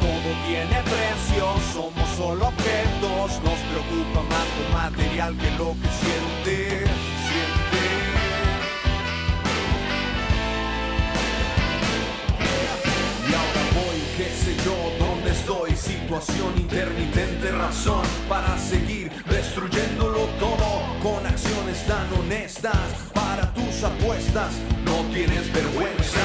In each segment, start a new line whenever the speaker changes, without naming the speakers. Todo tiene precio, somos solo objetos, nos preocupa más lo material que lo que siente, siente. Y ahora voy, qué sé yo, dónde estoy. Situación intermitente, razón para seguir destruyéndolo todo con acciones tan honestas. Para tus apuestas no tienes vergüenza.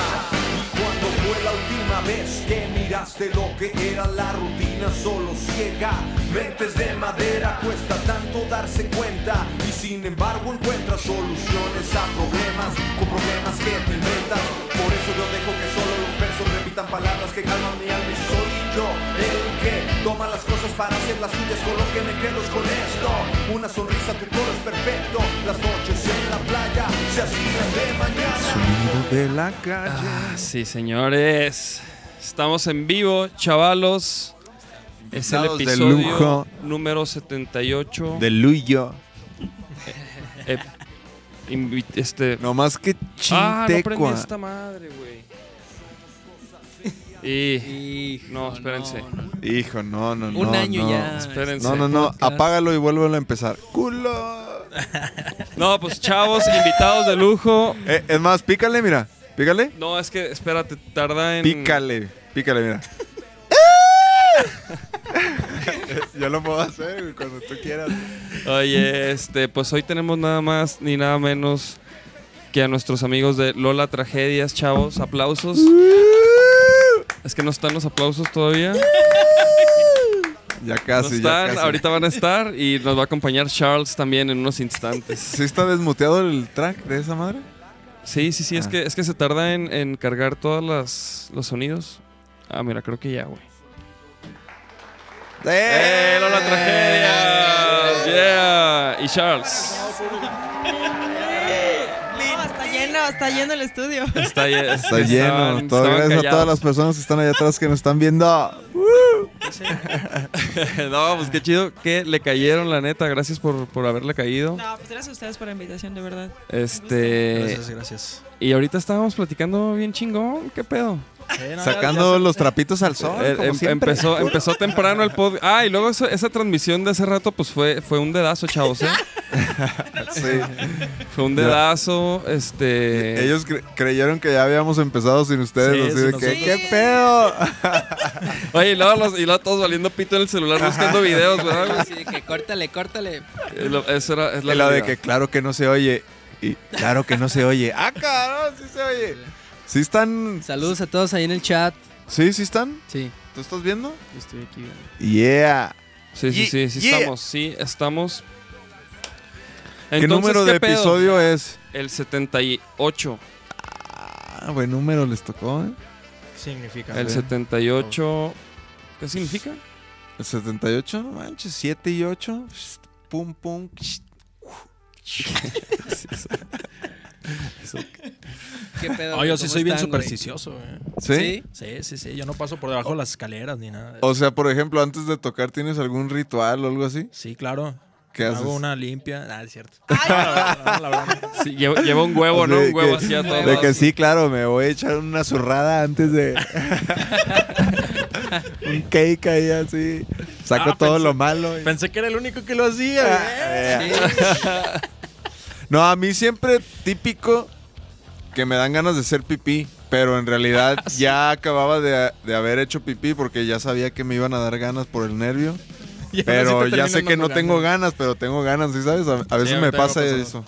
¿Y cuándo fue la última vez que miraste lo que era la rutina solo ciega? Mentes de madera cuesta tanto darse cuenta y sin embargo encuentras soluciones a problemas con problemas que te inventas. Por eso yo dejo que solo los versos repitan palabras que calman mi alma y soy yo el que toma las cosas para hacer las suyas con lo que me quedo es con esto. Una sonrisa, tu coro es perfecto. Las noches en la playa se hacían de mañana. de la calle.
Sí, señores. Estamos en vivo, chavalos. Es el
Invitados de
episodio
lujo.
número 78.
De Luyo.
Eh, invi- este,
Nomás que
ah, no
chintecua.
prendí esta madre, güey. Y No, espérense.
Hijo, no, no, no.
Un año
no.
ya.
Espérense.
No, no, no.
Podcast.
Apágalo y vuélvelo a empezar. ¡Culo!
no, pues chavos, invitados de lujo.
Eh, es más, pícale, mira. Pícale.
No, es que espérate, tarda en.
Pícale. Pícale, mira. Yo lo puedo hacer güey, cuando tú quieras.
Oye, este, pues hoy tenemos nada más ni nada menos que a nuestros amigos de Lola Tragedias, chavos, aplausos. Es que no están los aplausos todavía.
Ah, Ya
No
casi, ya
están,
casi.
ahorita van a estar y nos va a acompañar Charles también en unos instantes.
¿Sí está desmuteado el track de esa madre?
Sí, sí, sí, es
Ah.
que es que se tarda en, en cargar todos los sonidos. Ah, mira, creo que ya, güey. ¡Eh, Lola Tragedias! ¡Yeah! Y Charles.
No, está lleno, está lleno el estudio.
Está, lle-
Está
estaban-
lleno. Todo
estaban
gracias a todas
callados.
las personas que están allá atrás que nos están viendo.
no, pues qué chido que le cayeron, la neta. Gracias por, por haberle caído.
No, pues gracias a ustedes por la invitación, de verdad.
Este.
Gracias, gracias.
Y ahorita estábamos platicando bien chingón. ¿Qué pedo?
Sacando los trapitos al sol.
Eh,
como
em-
siempre.
empezó, empezó temprano el pod. Ah, y luego eso- esa transmisión de hace rato, pues fue, fue un dedazo, chavos. ¿eh?
Sí.
Fue un dedazo. Este.
Ellos cre- creyeron que ya habíamos empezado sin ustedes.
Sí,
así
sin
de que,
nosotros.
¿qué pedo?
Oye, y luego, los- y luego todos valiendo pito en el celular buscando videos, ¿verdad?
Así de que córtale, córtale.
Eh, lo- Eso era. Es la
Y lo de
realidad.
que claro que no se oye. Y claro que no se oye. ¡Ah, cabrón! Sí se oye. ¿Sí están?
Saludos a todos ahí en el chat.
¿Sí, sí están?
Sí,
¿Tú estás viendo?
yo estoy aquí. viendo.
Yeah.
Sí, sí, sí, sí,
Yeah.
estamos. Sí, estamos.
¿Qué número de
pedo?
episodio es?
El 78.
Ah, buen número les tocó, ¿eh?
Significa.
El 78. ¿Qué significa?
El 78, no manches, 7 y 8. Pum, pum.
¿Qué pedo?
No, Ah, yo
güey?
sí
¿Cómo
soy bien
están, güey?
supersticioso, güey.
¿Sí?
Sí, sí, sí. Yo no paso por debajo de las escaleras ni nada.
O sea, por ejemplo, antes de tocar, ¿tienes algún ritual o algo así?
Sí, claro.
¿Qué haces?
Hago una limpia. Ah, es cierto. La verdad, la verdad.
Sí, lleva, lleva un huevo, ¿no?
Así
Un huevo
que-
así a todo.
De que sí, claro, me voy a echar una zurrada antes de. un cake ahí así. Saco
Ah,
todo
pensé-
lo malo. y- Ah,
Pensé que era el único que lo hacía.
Eh. no, a mí siempre típico que me dan ganas de hacer pipí, pero en realidad ya acababa de, de haber hecho pipí porque ya sabía que me iban a dar ganas por el nervio.
Y ahora sí
Pero
te
ya
terminan
sé que no
dando
tengo
ganas.
ganas, pero tengo ganas, ¿sí sabes? A, a veces
Sí,
me
ahorita
pasa
pasando.
eso.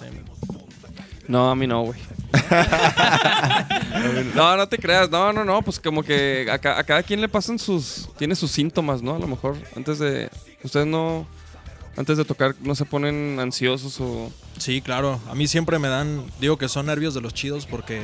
No, a mí no, güey. no, no te creas. No, no, no. Pues como que a, ca- a cada quien le pasan sus. Tiene sus síntomas, ¿no? A lo mejor antes de. Ustedes no. Antes de tocar, no se ponen ansiosos o.
Sí, claro. A mí siempre me dan. Digo que son nervios de los chidos porque.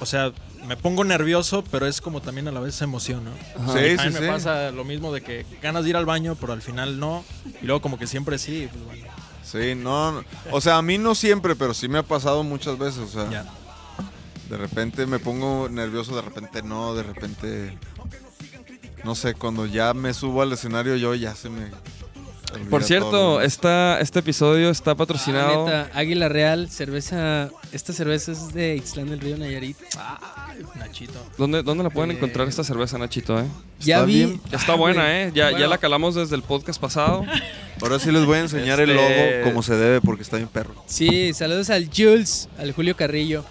o sea, me pongo nervioso, pero es como también a la vez emoción, ¿no?
Sí,
A mí
sí,
también
sí.
me pasa lo mismo de que ganas de ir al baño, pero al final no. Y luego como que siempre sí, pues bueno,
Sí, no. no. O sea, a mí no siempre, pero sí me ha pasado muchas veces. O sea,
ya.
de repente me pongo nervioso, de repente no, de repente. No sé, cuando ya me subo al escenario, yo ya se me. olvida
Por
todo.
cierto, esta, este episodio está
Ah,
patrocinado.
neta, Águila Real, cerveza. Esta cerveza es de Ixtlán del Río Nayarit.
Nachito.
¿Dónde, ¿Dónde la pueden encontrar esta cerveza, Nachito? Eh?
Eh, ya vi.
bien.
Ya está buena, ¿eh? Ya, ya
Bueno.
la calamos desde el podcast pasado.
Ahora sí les voy a enseñar el
Este-
logo como se debe, porque está bien perro.
Sí, saludos al Jules, al Julio Carrillo.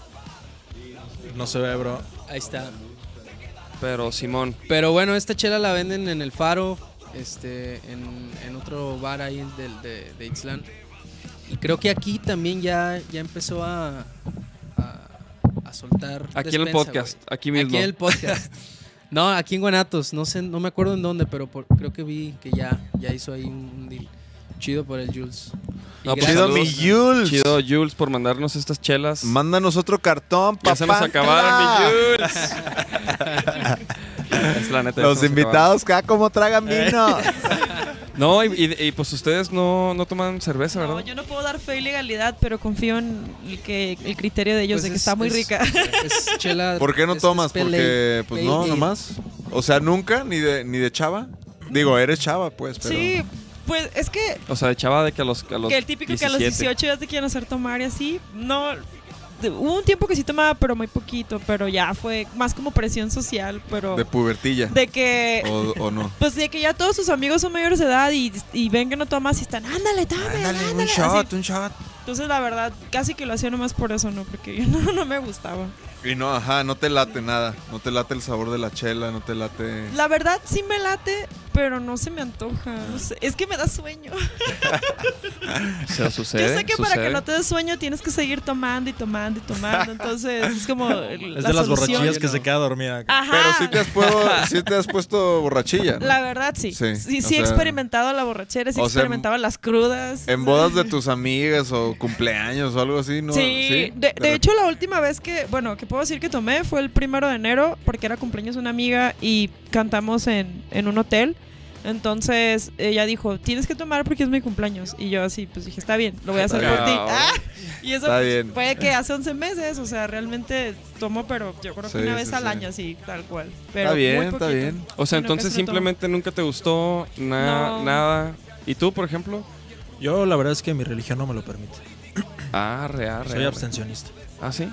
No se ve, bro.
Ahí está.
Pero Simón,
Pero bueno, esta chela la venden en el Faro, este, en, en otro bar ahí del- de, de Ixtlán. Y creo que aquí también ya, ya empezó a, a, a soltar.
aquí en el
despensa,
podcast,
güey.
aquí mismo.
Aquí en el podcast. No, aquí en Guanatos, no sé, no me acuerdo en dónde, pero por- creo que vi que ya, ya hizo ahí un, un deal. Chido por el Jules. Y
No, pues,
gracias-
Chido,
saludos.
mi Jules.
Chido, Jules, por mandarnos estas chelas.
Mándanos otro cartón, papá.
ya se nos acabaron, mi Jules. Es la neta, ya
Los
se nos
invitados, acá como tragan vino.
acabaron. No, y, y- y, pues ustedes no, no toman cerveza,
No,
¿verdad?
yo no puedo dar fe y legalidad, pero confío en el, que, el criterio de ellos
Pues
de que
es-
está muy
es-
rica.
es chela-
¿Por qué no
es- es
tomas?
pale
Porque,
ale,
pues
pale
no,
ale.
nomás. O sea, nunca, ni de, ni de chava. Digo, eres chava, pues, pero.
Sí, pues es que,
O sea, de chava de que a los, a los
que el típico que a los 18 ya te quieren hacer tomar y así, no... de- Hubo un tiempo que sí tomaba, pero muy poquito, pero ya fue más como presión social, pero...
De Oh. pubertilla.
de que...
O, o no.
Pues de que ya todos sus amigos son mayores de edad y, y ven que no tomas y están, ándale, tome, ándale. así.
un shot.
Entonces, la verdad, casi que lo hacía nomás por eso, ¿no? Porque yo no, no me gustaba.
Y no, ajá, no te late nada. No te late el sabor de la chela, no te late.
La verdad, sí me late, pero no se me antoja. No sé, Es que me da sueño.
Se sucede.
yo sé que para
sucede.
que no te dé sueño tienes que seguir tomando y tomando y tomando. Entonces, es como el-
Es
la
de las
solución.
borrachillas que
no.
se queda dormida.
Ah.
Ajá.
Pero sí te has, puedo- sí te has puesto borrachilla. ¿no?
La verdad, sí.
Sí,
Sí, sí,
o
he
sea-
experimentado la borrachera, sí he
o sea,
experimentado las crudas.
En bodas de tus amigas o cumpleaños o algo así, ¿no?
sí, De, de hecho la última vez que, bueno, que puedo decir que tomé fue el primero de enero porque era cumpleaños de una amiga y cantamos en, en un hotel. Entonces ella dijo, tienes que tomar porque es mi cumpleaños. Y yo así, pues dije, está bien, lo voy a hacer
Está
por ti.
bien.
Ah, y eso
Está
pues,
bien.
fue que hace 11 meses, o sea, realmente tomo, pero yo creo que
Sí,
una vez
sí,
al
sí.
año así, tal cual. Pero
Está
muy
bien, está
poquito.
bien.
O sea,
Bueno,
entonces
casi no tomo.
simplemente nunca te gustó na-
No.
nada. ¿Y tú, por ejemplo?
Yo la verdad es que mi religión no me lo permite.
Ah, real,
Soy abstencionista.
¿Ah, sí?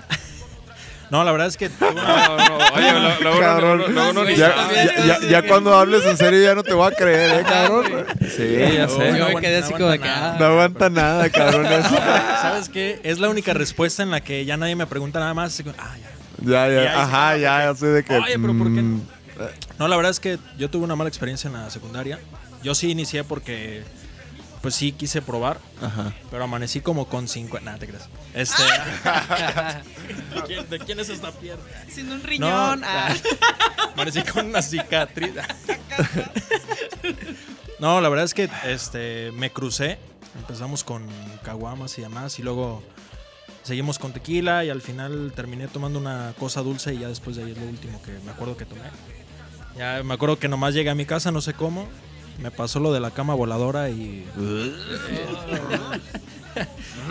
No, la verdad es que tuve una-
No, no, oye, lo- luego no-
Cabrón,
luego no-
ya,
luego no-
ya- ya- ya cuando hables en serio ya no te voy a creer, ¿eh, cabrón?
Sí, ya
No,
sé.
Yo
no
me quedé
aguanta-
así
no
como de
aguanta
que,
nada.
ah,
No aguanta nada, cabrón.
¿Sabes qué? Es la única respuesta en la que ya nadie me pregunta nada más. así como, ah, ya.
Ya,
Y ahí se
ya, ajá,
queda,
ya, ya sé de que.
Oye, pero ¿por qué no?
mm,
No, la verdad es que yo tuve una mala experiencia en la secundaria. Yo sí inicié porque, pues sí quise probar,
Ajá.
pero amanecí como con cinco. Nada, te creas. Este.
Ah.
¿De, quién, de quién es esta pierna?
Sin un riñón. ah.
Amanecí con una cicatriz. No, la verdad es que este, me crucé. Empezamos con caguamas y demás. Y luego seguimos con tequila. Y al final terminé tomando una cosa dulce. Y ya después de ahí es lo último que me acuerdo que tomé. Ya me acuerdo que nomás llegué a mi casa, no sé cómo. Me pasó lo de la cama voladora y.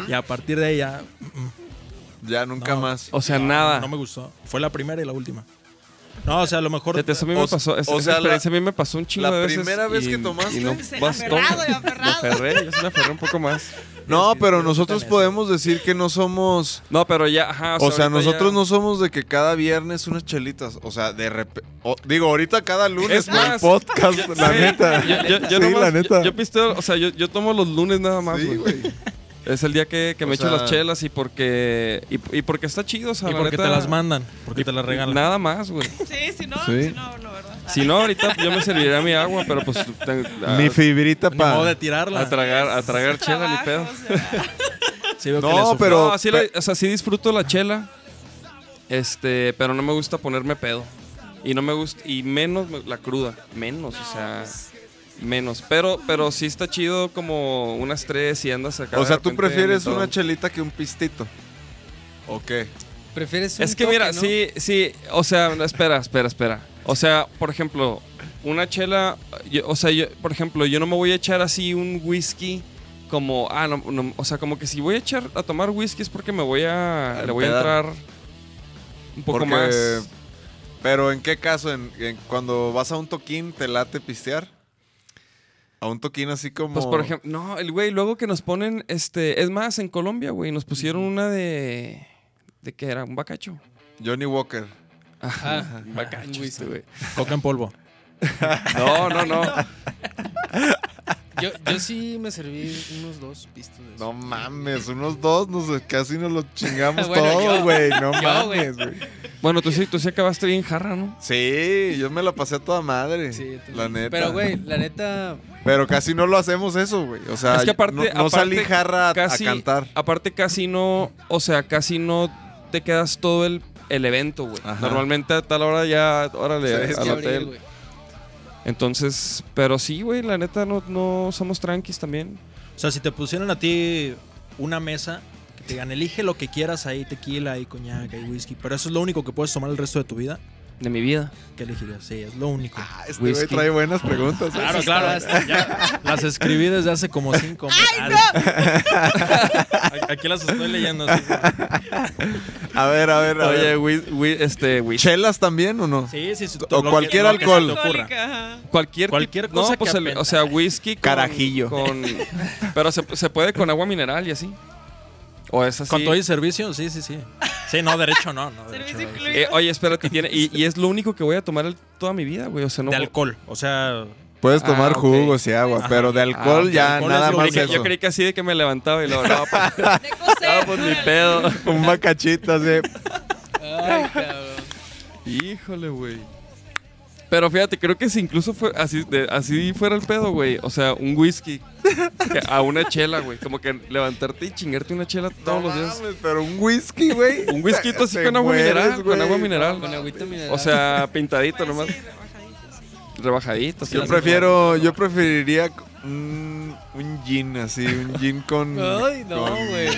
y a partir de ahí ya.
Ya nunca
No.
más.
O sea,
no,
nada.
No me gustó. Fue la primera y la última. No, o sea, a lo mejor.
Fíjate, eso a mí me
O-
pasó. Esa,
o
esa
sea, la-
experiencia a mí me pasó un chingo
la
de veces.
primera vez
y-
que tomaste.
Y no bastó.
Se Pues, aferrado, y
Me
aferrado.
aferré, yo sí me aferré un poco más.
No, pero nosotros podemos decir que no somos.
No, pero ya, ajá.
O sea,
Ah, ahorita
nosotros
ya-
no somos de que cada viernes unas chelitas. O sea, de repente. Digo, ahorita cada lunes
Es
güey,
más-
podcast, la
Sí,
neta.
Yo, yo, yo
Sí,
nomás-
la neta.
Yo, yo pisteo, o sea, yo, yo tomo los lunes nada más,
Sí,
güey.
güey.
Es el día que, que
O
me echo
sea-
las chelas y porque. Y, y porque está chido, o sea,
Y
la
porque te
neta-
las mandan, porque te las regalan.
Nada más, güey.
Sí, si no,
Sí.
si no, no, ¿verdad? Ah.
Si no, ahorita yo me serviré mi agua, pero pues. ten- a-
Mi fibrita
Ni modo
pa.
de tirarla.
a tragar, a tragar chela, ni
Trabajo,
pedo.
o sea.
Sí veo que
No,
le sufrió.
pero-
no, así la- o sea, sí disfruto la chela. Este, pero no me gusta ponerme pedo. Y no me gusta y menos me- la cruda, menos, o sea, menos, pero pero sí está chido como unas tres y andas acá.
O
de
sea, ¿tú
repente
prefieres
aventado.
una chelita que un pistito? ¿O qué?
Prefieres un
Es que
toque,
mira,
¿no?
sí, sí, o sea, no, espera, espera, espera. O sea, por ejemplo, una chela, yo- o sea, yo, por ejemplo, yo no me voy a echar así un whisky como, ah, no, no, o sea, como que si voy a echar a tomar whisky es porque me voy a,
A
le voy a
empedar.
entrar un poco
Porque-
más.
Pero ¿en qué caso? ¿En, en cuando vas a un toquín, ¿te late pistear? A un toquín así como...
Pues por ejemplo, no, el güey, luego que nos ponen, este, es más, en Colombia, güey, nos pusieron una de, ¿de qué era? Un bacacho.
Johnny Walker.
Ah,
Un bacacho,
un
este,
whisky.
güey.
Coca en polvo.
No, no, no.
Yo, yo sí me serví unos dos pistos de eso.
No mames, unos dos, nos, casi nos lo chingamos
Bueno,
todo,
yo-
güey. No
yo,
mames, güey.
Bueno, tú sí, tú sí acabaste bien jarra, ¿no?
Sí, yo me la pasé a toda madre.
Sí, yo también.
la neta.
Pero, güey, la neta,
Pero casi no lo hacemos eso, güey. O sea,
Es que aparte-
no, no salí
aparte
jarra a, a
casi-
cantar.
Aparte, casi no, o sea, casi no te quedas todo el, el evento, güey.
Ajá.
Normalmente a tal hora ya, órale,
Tienes
tienes
al
que abrir,
hotel.
güey.
Entonces, pero sí, güey, la neta no, no somos tranquis también.
O sea, si te pusieran a ti una mesa, que te digan, elige lo que quieras, ahí tequila, ahí coñac, ahí whisky, pero eso es lo único que puedes tomar el resto de tu vida,
De mi vida.
¿qué elegirías? Sí, es lo único.
Ah, este güey
Whisky.
trae buenas preguntas. ¿eh?
Claro, claro. ya las escribí desde hace como cinco meses. Aquí las estoy leyendo. así como-
A ver, a ver, a
Oye,
ver.
güey, güey, este, güey.
¿Chelas también o no?
Sí, sí, sí.
O
lo
cualquier
lo se te
alcohol.
ocurra.
Alcohólica, ajá.
Cualquier,
Cualquier
tip-
cosa
No, pues
que
el- o
apenda.
sea, whisky. con-
Carajillo.
con- pero se, se puede con agua mineral y así. O es así.
Con todo y servicio, sí, sí, sí. Sí, no, derecho no. no derecho,
Servicio
no.
incluido.
Eh, oye, espérate, tiene, y, y es lo único que voy a tomar el- toda mi vida, güey. O sea, no.
De alcohol, o sea,
Puedes
Ah,
tomar
ok.
jugos y agua, pero de alcohol
Ah,
ya
alcohol
nada
es lo
Yo
más
creí
único.
que-
eso.
Yo creí que así de que me levantaba y luego, no, pues,
De coser,
no, pues ni
órale.
pedo.
Un macachito así.
Ay, cabrón.
Híjole, güey. Pero fíjate, creo que si incluso fue así, de- así fuera el pedo, güey. O sea, un whisky que- a una chela, güey. Como que levantarte y chingarte una chela todos los días.
mames, pero un whisky, güey.
Un whisky así
Te
con agua
mueres,
mineral. Con
güey.
agua mineral.
Con agüita mineral.
O sea, pintadito
Bueno,
nomás.
sí, rebajadito, Pues sí.
Rebajadito. así.
Yo prefiero, yo preferiría un, un gin así, un gin con.
Ay, no,
con-
güey.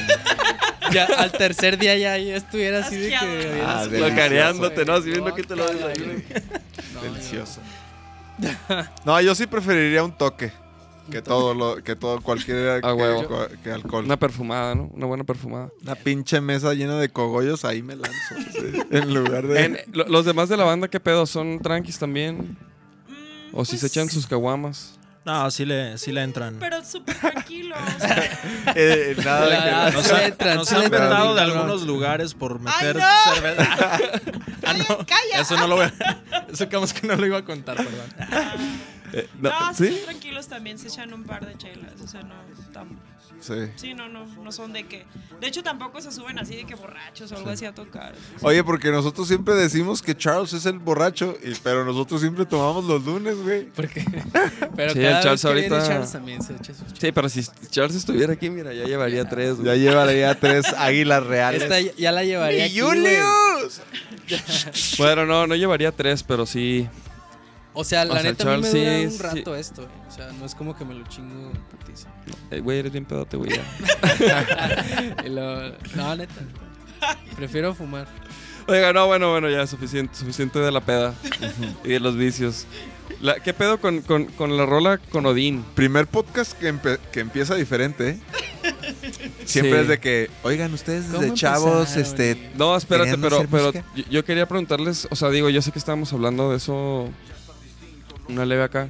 Ya al tercer día ya, ya estuviera así de que.
Asqueado.
hubieras-
Ah, delicioso,
Locareándote, ¿no? Así viendo que te lo
No,
desayuno.
cabrón. No,
Delicioso. No, yo sí preferiría un toque. Que todo lo, que todo, cualquier
A
que-
Ah, huevo.
que alcohol.
Una perfumada, ¿no? Una buena perfumada.
Una pinche mesa llena de cogollos, ahí me lanzo. sí, en lugar de.
En- lo- los demás de la banda, ¿qué pedo? ¿Son tranquis también?
Mm,
¿O si se
pues,
echan sus caguamas?
no, sí le, sí le entran.
Pero súper tranquilo. o sea,
eh, nada de que-
Ah,
Nos,
sí
ha-
le entran,
nos
sí le
han
entran,
vetado de
cabrón.
algunos lugares por meter
no!
cerveza. ah, no.
calla.
Eso no lo voy a, Eso como es que no lo iba a contar, perdón.
no, sí, tranquilos también se echan un par de chelas. O sea, no. tam-
Sí.
sí, no, no. No son de que. De hecho, tampoco se suben así de que borrachos o algo así a tocar.
Oye, porque nosotros siempre decimos que Charles es el borracho, y- pero nosotros siempre tomamos los lunes, güey.
Porque. Pero
Sí, el
cada
Charles
vez que viene
ahorita-
Charles también se echa sus
Sí, pero si Charles estuviera aquí, mira, ya llevaría tres,
Ya
güey.
lleva ya tres águilas reales.
Esta ya- ya la llevaría. aquí, güey.
Bueno, no, no llevaría tres, pero sí.
O sea, la
O sea,
neta
Charles
a mí me
sí,
dura un
sí.
rato esto. güey. O sea, no es como que me lo chingo putiza.
Eh, Güey, eres bien pedote, güey. ya.
Y lo- No, neta. Prefiero fumar.
Oiga, no, bueno, bueno, ya, suficiente, suficiente de la peda y de los vicios. La- ¿Qué pedo con, con- con la rola con Odín?
Primer podcast que, empe- que empieza diferente, ¿eh? Siempre
Sí.
es de que, oigan, ustedes
¿Cómo
desde chavos,
empezaron,
este...
güey?
No, espérate,
Queriendo
pero,
hacer
pero
música.
yo, yo quería preguntarles, o sea, digo, yo sé que estábamos hablando de eso una leve acá,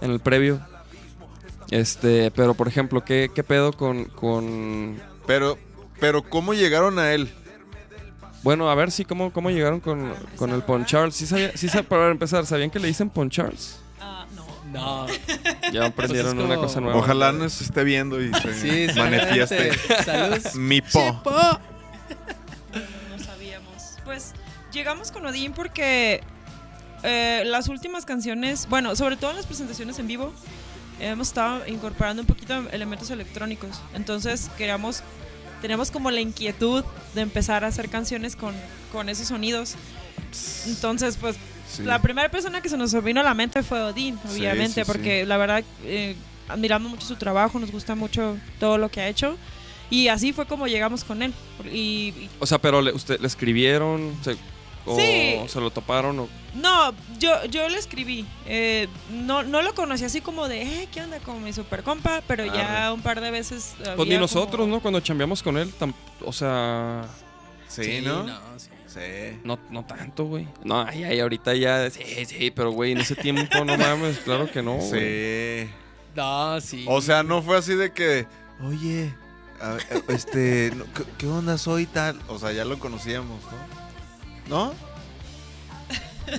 en el previo. Este, pero por ejemplo, ¿qué, qué pedo con, con.
Pero, pero, ¿cómo llegaron a él?
Bueno, a ver si cómo, cómo llegaron con, con el Ponchars. Sí, sabía, sí sab- para empezar, ¿sabían que le dicen Ponchars?
Ah, no.
No.
Ya aprendieron
Pues es
una
como-
cosa nueva.
Ojalá nos esté viendo y se
Sí, sí.
manifieste.
adelante. Saludos.
Mi po.
Chepo.
No sabíamos. Pues llegamos con Odín porque eh, las últimas canciones, bueno, sobre todo en las presentaciones en vivo, hemos estado incorporando un poquito elementos electrónicos. Entonces queríamos, teníamos como la inquietud de empezar a hacer canciones con, con esos sonidos. Entonces, pues
Sí.
la primera persona que se nos vino a la mente fue Odín,
Sí,
obviamente,
sí, sí.
porque la verdad eh, admiramos mucho su trabajo, nos gusta mucho todo lo que ha hecho. Y así fue como llegamos con él. Y, y-
O sea, pero le, usted, le escribieron, se, o
Sí.
se lo toparon, o
no, yo, yo le escribí. eh, no, no lo conocí así como de, eh, ¿qué onda? Como mi super compa, pero ya
Arre.
un par de veces.
Pues ni nosotros, ¿no? Cuando chambeamos con él, tam- o sea,
Sí,
Sí,
¿no?
sí.
Sí.
no, no tanto, güey. No, ay, ay, ahorita ya, sí, sí, pero güey, en ese tiempo, no mames, claro que
Oh,
no, güey.
Sí.
No, sí.
O sea, no fue así de que, oye, a ver, eh, este, no, ¿qué, qué onda soy tal? O sea, ya lo conocíamos, ¿no? ¿No?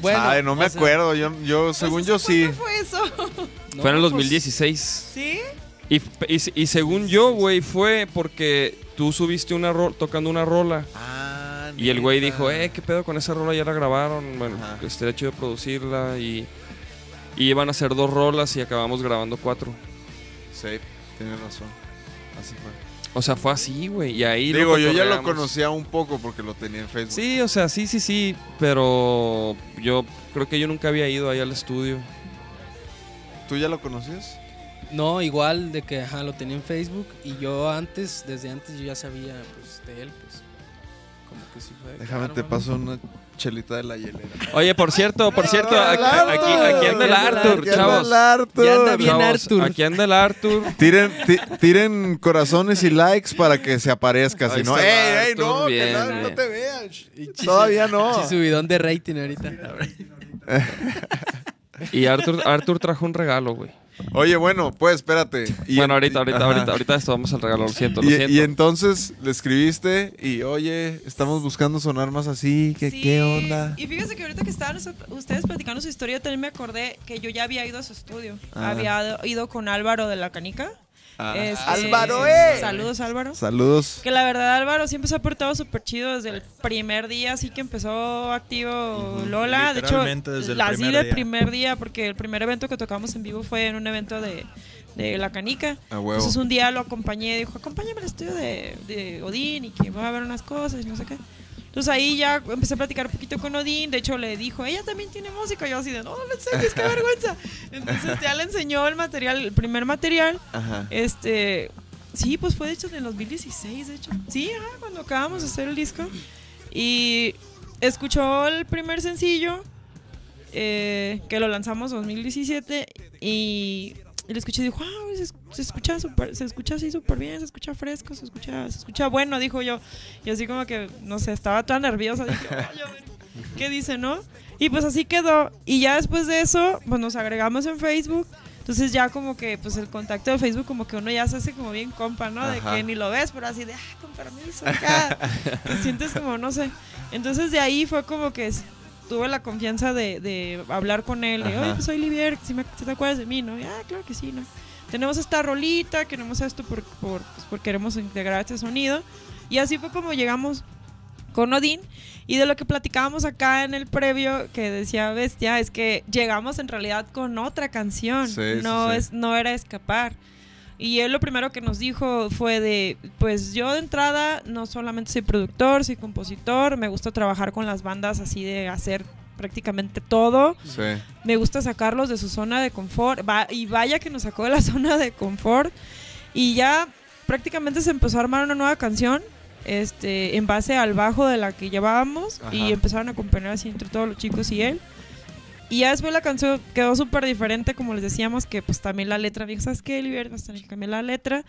Bueno,
Ay, no me
o sea,
acuerdo. Yo, yo
pues,
según yo sí.
Pues, fue eso?
no,
Fue en el
pues,
2016.
¿Sí?
Y, y- y según yo, güey, fue porque tú subiste una rola, tocando una rola.
Ah,
Y el güey
neta.
dijo, eh, qué pedo con esa rola, ya la grabaron, bueno,
Ajá.
que estaría chido producirla y, y iban a hacer dos rolas y acabamos grabando cuatro.
Sí, tienes razón. Así fue.
O sea, fue así, güey, y ahí lo
Digo, yo ya lo
cotorreamos.
conocía un poco porque lo tenía en Facebook.
Sí, o sea, sí, sí, sí, pero yo creo que yo nunca había ido ahí al estudio.
¿Tú ya lo conocías?
No, igual de que ajá, lo tenía en Facebook y yo antes, desde antes yo ya sabía pues, de él, pues. Como que "Ah, sí fue.
Déjame,
claro,
te
mami.
paso una chelita de la hielera.
Oye, por cierto, por cierto, aquí, aquí, aquí anda el Ah, Arthur,
Aquí anda
chavos.
el Arthur.
Ya anda bien.
Chavos,
Arthur.
Aquí anda el Arthur.
Tiren, ti- tiren corazones y likes para que se aparezca,
Ahí
si no.
está
¡Ey,
el
ey,
Arthur,
no!
bien,
que no, no
bien.
te vean! Todavía no.
Sí, subidón de rating ahorita.
Y Arthur, Arthur trajo un regalo, güey.
Oye, bueno, pues espérate. Y
Bueno,
en-
ahorita, ahorita,
ajá.
ahorita, ahorita esto vamos al regalo, lo siento, lo
Y,
siento.
y entonces le escribiste y, oye, estamos buscando sonar más así. ¿Qué,
Sí.
qué onda?
Y fíjense que ahorita que estaban eso- ustedes platicando su historia, yo también me acordé que yo ya había ido a su estudio.
Ah.
Había ido con Álvaro de la Canica. Este,
Álvaro,
eh.
Saludos, Álvaro.
Saludos.
Que la verdad, Álvaro siempre se ha portado súper chido desde el primer día, así que empezó activo Lola. De hecho,
Literalmente desde el
la- así
primer
del
día.
primer día, porque el primer evento que tocamos en vivo fue en un evento de, de La Canica.
A huevo.
Entonces un día lo acompañé, dijo, acompáñame al estudio de, de Odín y que va a ver unas cosas y no sé qué. Entonces ahí ya empecé a platicar un poquito con Odín, de hecho le dijo, ella también tiene música, yo así de, no, no sé, qué vergüenza. Entonces ya le enseñó el material, el primer material,
Ajá.
este, sí, pues fue de hecho en el 2016, de hecho. Sí, ajá, cuando acabamos de hacer el disco. Y escuchó el primer sencillo, eh, que lo lanzamos 2017, y, y lo escuché y dijo, wow, se, es- se escucha súper- se escucha así súper bien, se escucha fresco, se escucha, se escucha bueno, dijo yo. Y así como que, no sé, estaba toda nerviosa, dije, "Ay, a ver, ¿qué dice, no? Y pues así quedó. Y ya después de eso, pues nos agregamos en Facebook. Entonces ya como que, pues el contacto de Facebook como que uno ya se hace como bien compa, ¿no? De
Ajá.
que ni lo ves, pero así de, ah, con permiso, acá. Te sientes como, no sé. Entonces de ahí fue como que s- tuve la confianza de, de hablar con él. De,
Ajá.
oye, pues soy Livier, si, me, si te acuerdas de mí, ¿no? Y, ah, claro que sí, ¿no? Tenemos esta rolita, queremos esto por, por, pues, porque queremos integrar este sonido. Y así fue como llegamos con Odín. Y de lo que platicábamos acá en el previo que decía Bestia es que llegamos en realidad con otra canción.
Sí, sí,
no,
sí.
Es, no era escapar. Y él lo primero que nos dijo fue de, pues yo de entrada no solamente soy productor, soy compositor, me gusta trabajar con las bandas así de hacer prácticamente todo
Sí.
me gusta sacarlos de su zona de confort. Va- y vaya que nos sacó de la zona de confort. Y ya prácticamente se empezó a armar una nueva canción. Este, en base al bajo de la que llevábamos.
Ajá.
Y empezaron a acompañar así entre todos los chicos y él. Y ya después la canción quedó súper diferente, como les decíamos, que pues también la letra, dije, ¿sabes qué, Oliver? Vas a tener que cambiar la letra.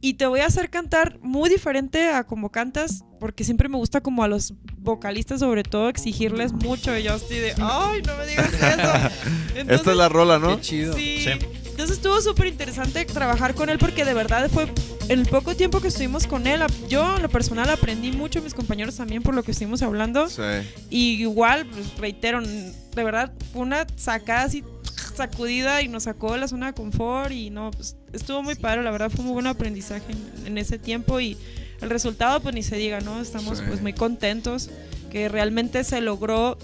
Y te voy a hacer cantar muy diferente a como cantas, porque siempre me gusta como a los vocalistas, sobre todo, exigirles mucho. Y yo estoy de, ay, no me digas eso. Entonces,
Esta es la rola, ¿no?
Qué chido.
Sí.
Sí.
Entonces estuvo súper interesante trabajar con él porque de verdad fue el poco tiempo que estuvimos con él. ap- Yo en lo personal aprendí mucho, mis compañeros también por lo que estuvimos hablando.
Sí.
Y igual, pues, reitero, n- de verdad fue una sacada así, sacudida y nos sacó de la zona de confort y no, pues, estuvo muy padre, la verdad fue muy buen aprendizaje en, en ese tiempo y el resultado pues ni se diga, ¿no? Estamos
Sí.
pues muy contentos que realmente se logró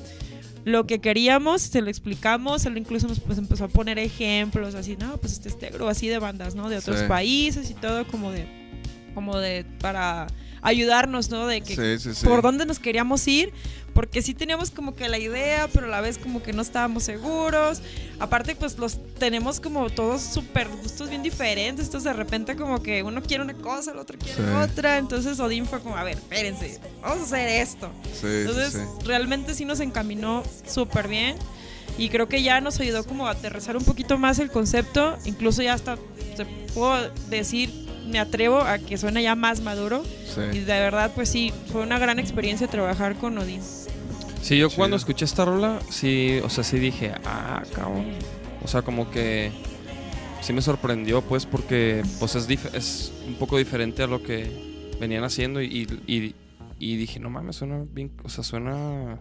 lo que queríamos, se lo explicamos, él incluso nos pues, empezó a poner ejemplos así, no, pues este, este grupo así de bandas, ¿no? De otros
Sí.
países y todo como de como de para ayudarnos, ¿no? De que
Sí, sí, sí.
por dónde nos queríamos ir, porque sí teníamos como que la idea, pero a la vez como que no estábamos seguros. Aparte, pues los tenemos como todos súper gustos bien diferentes, entonces de repente como que uno quiere una cosa, el otro quiere
Sí.
otra, entonces Odín fue como, a ver, espérense, vamos a hacer esto.
Sí, sí,
Entonces
sí.
realmente sí nos encaminó súper bien. Y creo que ya nos ayudó como a aterrizar un poquito más el concepto. Incluso ya hasta se puedo decir, me atrevo a que suene ya más maduro. Y
sí.
de verdad, pues sí, fue una gran experiencia trabajar con Odín.
Sí, yo
Chido.
cuando escuché esta rola, sí, o sea, sí dije, ah, cabrón. O sea, como que sí me sorprendió, pues, porque pues es, dif- es un poco diferente a lo que venían haciendo y, y- y dije, no mames, suena bien, o sea, suena...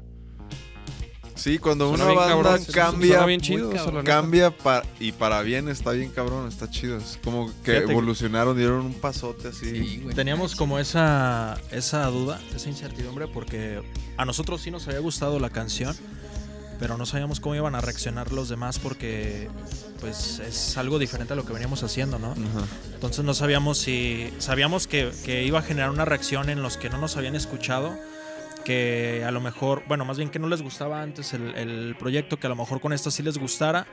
Sí, cuando
suena
una
bien
banda
cabrón, su-
cambia,
Suena bien chido,
muy
o sea, la neta.
cambia pa- y para bien está bien cabrón, está chido. Es como que
Fíjate que-
evolucionaron, dieron un pasote así.
Sí, güey.
pues. Teníamos como esa, esa duda, esa incertidumbre, porque a nosotros sí nos había gustado la canción, pero no sabíamos cómo iban a reaccionar los demás porque pues es algo diferente a lo que veníamos haciendo, ¿no?
Ajá.
Entonces no sabíamos si. Sabíamos que, que iba a generar una reacción en los que no nos habían escuchado. Que a lo mejor, bueno, más bien que no les gustaba antes el, el proyecto, que a lo mejor con esto sí les gustara,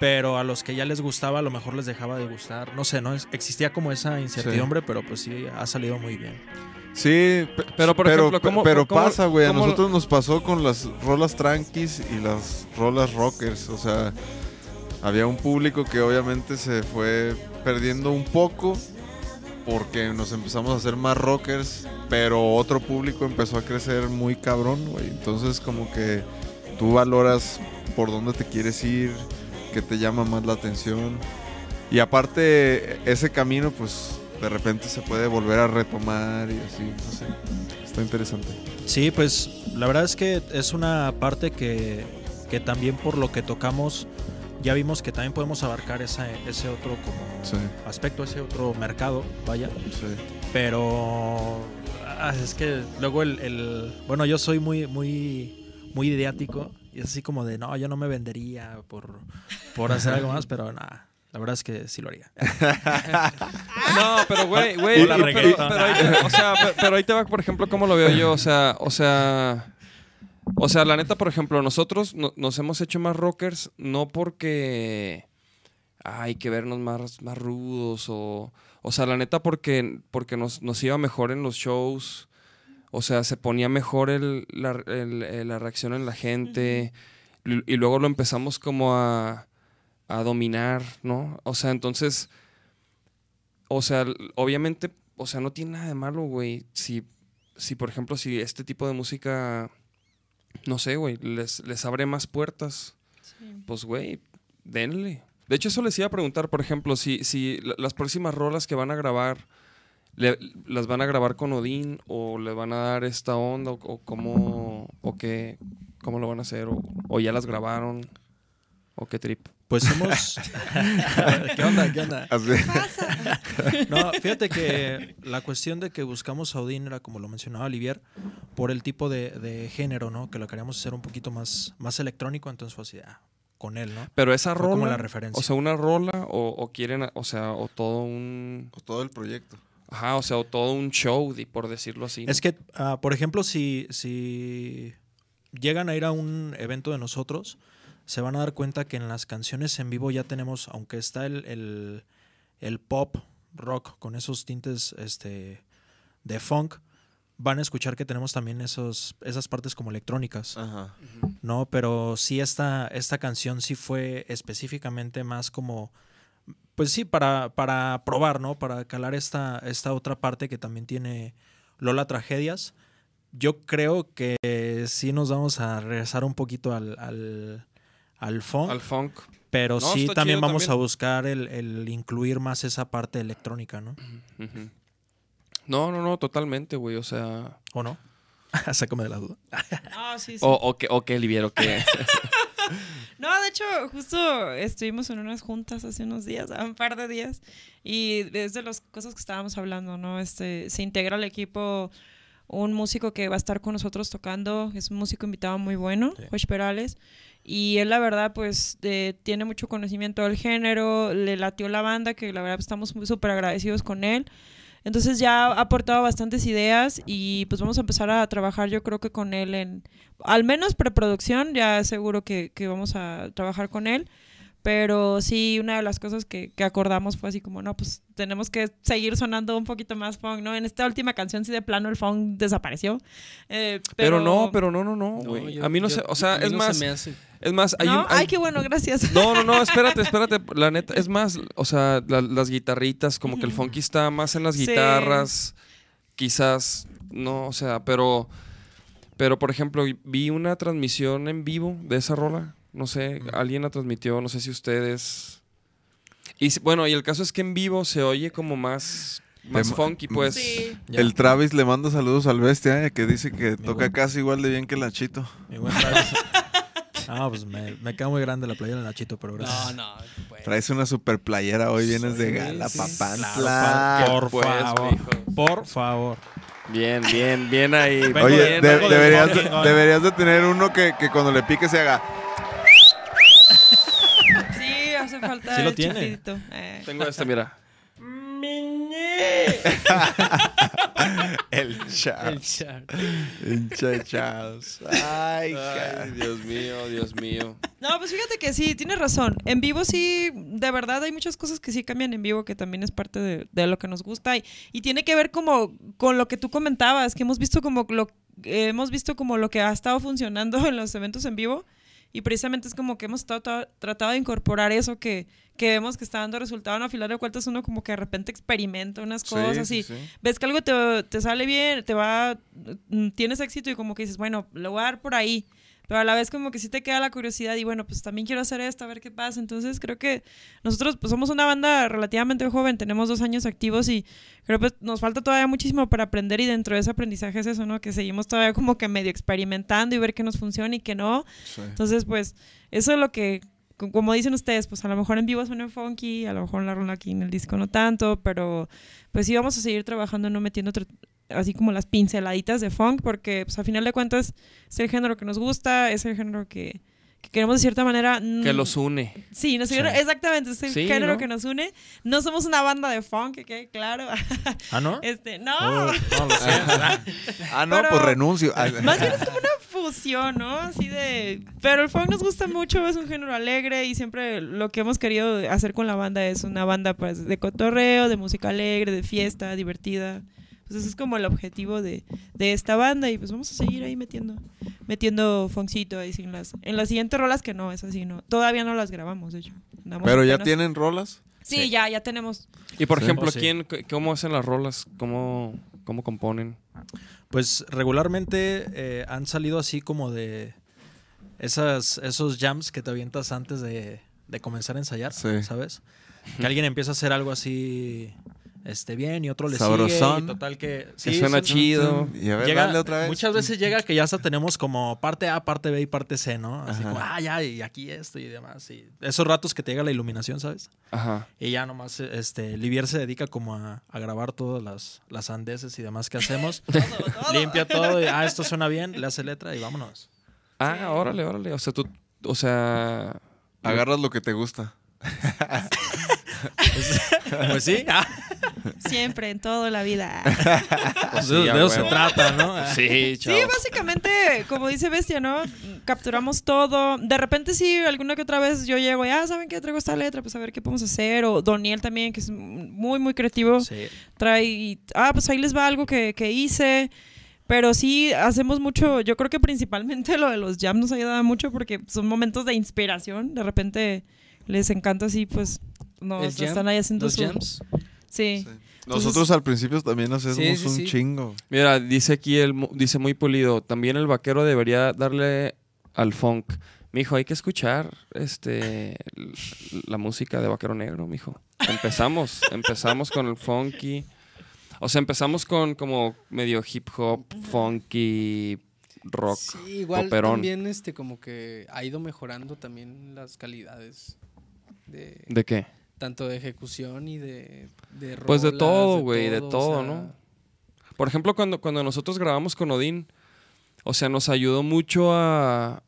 pero a los que ya les gustaba a lo mejor les dejaba de gustar. No sé, ¿no? Es- Existía como esa incertidumbre, pero pues sí, ha salido muy bien.
Sí, pe-
Pero, por
pero,
ejemplo, ¿cómo-
pero
cómo-
pasa, güey. A
cómo-
nosotros nos pasó con las rolas tranquis y las rolas rockers. O sea, había un público que obviamente se fue perdiendo un poco porque nos empezamos a hacer más rockers, pero otro público empezó a crecer muy cabrón, güey. Entonces, como que tú valoras por dónde te quieres ir, qué te llama más la atención. Y aparte, ese camino, pues de repente se puede volver a retomar y así, no sé. Está interesante.
Sí, pues la verdad es que es una parte que, que también por lo que tocamos ya vimos que también podemos abarcar esa- ese otro como
Sí,
aspecto, ese otro mercado, vaya.
sí.
pero ah, es que luego el, el- bueno yo soy muy muy muy ideático y es así como de no yo no me vendería por por hacer algo más pero nada la verdad es que sí lo haría
No, pero güey, güey,
O la
pero, pero,
reggaetona.
pero ahí te, o sea, pe- pero ahí te va, por ejemplo, cómo lo veo yo, o sea, o sea, o sea, la neta, por ejemplo, nosotros no- nos hemos hecho más rockers no porque ah, hay que vernos más, más rudos o, o sea, la neta porque, porque nos, nos iba mejor en los shows, o sea, se ponía mejor el- la, el- eh, la reacción en la gente y, y luego lo empezamos como a, a dominar, ¿no? O sea, entonces... O sea, l- obviamente, o sea, no tiene nada de malo, güey. Si, si, por ejemplo, si este tipo de música, no sé, güey, les, les abre más puertas, pues, güey, denle. De hecho, eso les iba a preguntar, por ejemplo, si, si la- las próximas rolas que van a grabar, le- ¿las van a grabar con Odín o le van a dar esta onda o, o cómo, o qué, cómo lo van a hacer? O, o ya las grabaron? ¿O qué trip?
pues hemos qué onda qué onda
Así-
No, fíjate que la cuestión de que buscamos a Odín era, como lo mencionaba Olivier, por el tipo de, de género, ¿no? Que lo queríamos hacer un poquito más, más electrónico, entonces fue así, ah, con él, ¿no?
Pero esa
Fue
rola,
como la referencia.
o sea, una rola o, o quieren, o sea, o todo un...
O todo el proyecto.
Ajá, o sea, o todo un show, di- por decirlo así. ¿no?
Es que, ah, por ejemplo, si, si llegan a ir a un evento de nosotros, se van a dar cuenta que en las canciones en vivo ya tenemos, aunque está el, el- el pop rock con esos tintes este, de funk, van a escuchar que tenemos también esos, esas partes como electrónicas.
Ajá.
No, pero sí esta, esta canción sí fue específicamente más como, pues sí, para, para probar, ¿no? Para calar esta, esta otra parte que también tiene Lola Tragedias. Yo creo que eh, sí nos vamos a regresar un poquito al, al, al funk,
Al funk.
pero
No,
sí
está
también
chido
vamos
también.
a buscar el, el incluir más esa parte electrónica, ¿no?
Ujú. No, no, no, totalmente, güey. O sea.
¿O no? Sácame de la duda.
Ah, sí, sí.
O, o que, o que Liviero, que.
No, de hecho, justo estuvimos en unas juntas hace unos días, un par de días, y es de las cosas que estábamos hablando, ¿no? Este, se integra al equipo un músico que va a estar con nosotros tocando, es un músico invitado muy bueno,
Sí.
Josh Perales, y él la verdad pues eh, tiene mucho conocimiento del género, le latió la banda, que la verdad pues, estamos muy súper agradecidos con él. Entonces ya ha aportado bastantes ideas y pues vamos a empezar a trabajar yo creo que con él en, al menos preproducción, ya seguro que, que vamos a trabajar con él. Pero sí, una de las cosas que, que acordamos fue así como, no, pues tenemos que seguir sonando un poquito más funk, ¿no? En esta última canción sí de plano el funk desapareció. eh,
Pero,
pero,
no, pero no, no, no,
No,
güey.
yo-
a mí no
yo-
sé, o sea,
a mí
es
no se
más,
me hace.
es más, hay
¿no?
un- hay-
Ay, qué bueno, gracias.
No, no, no, espérate, espérate. La neta, es más, o sea, la- las guitarritas, como que el funky está más en las
Sí.
guitarras. Quizás, no, o sea, pero. Pero, por ejemplo, vi una transmisión en vivo de esa rola. No sé, alguien la transmitió, no sé si ustedes. Y si- bueno, y el caso es que en vivo se oye como más, más
Dem-
funky, pues.
Sí.
Ya.
El Travis le manda saludos al bestia, eh, que dice que toca
güey.
casi igual de bien que la Chito.
Mi buen Travis. Ah, pues me, me queda muy grande la playera de Nachito, pero
pues,
No,
gracias.
no. güey.
Traes una super playera hoy, vienes de
Sí,
gala,
sí,
papantla.
Claro, pa- por
pues,
favor.
mijo.
Por favor.
Bien, bien, bien ahí.
Vengo
bien,
de-
Oye, de-
vengo del
deberías, de,
fucking gol.
deberías de tener uno que, que cuando le pique se haga.
Sí, hace falta.
Sí lo
el
tiene.
chiflidito, eh.
Tengo esta, mira.
El chao.
El char.
El cha- chaos. Ay,
Ay,
cara.
Dios mío, Dios mío.
No, pues fíjate que sí, tienes razón. En vivo sí, de verdad hay muchas cosas que sí cambian en vivo, que también es parte de, de lo que nos gusta. Y, y tiene que ver como con lo que tú comentabas, que hemos visto como lo eh, hemos visto como lo que ha estado funcionando en los eventos en vivo. Y precisamente es como que hemos estado tra- tratado de incorporar eso que, que vemos que está dando resultado. En afilar de cuentas uno como que de repente experimenta unas cosas
Sí,
y
sí, sí.
ves que algo te, te sale bien, te va, mm, tienes éxito y como que dices, bueno, lo voy a dar por ahí. Pero a la vez como que sí te queda la curiosidad y bueno, pues también quiero hacer esto, a ver qué pasa. Entonces creo que nosotros pues somos una banda relativamente joven, tenemos dos años activos y creo que nos falta todavía muchísimo para aprender y dentro de ese aprendizaje es eso, ¿no? Que seguimos todavía como que medio experimentando y ver qué nos funciona y qué no.
Sí.
Entonces pues eso es lo que, co- como dicen ustedes, pues a lo mejor en vivo suena funky, a lo mejor en la rola aquí en el disco no tanto, pero pues sí vamos a seguir trabajando, no metiendo otro- así como las pinceladitas de funk, porque pues a final de cuentas es el género que nos gusta, es el género que, que queremos de cierta manera... mm,
Que los une.
Sí, nos
Sí.
unieron- exactamente, es el
Sí,
género
¿no?
que nos une. No somos una banda de funk, que quede claro.
¿Ah, no?
este,
Oh,
no,
no lo sé.
Ah, no,
Pero-
pues renuncio. Ay,
más bien es como una fusión, ¿no? Así de... Pero el funk nos gusta mucho, es un género alegre y siempre lo que hemos querido hacer con la banda es una banda pues, de cotorreo, de música alegre, de fiesta, divertida. Pues ese es como el objetivo de, de esta banda y pues vamos a seguir ahí metiendo metiendo funkcito ahí sin las en las siguientes rolas que no es así no todavía no las grabamos de hecho Andamos
Pero ya
apenas-
tienen rolas.
sí ya ya tenemos
Y por
Sí.
ejemplo,
Oh, sí.
¿quién, c- ¿cómo hacen las rolas? ¿Cómo, cómo componen?
Pues regularmente eh, han salido así como de esas, esos jams que te avientas antes de, de comenzar a ensayar,
Sí.
¿sabes? Que alguien empieza a hacer algo así este bien y otro le sigue
Sabrosón.
y total que
Que suena
son-
chido.
Y a ver,
Llega-
dale otra vez.
Muchas veces llega que ya hasta tenemos como parte A, parte B y parte C, ¿no? Así
Ajá.
como, ah, ya, y aquí esto y demás. Y esos ratos que te llega la iluminación, ¿sabes?
Ajá.
Y ya nomás, este, Livier se dedica como a, a grabar todas las, las andeses y demás que hacemos. Limpia todo y, ah, esto suena bien, le hace letra y vámonos.
Ah, órale, órale. O sea, tú, o sea,
Agarras lo que te gusta.
Pues sí, ah,
siempre en toda la vida
pues
de,
sí, a
de eso se
huevo. Pues
trata, ¿no?
Sí,
Sí,
chao.
básicamente, como dice Bestia, ¿no? Capturamos todo. De repente, sí, alguna que otra vez yo llego y, ah, ¿saben qué? Traigo esta letra, pues a ver qué podemos hacer. O Doniel también, que es muy, muy creativo,
Sí.
trae, y, ah, pues ahí les va algo que, que hice. Pero sí, hacemos mucho, yo creo que principalmente lo de los jams nos ayuda mucho porque son momentos de inspiración. De repente les encanta así, pues, no,
El jam,
están ahí haciendo
Los
su...
jams.
Sí.
Nosotros al principio también hacemos
Sí, sí,
un
sí.
chingo.
Mira, dice aquí el mu- dice muy pulido, también el vaquero debería darle al funk. Mijo, hay que escuchar este l- la música de Vaquero Negro, mijo. Empezamos, empezamos con el funky. O sea, empezamos con como medio hip hop, funky, rock.
Sí, igual
poperón.
también este, como que ha ido mejorando también las calidades de,
¿De qué?
tanto de ejecución y de, de
Pues de
rolas,
todo, güey, de
o
todo,
sea,
¿no? Por ejemplo, cuando, cuando nosotros grabamos con Odín, o sea, nos ayudó mucho a,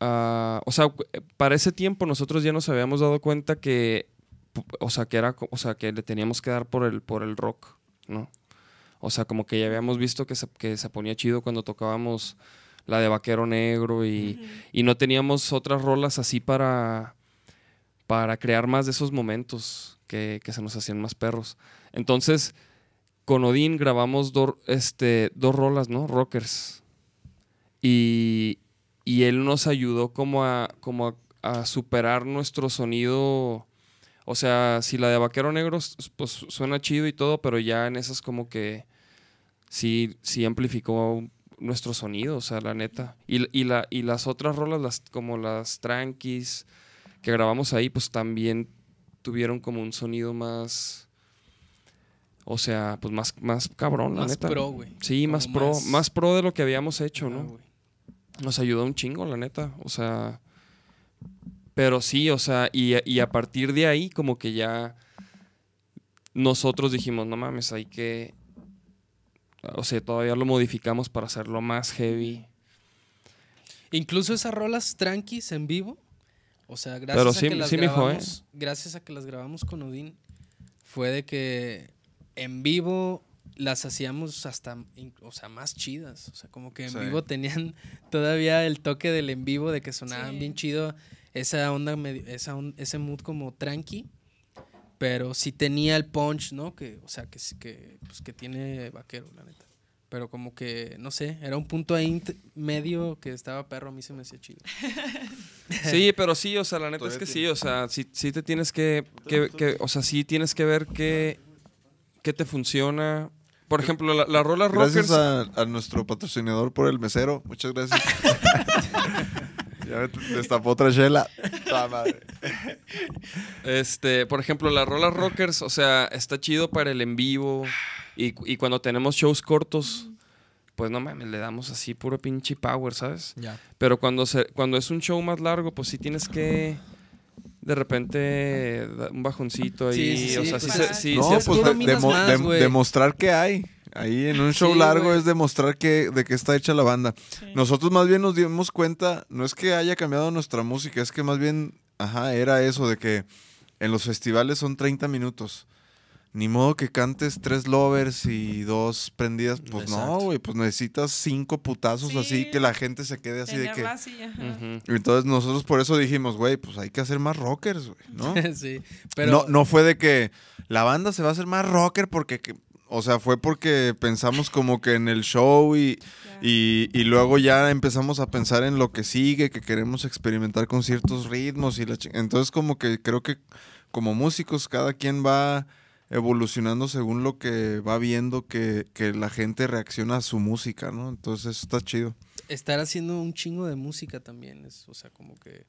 a- O sea, cu- eh, para ese tiempo nosotros ya nos habíamos dado cuenta que. pu- O sea, que era. co- O sea, que le teníamos que dar por el, por el rock. ¿no? O sea, como que ya habíamos visto que se, que se ponía chido cuando tocábamos la de Vaquero Negro y, y no teníamos otras rolas así para, para crear más de esos momentos que, que se nos hacían más perros. Entonces, con Odín grabamos do- este, dos rolas, ¿no? Rockers. Y, y él nos ayudó como, a, como a, a superar nuestro sonido. O sea, si la de Vaquero Negro s- pues, suena chido y todo, pero ya en esas como que sí, sí amplificó nuestro sonido, o sea, la neta. Y, y la, y las otras rolas, las, como las tranquis que grabamos ahí, pues también tuvieron como un sonido más... O sea, pues más, más cabrón, la
Más
neta.
pro, güey.
Sí,
Como
más pro,
más-
más pro de lo que habíamos hecho,
Ah,
¿no?
güey.
Nos ayudó un chingo, la neta. O sea. Pero sí, o sea, y, y a partir de ahí, como que ya. Nosotros dijimos, no mames, hay que. O sea, todavía lo modificamos para hacerlo más heavy.
Incluso esas rolas tranquis en vivo. O sea, gracias
Pero
a
sí-
que las
sí, ¿eh? mijo,
grabamos. Gracias a que las grabamos con Odín. Fue de que en vivo las hacíamos hasta in- o sea, más chidas. O sea, como que en
Sí.
vivo tenían todavía el toque del en vivo de que sonaban
Sí.
bien chido. Esa onda, medi- esa on- ese mood como tranqui. Pero sí tenía el punch, ¿no? Que, o sea, que, sí- que, pues, que tiene vaquero, la neta. Pero como que, no sé, era un punto ahí int- medio que estaba perro, a mí se me hacía chido.
Sí, pero sí, o sea, la neta es
Todavía
que sí,
tiene-
o sea, sí, sí te tienes que, que- que- O sea, sí tienes que ver qué, qué te funciona. Por ejemplo, la, la rola rockers.
Gracias a, a nuestro patrocinador por el mesero. Muchas gracias. ya me t- destapó otra chela. Ta madre.
Este, por ejemplo, las rolas rockers, o sea, está chido para el en vivo. Y, cu- y cuando tenemos shows cortos, pues no mames, le damos así puro pinche power, ¿sabes?
Ya.
Pero cuando, se, cuando es un show más largo, pues sí tienes que de repente da- un bajoncito ahí.
Sí, sí, sí,
o sea,
pues
sí,
es-
se- sí,
no,
sí
es-
se-
pues
tú
de-
dominas
demo-
más,
de-
güey.
demostrar que hay. Ahí en un show
Sí,
largo
güey.
es demostrar que, de qué está hecha la banda. Nosotros más bien nos dimos cuenta, no es que haya cambiado nuestra música, es que más bien, ajá, era eso de que en los festivales son 30 minutos. Ni modo que cantes tres lovers y dos prendidas, pues no,
Exacto.
güey, pues necesitas cinco putazos
Sí.
así que la gente se quede así de que...
Tenerla así, ajá.
Ujú.
Entonces nosotros por eso dijimos, güey, pues hay que hacer más rockers, güey, ¿no?
sí, pero
no, no fue de que la banda se va a hacer más rocker porque, que- o sea, fue porque pensamos como que en el show y,
Ya.
y, y luego ya empezamos a pensar en lo que sigue, que queremos experimentar con ciertos ritmos y la chi- Entonces como que creo que como músicos cada quien va evolucionando según lo que va viendo que, que la gente reacciona a su música, ¿no? Entonces eso está chido.
estar haciendo un chingo de música también es, o sea, como que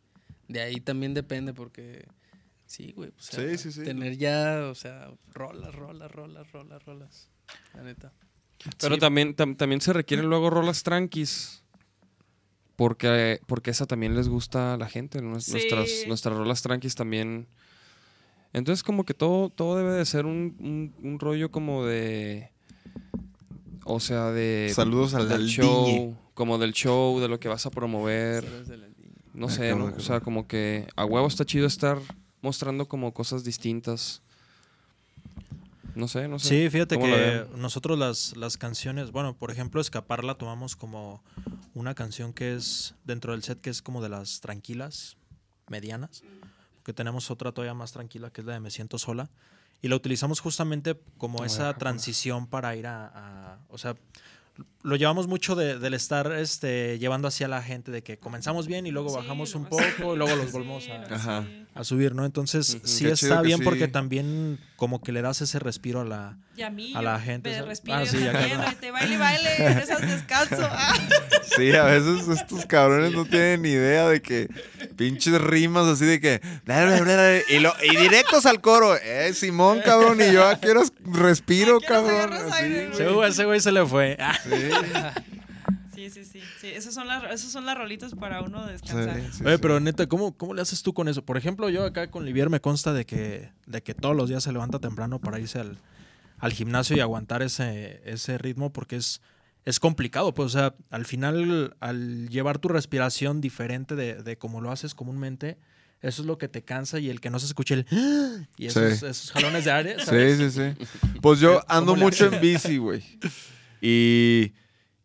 de ahí también depende porque sí, güey, o sea,
Sí, sí, sí.
tener ya, o sea, rolas, rolas, rolas, rolas, rolas. La neta.
Pero
Sí.
también, tam- también se
Mm.
requieren luego rolas tranquis. Porque, porque esa también les gusta a la gente. ¿no?
Sí.
Nuestras, nuestras rolas tranquis también. Entonces, como que todo, todo debe de ser un, un- un rollo como de. O sea, de.
Saludos al
del
Aldiñe.
Eh, show. Como del show, de lo que vas a promover.
Saludos de la niña.
No
Me
sé,
acabo
¿no?
de
O sea,
acordar.
como que a huevo está chido estar mostrando como cosas distintas. No sé, no sé.
Sí, fíjate
¿Cómo la
que
ven?
nosotros las, las canciones, bueno, por ejemplo, Escapar la tomamos como una canción que es dentro del set que es como de las tranquilas, medianas, porque tenemos otra todavía más tranquila que es la de Me Siento Sola, y la utilizamos justamente como
Ah,
esa
Japón.
transición para ir a, a- o sea, lo llevamos mucho de- del estar este, llevando hacia la gente, de que comenzamos bien y luego
Sí,
bajamos un
luego así.
poco y luego los volvemos
Sí,
a
luego
Ajá.
sí.
a subir, ¿no? Entonces
Ujú.
sí
Qué chido
está
que
bien
sí.
porque también como que le das ese respiro a la...
Y a mí,
A
yo
la gente,
me
¿sabes?
respiro
Ah,
yo
sí, ya
también,
claro.
este, baile, baile, en esas descanso. Ah,
Sí, a veces estos cabrones no tienen ni idea de que pinches rimas así de que bla, bla, bla, bla, y, lo- y directos al coro. Eh, Simón, cabrón, y yo aquí eras- respiro,
Aquí eras
cabrón.
agarras
así,
aire,
güey.
Sí,
Seguro ese güey se le fue. Ah.
Sí,
sí, sí, sí. sí esas, son las, esas son las rolitas para uno descansar.
sí, sí,
Oye,
sí.
pero neta, ¿cómo, ¿cómo le haces tú con eso? Por ejemplo, yo acá con Livier me consta de que, de que todos los días se levanta temprano para irse al, al gimnasio y aguantar ese, ese ritmo porque es, es complicado. Pues, o sea, al final, al llevar tu respiración diferente de, de como lo haces comúnmente, Eso es lo que te cansa y el que no se escuche el... "Ah", Y esos,
Sí.
esos jalones de aire.
Sí,
¿sabes?
sí, sí. Pues yo ando
¿Cómo le
mucho
hace?
en bici, güey. Y,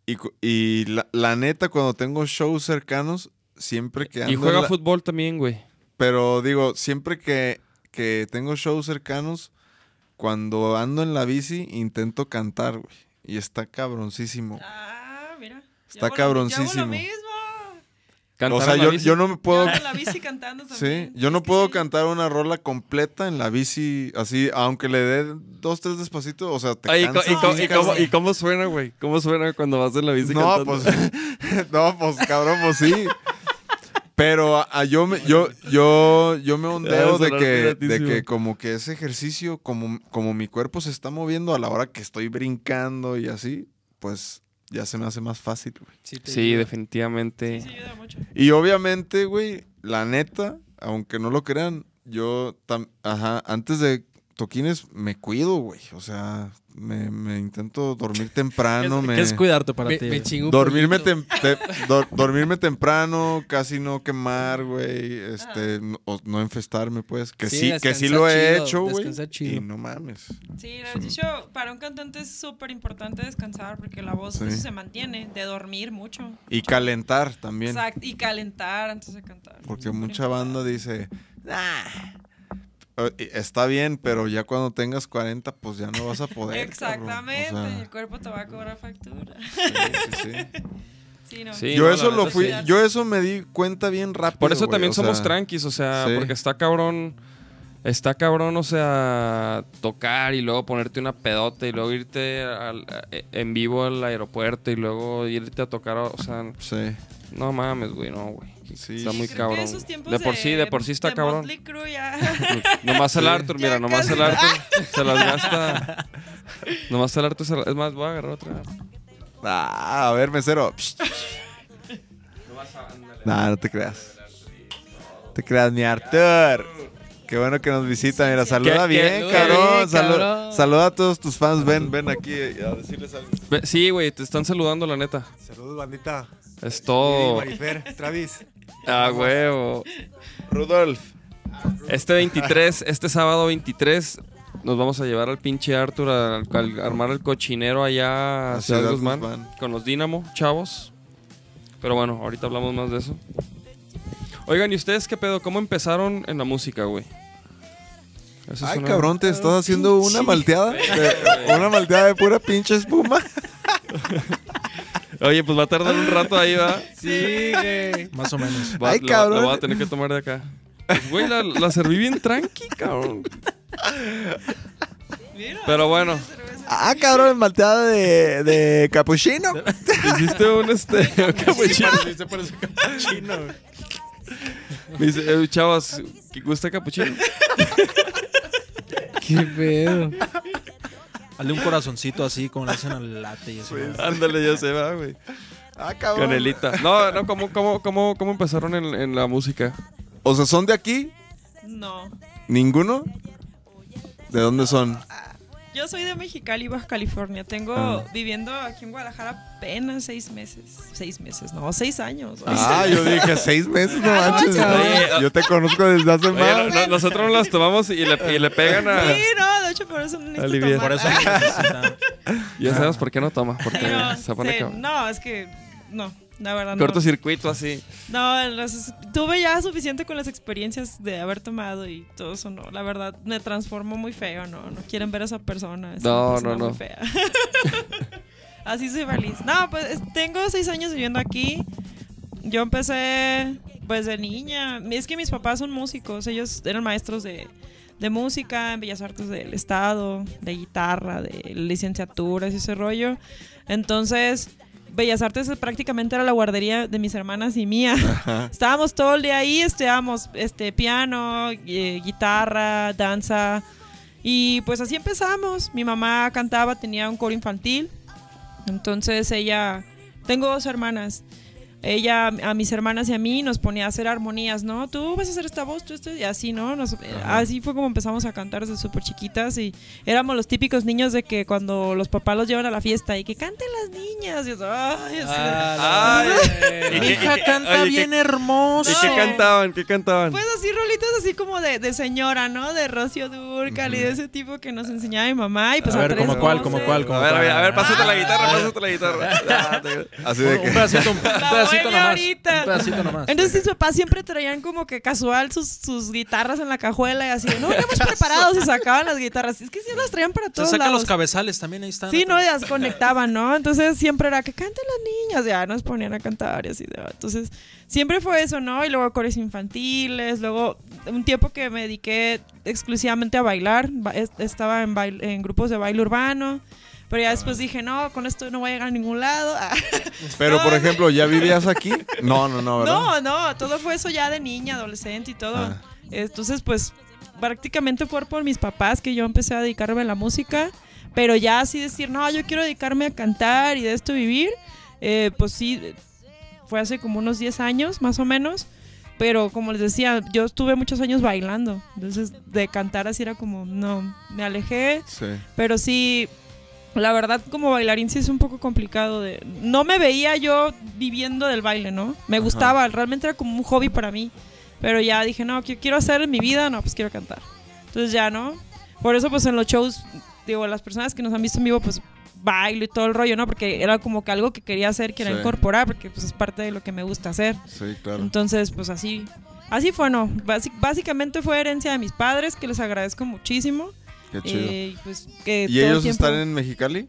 y, cu- y la, la neta, cuando tengo shows cercanos, siempre que ando...
Y
en
juega
la-
fútbol también, güey.
Pero digo, siempre que, que tengo shows cercanos, cuando ando en la bici, intento cantar, güey. Y está cabroncísimo.
Ah, mira. Yo
Está
hago lo- yo hago lo
cabroncísimo.
mismo.
Cantar
O
a
sea,
la
yo,
bici.
yo no me puedo...
Yo en la bici cantando
Sí,
también.
yo
Es
no
que
puedo
sí.
cantar una rola completa en la bici, así, aunque le dé dos, tres despacito, o sea, te
Ay, y, co-
cansas
y co-
bien
y cómo,
cabrón.
y cómo suena, güey? ¿Cómo suena cuando vas en la bici
No,
cantando?
pues. no, pues cabrón, pues sí. Pero a- a yo, me, yo, yo, yo me ondeo de
sonar
que, de
piratísimo.
que como que ese ejercicio, como, como mi cuerpo se está moviendo a la hora que estoy brincando y así, pues ya se me hace más fácil, güey.
te
Sí,
ayuda.
definitivamente.
Sí, ayuda mucho.
Y obviamente, güey, la neta, aunque no lo crean, yo tam- ajá, antes de toquines me cuido, güey. O sea, me, me intento dormir temprano.
¿Qué
me...
es cuidarte para
Me,
ti?
me chingo un
Dormirme,
poquito.
tem- te- dor- dormirme temprano, casi no quemar, güey, este, no, o no enfestarme, pues, que
Sí,
sí, que sí
descansar
lo he
chido,
hecho, güey,
descansar chido.
y no mames.
Sí, lo has dicho, para un cantante es súper importante descansar porque la voz
Sí.
pues, se mantiene, de dormir mucho.
Y calentar también,
Exacto, y calentar antes de cantar.
porque
Súper
mucha
importante.
banda dice, "Ah, eh, está bien, pero ya cuando tengas 40, pues ya no vas a poder, cabrón". O sea,
Exactamente, el cuerpo te va a cobrar factura.
sí, sí, sí.
Sí, no.
Sí,
Yo
no, la
eso lo
neta
fui,
sí.
yo eso me di cuenta bien rápido,
Por eso
güey,
también
o
somos
sea,
tranquis, o sea,
sí.
porque está cabrón. Está cabrón, o sea, tocar y luego ponerte una pedota y luego irte al- a- en vivo al aeropuerto y luego irte a tocar, o sea,
Sí.
no mames, güey, no, güey.
Sí,
Está
Sí,
muy
creo que
cabrón.
esos tiempos
de por sí, de por sí está
de
cabrón.
Motley Crue ya.
Nomás el Arthur, mira,
Ya
nomás
casi.
el Arthur se las gasta. Nomás el Arthur se las... Es más, voy a agarrar otra.
Ah, a ver, mesero. Psh. No, no te creas. Te creas, mi Arthur. Qué bueno que nos visita. Mira, saluda
Que-
bien,
que-
cabrón.
Sí,
Salu-
cabrón.
Saluda a todos tus fans. Ven, ven aquí a decirles algo.
Ve- Sí, güey, te están saludando, la neta.
Saludos, bandita.
Es todo.
Y Marifer, Travis.
Ah, huevo.
Rudolf.
Este 23, este sábado 23, nos vamos a llevar al pinche Arthur a, al- armar el cochinero allá a Ciudad Guzmán, con los Dinamo, chavos. Pero bueno, ahorita hablamos más de eso. Oigan, ¿y ustedes qué pedo? ¿Cómo empezaron en la música, güey? Eso
Ay,
suena-
cabrón, te estás haciendo una malteada. de- una malteada de pura pinche espuma.
Oye, pues va a tardar un rato ahí, ¿va?
Sí, güey.
Más o menos.
Va-
Ay,
lo-
cabrón.
Lo voy a tener que tomar de acá. Pues, güey, la, la serví bien tranqui, cabrón.
Mira,
Pero bueno.
Ah, cabrón, malteada de, de capuchino.
Hiciste un este. un capuchino. Me dice, eh, chavas, ¿qué gusta capuchino?
Qué pedo.
Hazle un corazoncito así como le hacen al latte y eso. ¿no?
Ándale, ya se va, güey.
Ah, cabrón.
Canelita. No, no, ¿cómo, cómo, cómo, cómo empezaron en, en la música?
O sea, ¿son de aquí?
No.
¿Ninguno? ¿De dónde son?
Yo soy de Mexicali, Baja California. Tengo
Ah.
viviendo aquí en Guadalajara apenas seis meses. Seis meses, no, seis años.
Ah, yo dije seis meses, no
Ah,
manches.
ocho.
güey. Yo te conozco desde hace
Oye, no-
más.
no- nosotros las tomamos y le, y le pegan a.
Sí, no, de hecho por eso no necesito
Alivia.
tomar.
Por eso no necesita-
Ya sabemos por qué no toma, porque
Sí, no,
se pone
sí,
cabrón.
no, es que no, la verdad no.
Cortocircuito así.
No, las- tuve ya suficiente con las experiencias de haber tomado y todo eso, no. La verdad, me transformo muy feo, no. No quieren ver a esa persona. Es una
No,
persona
no, no.
muy fea. Así soy feliz. No, pues es- tengo seis años viviendo aquí. Yo empecé, pues de niña. Es que mis papás son músicos. Ellos eran maestros de, de música, en Bellas Artes del Estado, de guitarra, de licenciaturas y ese rollo. Entonces, Bellas Artes prácticamente era la guardería de mis hermanas y mía. Estábamos todo el día ahí, estudiábamos este, piano, eh, guitarra, danza. Y pues así empezamos. Mi mamá cantaba, tenía un coro infantil. Entonces ella... Tengo dos hermanas. ella a mis hermanas y a mí nos ponía a hacer armonías, ¿no? Tú vas a hacer esta voz, tú esto, y así, ¿no? Nos- eh, así fue como empezamos a cantar desde súper chiquitas y éramos los típicos niños de que cuando los papás los llevan a la fiesta y que canten las niñas, y yo, ay, así de-
Ah, la
¿Y
verga.
qué- y qué- oye, ¿qué-
hermoso.
¿Y qué cantaban? ¿Qué cantaban?
Pues así rolitas así como de, de señora, ¿no? De Rocío Durcal y de ese tipo que nos enseñaba mi mamá y pues
a ver,
tres
como cuál,
voces.
como cuál, como
a ver, a ver, a ver,
cuál.
pásate
Ah.
la guitarra, Ah, pásate la guitarra.
Así
Un,
de
Ah, un
que.
pedacito, un
La
pedacito
abuela
nomás.
ahorita.
Un pedacito nomás.
Entonces mis papás siempre traían como que casual sus, sus guitarras en la cajuela y así, de, no, estamos preparados y sacaban las guitarras. Es que sí las traían para
se
todos
sacan los
lados.
cabezales también, ahí están.
Sí, no, y las conectaban, ¿no? Entonces siempre era que canten las niñas, ya nos ponían a cantar y así. ¿no? Entonces siempre fue eso, ¿no? Y luego cores infantiles, luego un tiempo que me dediqué exclusivamente a bailar, ba- es- estaba en, bail- en grupos de baile urbano, pero ya después dije, no, con esto no voy a llegar a ningún lado.
Pero, por ejemplo, ¿ya vivías aquí? No, no, no, ¿verdad?
No, no, todo fue eso ya de niña, adolescente y todo.
Ah.
Entonces, pues prácticamente fue por mis papás que yo empecé a dedicarme a la música, pero ya así decir, no, yo quiero dedicarme a cantar y de esto vivir, eh, pues sí, fue hace como unos 10 años más o menos. Pero como les decía, yo estuve muchos años bailando. Entonces, de cantar así era como, no, me alejé.
Sí.
Pero sí, la verdad como bailarín sí es un poco complicado. De, no me veía yo viviendo del baile, ¿no? Me gustaba, realmente era como un hobby para mí. Pero ya dije, no, ¿qué quiero hacer en mi vida? No, pues quiero cantar. Entonces ya, ¿no? Por eso pues en los shows, digo, las personas que nos han visto en vivo, pues bailo y todo el rollo, ¿no? Porque era como que algo que quería hacer, quería
Sí.
incorporar, porque pues es parte de lo que me gusta hacer.
Sí, claro.
Entonces, pues así, así fue, ¿no? Basi- básicamente fue herencia de mis padres, que les agradezco muchísimo.
Qué chido.
Eh, y pues, que
¿Y
todo el
ellos
tiempo-
están en Mexicali?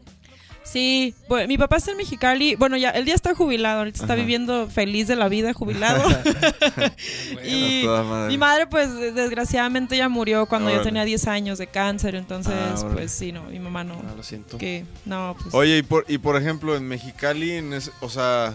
Sí, bueno, mi papá está en Mexicali. Bueno, ya, él ya está jubilado, ahorita está
Ajá.
viviendo feliz de la vida, jubilado.
A
y
toda madre.
mi madre, pues, desgraciadamente ya murió cuando yo
Órale.
tenía 10 años de cáncer, entonces,
Ah, órale.
pues sí, no, mi mamá no.
Ah, lo siento.
Que, no, pues.
Oye, y por, y por ejemplo, en Mexicali, en ese- o sea,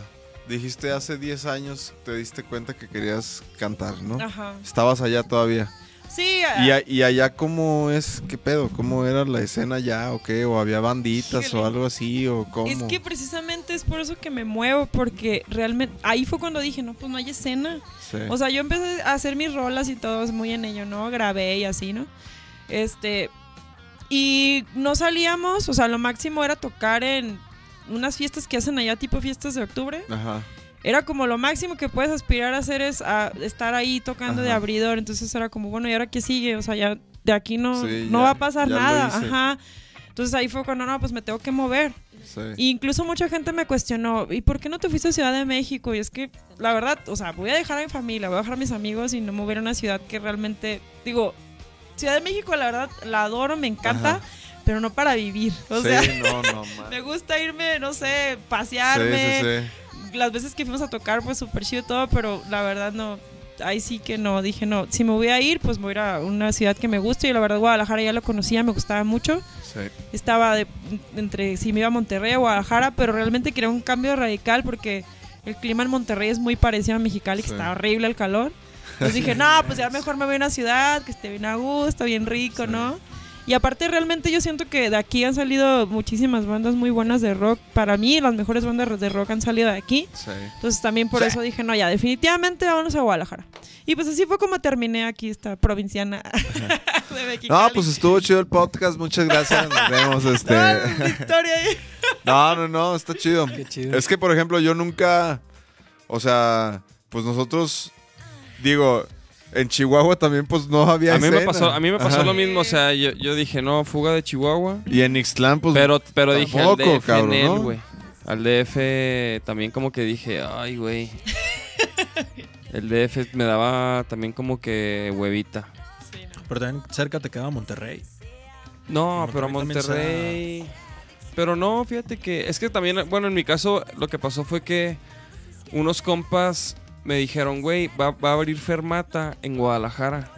dijiste hace 10 años te diste cuenta que querías cantar, ¿no?
Ajá.
Estabas allá todavía.
Sí, ah,
¿Y, a- y allá cómo es? ¿Qué pedo? ¿Cómo era la escena allá? ¿O qué? ¿O había banditas
Híjole.
o algo así? ¿O cómo?
Es que precisamente es por eso que me muevo, porque realmente ahí fue cuando dije, no, pues no hay escena.
Sí.
O sea, yo empecé a hacer mis rolas y todo, es muy en ello, ¿no? Grabé y así, ¿no? Este. Y no salíamos, o sea, lo máximo era tocar en unas fiestas que hacen allá, tipo fiestas de octubre.
Ajá.
Era como lo máximo que puedes aspirar a hacer es a estar ahí tocando de
Ajá.
abridor. Entonces era como, bueno, ¿y ahora qué sigue? O sea, ya de aquí no,
Sí,
no
ya-
va a pasar
ya lo
nada.
hice.
Ajá. Entonces ahí fue cuando, no, pues me tengo que mover.
Sí.
Y Incluso mucha gente me cuestionó, ¿y por qué no te fuiste a Ciudad de México? Y es que, la verdad, o sea, voy a dejar a mi familia, voy a dejar a mis amigos y no mover a una ciudad que realmente, digo, Ciudad de México, la verdad, la adoro, me encanta,
Ajá.
pero no para vivir. O
Sí,
sea,
no, no, man.
me gusta irme, no sé, pasearme.
Sí, sí,
Las veces que fuimos a tocar, pues súper chido todo, pero la verdad no. Ahí sí que no, dije no, si me voy a ir, pues me voy a ir a una ciudad que me guste y la verdad Guadalajara ya lo conocía, me gustaba mucho
sí. Sí.
estaba de- entre si me iba a Monterrey o Guadalajara, pero realmente quería un cambio radical porque el clima en Monterrey es muy parecido a Mexicali, que
Sí.
está horrible el calor. Entonces dije, no, pues ya mejor me voy a una ciudad que esté bien a gusto, bien rico, ¿no? Y aparte realmente yo siento que de aquí han salido muchísimas bandas muy buenas de rock. Para mí las mejores bandas de rock han salido de aquí.
sí.
Entonces también por eso dije, no, ya definitivamente vámonos a Guadalajara. Y pues así fue como terminé aquí esta provinciana de Mexicali.
No, pues estuvo chido el podcast. Muchas gracias. Nos vemos. Este.
Toda la historia
pues,
ahí.
No, no, no, está chido.
chido.
Es que, por ejemplo, yo nunca. O sea, pues nosotros. Digo, en Chihuahua también, pues no había.
A mí, me
escena.
pasó, a mí me pasó
Ajá.
lo mismo, o sea, yo, yo dije, no, fuga de Chihuahua.
Y en Ixtlán, pues.
Pero, pero dije al
tampoco,
DF
cabrón,
en él,
¿no?
güey. Al DF también como que dije, ay, güey. El DF me daba también como que huevita.
Pero también cerca te quedaba Monterrey.
No, pero
Monterrey también
Monterrey. Pero no, fíjate que. Es que también, bueno, en mi caso, lo que pasó fue que unos compas me dijeron, güey, va, va a abrir Fermata en Guadalajara.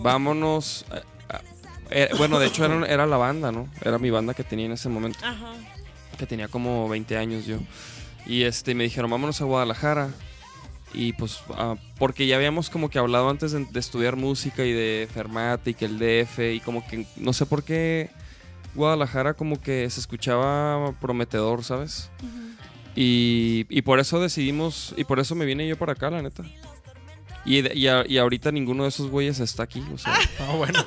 Vámonos. a- a- eh, bueno, de hecho era, era la banda, ¿no? Era mi banda que tenía en ese momento,
Ajá.
que tenía como 20 años yo. Y este, me dijeron, vámonos a Guadalajara. Y pues, ah, porque ya habíamos como que hablado antes de, de estudiar música y de Fermata y que el DF y como que no sé por qué Guadalajara como que se escuchaba prometedor, ¿sabes? Y, y por eso decidimos, y por eso me vine yo para acá, la neta. Y, de- y, a- y ahorita ninguno de esos güeyes está aquí, o sea,
Ah, bueno.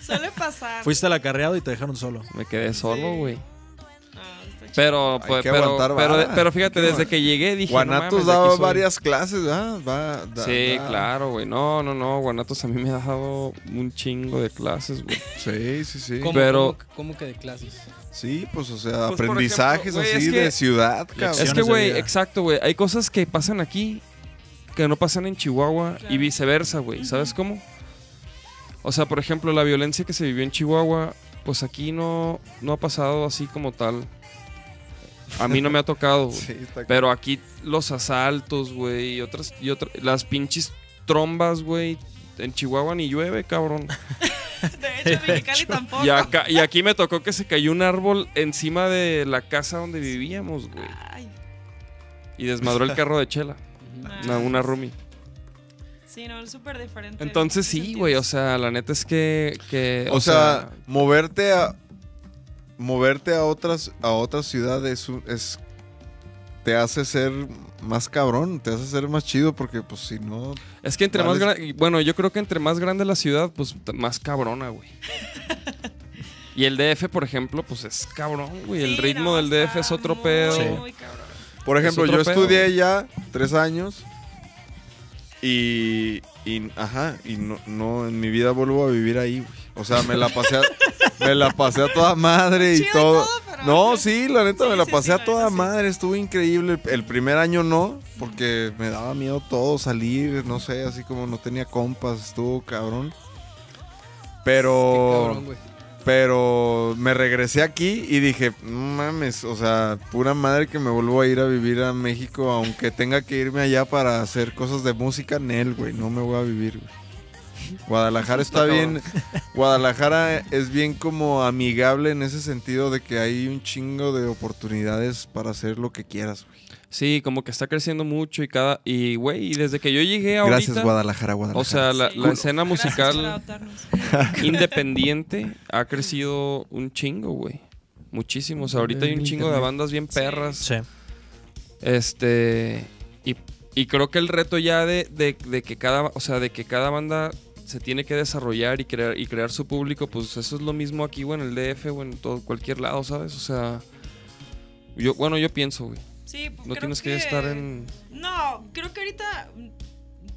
Suele pasar.
Fuiste al acarreado y te dejaron solo.
me quedé solo, güey.
Ah, está chido.
Pero,
Hay
pues,
que
pero,
aguantar
pero,
vara,
pero fíjate,
hay que
desde
aguantar.
que llegué dije.
Guanatos
no mames, de aquí
daba
soy".
varias clases, ¿ah? Va, da-
Sí,
da-
claro, güey. No, no, no. Guanatos a mí me ha dado un chingo de clases, güey.
Sí, sí, sí.
¿Cómo,
Pero-
cómo- cómo que de clases?
Sí, pues, o sea,
Pues, por
aprendizajes
ejemplo, güey,
así
es que-
de ciudad, cabrón.
Es
Lecciones
que,
de
güey,
vida.
exacto, güey. Hay cosas que pasan aquí que no pasan en Chihuahua y
Claro.
viceversa, güey. ¿Sabes cómo? O sea, por ejemplo, la violencia que se vivió en Chihuahua, pues aquí no, no ha pasado así como tal. A mí no me ha tocado, güey.
Sí, está
Pero aquí los asaltos, güey, y otras, y otras, las pinches trombas, güey. En Chihuahua ni llueve, cabrón.
De hecho, en Mexicali tampoco.
Y, acá- y aquí me tocó que se cayó un árbol encima de la casa donde vivíamos, güey.
Ay,
Y desmadró el carro de Chela.
Ujú.
nah.
Una, una roomie.
Sí, no, es súper diferente.
Entonces sí, güey, o sea, la neta es que... que,
O sea, moverte a moverte a otras a otras ciudades es, un- es- te hace ser más cabrón, te hace ser más chido porque pues si no
es que entre más
¿cuál
grande... Bueno, yo creo que entre más grande la ciudad, pues t- más cabrona, güey. Y el DF, por ejemplo, pues es cabrón, güey. el ritmo del DF es otro pedo.
Muy cabrón.
Por
Es
ejemplo,
otro
yo
pedo,
estudié
güey.
ya tres años y, y- ajá, y no, no, en mi vida vuelvo a vivir ahí, güey. O sea, me la pasé a, me la pasé a toda madre y
Chido y
todo.
todo, pero-
No, sí, la neta
Sí,
me la
sí,
pasé
sí,
a
la
toda
neta, sí.
madre, estuvo increíble. El, el primer año no, porque me daba miedo todo, salir, no sé, así como no tenía compas, estuvo cabrón. Pero Oh.
Qué cabrón, güey.
pero me regresé aquí y dije, "No mames, o sea, pura madre que me vuelvo a ir a vivir a México, aunque tenga que irme allá para hacer cosas de música, Nel, güey, no me voy a vivir, güey. Guadalajara está bien, Guadalajara es bien como amigable en ese sentido de que hay un chingo de oportunidades para hacer lo que quieras, güey.
Sí, como que está creciendo mucho y cada... Y, güey, y desde que yo llegué ahorita...
Gracias, Guadalajara, Guadalajara.
O sea, la,
Sí.
la escena
Gracias por
musical
adoptarnos.
independiente ha crecido un chingo, güey. Muchísimo. O sea, ahorita hay un chingo de bandas bien perras.
Sí.
Este. Y, y creo que el reto ya de, de- de que cada. O sea, de que cada banda se tiene que desarrollar y crear, y crear su público. Pues eso es lo mismo aquí, güey, en el DF o en todo, cualquier lado, ¿sabes? O sea. Yo, bueno, yo pienso, güey.
Sí,
No
creo
tienes que, estar en.
No, creo que ahorita mm,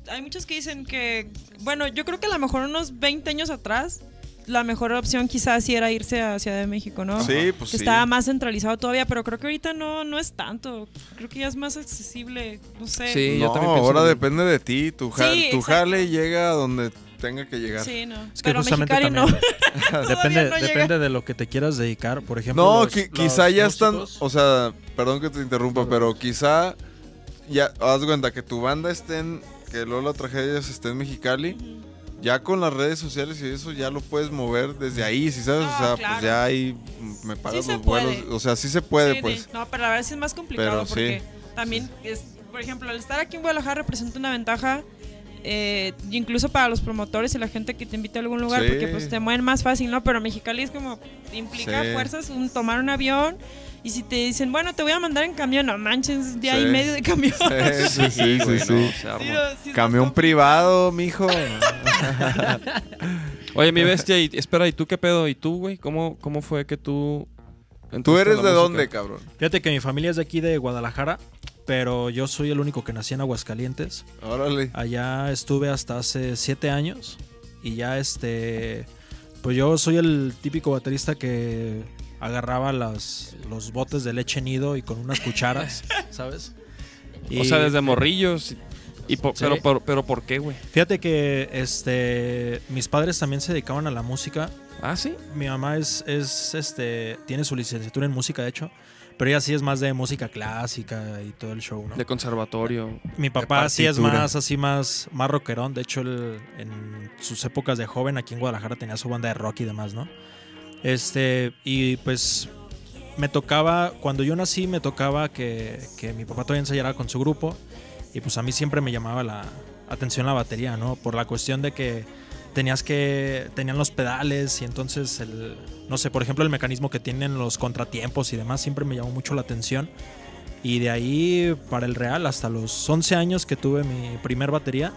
hay muchos que dicen que, bueno, yo creo que a lo mejor unos 20 años atrás, la mejor opción quizás sí era irse a Ciudad de México, ¿no?
Sí, pues
Que
sí.
estaba más centralizado todavía, pero creo que ahorita no, no es tanto. Creo que ya es más accesible, no sé.
Sí, yo
No,
también pienso
ahora
lo mismo.
depende de ti, tu, ja-
Sí,
tu
exacto.
jale llega a donde tenga que llegar.
Sí, no.
Es que
pero
justamente
Mexicali no.
también-
Todavía
Depende,
no llega.
depende de lo que te quieras dedicar, por ejemplo.
No,
los-
qui-
los
quizá ya están,
músicos-
o sea, perdón que te interrumpa, pero quizá ya haz cuenta que tu banda esté en, que Lola Tragedias esté en Mexicali, ya con las redes sociales y eso ya lo puedes mover desde ahí, si sabes, o
No,
sea,
claro.
pues ya ahí mm, me pagas
se
los vuelos,
puede.
o sea, sí se puede,
Sí,
pues.
de- no, pero la verdad sí es más complicado
Pero sí.
porque también, es, por ejemplo, el estar aquí en Guadalajara representa una ventaja. eh, incluso para los promotores y la gente que te invita a algún lugar,
Sí.
porque pues te mueven más fácil, ¿no? Pero Mexicali es como, implica
Sí.
fuerzas, un, tomar un avión, y si te dicen, bueno, te voy a mandar en camión, no manches, día
Sí.
y medio de camión.
Sí, sí, sí, sí,
güey, no,
sí.
se arma.
Sí, no, sí es
Camión
más
privado, mijo.
Oye, mi bestia, y, espera, ¿y tú qué pedo? ¿Y tú, güey? ¿Cómo, cómo fue que tú.
¿Tú
entraste a
eres
la
de
música?
dónde, cabrón?
Fíjate que mi familia es de aquí, de Guadalajara, pero yo soy el único que nací en Aguascalientes.
Órale.
Allá estuve hasta hace siete años y ya este, pues yo soy el típico baterista que agarraba las, los botes de leche nido y con unas cucharas, ¿sabes? Y eh,
O sea, desde morrillos. y- Y por-
Sí.
pero, pero, pero ¿por qué, güey?
Fíjate que este, mis padres también se dedicaban a la música.
Ah, sí.
Mi mamá es, es este, tiene su licenciatura en música, de hecho, pero ella sí es más de música clásica y todo el show, ¿no?
De conservatorio.
Mi
De
papá sí es
partitura.
más así más más rockerón, de hecho él, en sus épocas de joven aquí en Guadalajara tenía su banda de rock y demás, ¿no? Este, y pues me tocaba cuando yo nací me tocaba que, que mi papá todavía ensayara con su grupo y pues a mí siempre me llamaba la atención la batería, ¿no? Por la cuestión de que tenías que tenían los pedales y entonces el no sé, por ejemplo, el mecanismo que tienen los contratiempos y demás siempre me llamó mucho la atención. Y de ahí para el Real hasta los 11 años que tuve mi primer batería.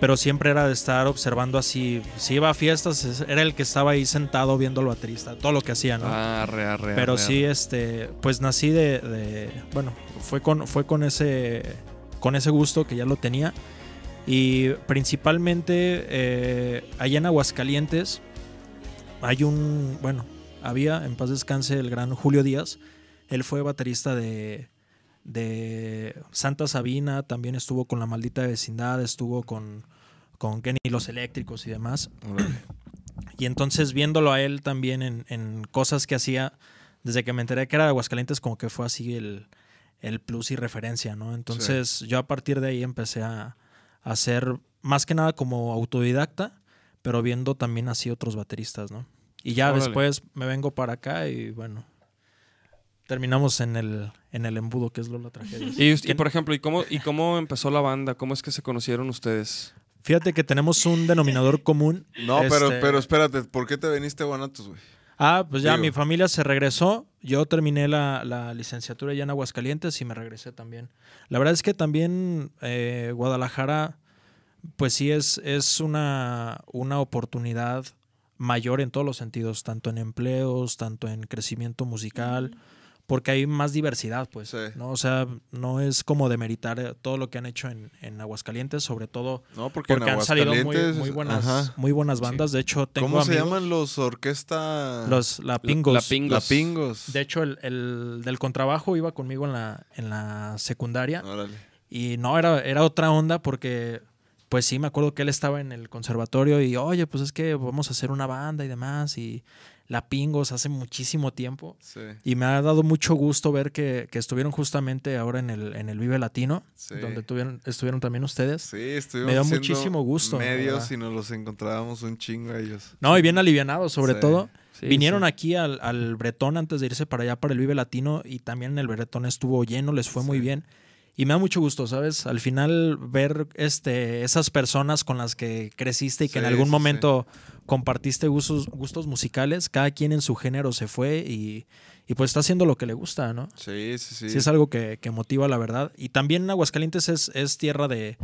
Pero siempre era de estar observando así. Si iba a fiestas, es- era el que estaba ahí sentado viendo al baterista, todo lo que hacía,
Ah,
¿no?
Arre, arre,
Pero
arre,
sí,
arre.
este, pues nací de, de- bueno, fue con, fue con ese, con ese gusto que ya lo tenía y principalmente eh, allá en Aguascalientes hay un, bueno, había en paz descanse el gran Julio Díaz, él fue baterista de de Santa Sabina, también estuvo con la maldita vecindad, estuvo con con Kenny y los eléctricos y demás. Y entonces viéndolo a él también en, en cosas que hacía, desde que me enteré que era de Aguascalientes, como que fue así el, el plus y referencia, ¿no? Entonces yo a partir de ahí empecé a, a hacer más que nada como autodidacta, pero viendo también así otros bateristas, ¿no? Y ya
Órale.
después me vengo para acá y bueno, terminamos en el, en el embudo que es lo la tragedia.
Y, us- y, por ejemplo, ¿y cómo, ¿y cómo empezó la banda? ¿Cómo es que se conocieron ustedes?
Fíjate que tenemos un denominador común.
No, pero,
este,
pero espérate, ¿por qué te viniste a Guanatos, güey?
Ah, pues ya
Digo.
mi familia se regresó. Yo terminé la, la licenciatura ya en Aguascalientes y me regresé también. La verdad es que también eh, Guadalajara, pues sí es, es una, una oportunidad mayor en todos los sentidos, tanto en empleos, tanto en crecimiento musical, porque hay más diversidad, pues.
Sí.
¿no? O sea, no es como demeritar eh, todo lo que han hecho en, en Aguascalientes, sobre todo
No, porque,
porque
en
han salido muy,
Aguascalientes-
muy buenas,
Ajá.
muy buenas bandas. De hecho, tengo
¿Cómo se
amigos-
llaman los orquesta?
los la
La-
Pingos.
La Pingos.
La pingos.
De hecho, el, el del contrabajo iba conmigo en la, en la secundaria.
Órale.
Y no, era, era otra onda porque, pues sí, me acuerdo que él estaba en el conservatorio y, oye, pues es que vamos a hacer una banda y demás. Y la Pingos hace muchísimo tiempo.
Sí,
Y me ha dado mucho gusto ver que, que estuvieron justamente ahora en el, en el Vive Latino,
Sí.
donde tuvieron, estuvieron también ustedes.
sí, estuvimos
Me da
haciendo
muchísimo gusto, la
Medios
verdad.
y nos los encontrábamos un chingo a ellos.
No, y bien alivianados sobre
Sí.
todo.
Sí,
Vinieron
sí.
aquí al, al Bretón antes de irse para allá para el Vive Latino y también el Bretón estuvo lleno, les fue muy bien. Y me da mucho gusto, ¿sabes? Al final ver este, esas personas con las que creciste y que en
Sí,
algún
sí,
momento compartiste gustos, gustos musicales, cada quien en su género se fue y, y pues está haciendo lo que le gusta, ¿no?
Sí, sí, sí.
Sí, es algo que, que motiva, la verdad. Y también Aguascalientes es, es tierra de,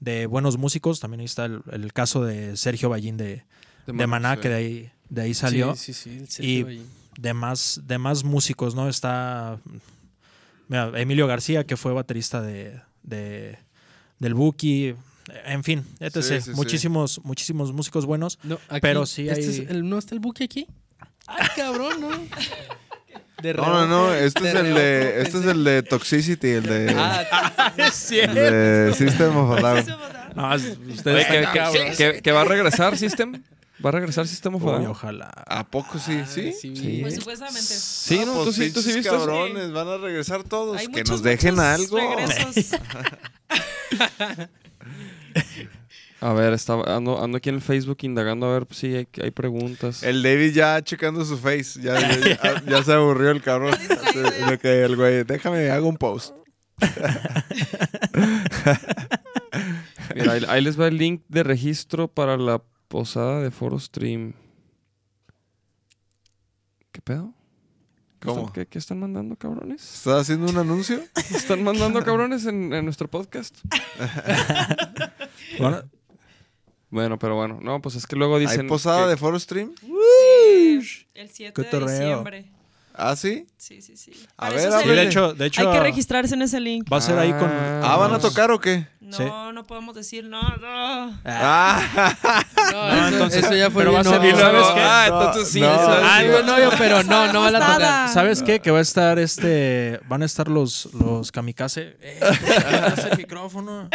de buenos músicos. También ahí está el, el caso de Sergio Ballín de,
De Maná,
de, Maná,
sí.
que de ahí, de ahí salió
Sí, sí, sí, el
Y-
Sergio Ballín.
de más, de más músicos, ¿no? Está mira, Emilio García, que fue baterista de, de- del Buki, en fin,
Sí,
etc.
sí, sí.
muchísimos, muchísimos músicos buenos.
No, aquí-
Pero sí
este
hay-
es el- ¿No está el buque aquí? ¡Ay, cabrón, no! De
No, no, no,
rebote,
este es el
rebote,
de, este es
pensé-
el de Toxicity, el de,
Ah,
el de System of a Down.
No, es- ustedes
Oye, que,
están
que-
cabros.
que- que va a regresar System. ¿Va a regresar System of a
Uy,
Down?
ojalá.
¿A poco sí? ¿Sí?
sí.
Pues supuestamente.
Sí,
Ah,
no,
pues
tú sí, tú sí
pinches
viste. eso?
cabrones, van a regresar todos.
Hay
Pues que
muchos,
nos dejen
muchos
algo.
regresos.
A ver, estaba, ando, ando aquí en el Facebook indagando a ver si hay, hay preguntas.
El David ya checando su face. Ya, ya- ya- ya se aburrió el cabrón. Sí, Lo que el güey, déjame, hago un post.
Mira, ahí, ahí les va el link de registro para la posada de Foro Stream. ¿Qué pedo? ¿Qué
¿Cómo?
están- ¿Qué, qué están mandando, cabrones?
¿Estás haciendo un anuncio?
¿Están mandando cabrones en, en nuestro podcast?
Bueno,
Bueno, pero bueno. No, pues es que luego dicen...
¿Hay posada
que-
de Foro Stream?
eh, El 7 de
Cotorreo.
diciembre.
¿Ah, sí?
Sí, sí, sí.
A
Para
ver,
eso
sí,
se-
ábrele.
de hecho, de hecho
Hay que registrarse en ese link.
va a ser ahí con...
Ah,
¿Ah, van a
unos-
tocar o qué?
No,
Sí.
no podemos decir no, no.
Ah,
No, eso,
entonces-
eso ya fue
pero
bien
va a ser
Y
bien
obvio.
luego,
¿sabes qué?
ah, entonces sí.
No,
eso es-
Ah,
Ah, no, no, yo, pero no, no van a tocar.
Postada.
¿Sabes qué? Que va a estar este. Van a estar los, los kamikaze. Eh, deja el micrófono.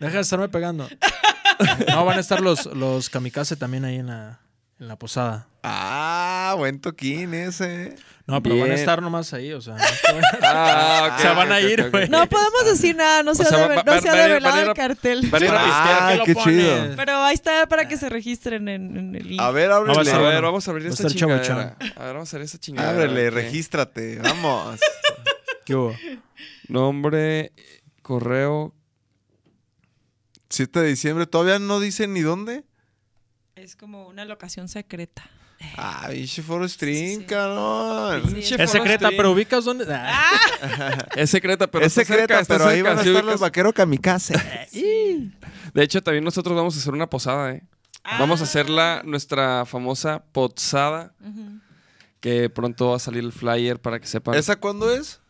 Deja de estarme pegando. No, van a estar los, los kamikaze también ahí en la, en la posada.
ah, buen toquín ese.
No, pero van a
Bien.
estar nomás ahí, o sea. no es que van a-
Ah, ok,
O sea, van
ok,
a
ok,
ir,
ok.
güey.
No podemos decir nada, no se
O sea,
ha
va-
deve-
va-
no se ha
va- va-
develado
van a-
el cartel.
van a ir a pistear.
Ah,
lo
qué
pones?
chido.
Pero ahí está para que se registren en, en el link.
A ver,
No, va a
A
ábrele.
ser-
ver, vamos a abrir
Va a
esta
estar
chingadera.
chavochón.
A ver, vamos a abrir esta chingadera.
Ábrele,
Ok.
regístrate. Vamos.
¿Qué hubo?
Nombre, correo.
7 de diciembre, todavía no dicen ni dónde.
Es como una locación secreta.
Ah, pinche Foro Stream, cabrón.
Sí,
Pinche
Es
Foro
secreta,
Stream.
pero ubicas dónde. Ah,
Es secreta, pero
es
está
secreta,
cerca, está
pero ahí
cerca,
van a
sí
estar los
ubicas.
vaqueros kamikaze.
De hecho, también nosotros vamos a hacer una posada, ¿eh?
Ah.
Vamos a hacer la, nuestra famosa posada,
Ujú.
que pronto va a salir el flyer para que sepan.
¿Esa cuándo es?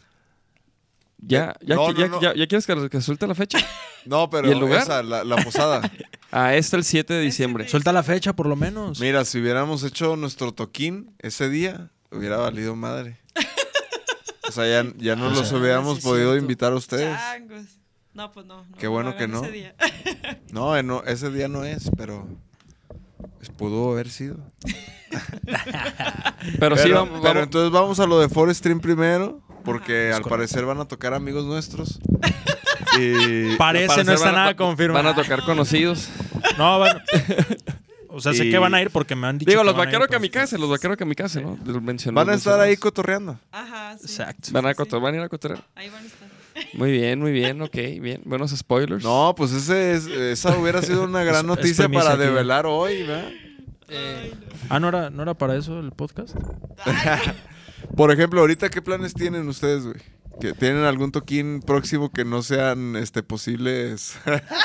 ¿Ya, ya,
No,
qui-
no,
ya,
no.
ya- ya quieres que, que suelte la fecha?
No, pero
¿Y el lugar?
esa, la, la posada.
Ah, está el 7 de
Ah.
diciembre.
Suelta la fecha, por lo menos.
Mira, si hubiéramos hecho nuestro toquín ese día, hubiera valido madre. O sea, ya, ya no
O
los
sea,
hubiéramos
sí es
podido
cierto.
invitar a ustedes.
Changos. No, pues no. no
Qué bueno que
hagan
no.
ese día.
No, eh, no, ese día no es, pero pues, pudo haber sido.
Pero, sí, vamos.
pero
vamos-
entonces vamos a lo de Forest Stream primero, porque
Es
al
correcto.
parecer van a tocar amigos nuestros. Y
Parece,
al parecer
no está
van a-
nada confirmado.
Van a tocar conocidos.
No, van- O sea, sé
Y-
que van a ir porque me han dicho.
Digo,
que
los
van a ir,
vaqueros
pues.
kamikaze, los vaqueros kamikaze, ¿no? Lo mencionó,
van a estar ahí
mencionamos.
cotorreando.
Ajá, sí.
Exacto.
Van a
Sí, sí.
cotorrear, van a ir a cotorrear.
Ahí van a estar.
Muy bien, muy bien, ok, bien. Buenos spoilers.
No, pues ese es- esa hubiera sido una gran
Es- es
noticia
premisa
para
aquí.
develar hoy, ¿verdad?
Eh,
Ah, ¿no era, ¿no era para eso el podcast?
Por ejemplo, ahorita, ¿qué planes tienen ustedes, güey? ¿Que ¿Tienen algún toquín próximo que no sean este, posibles?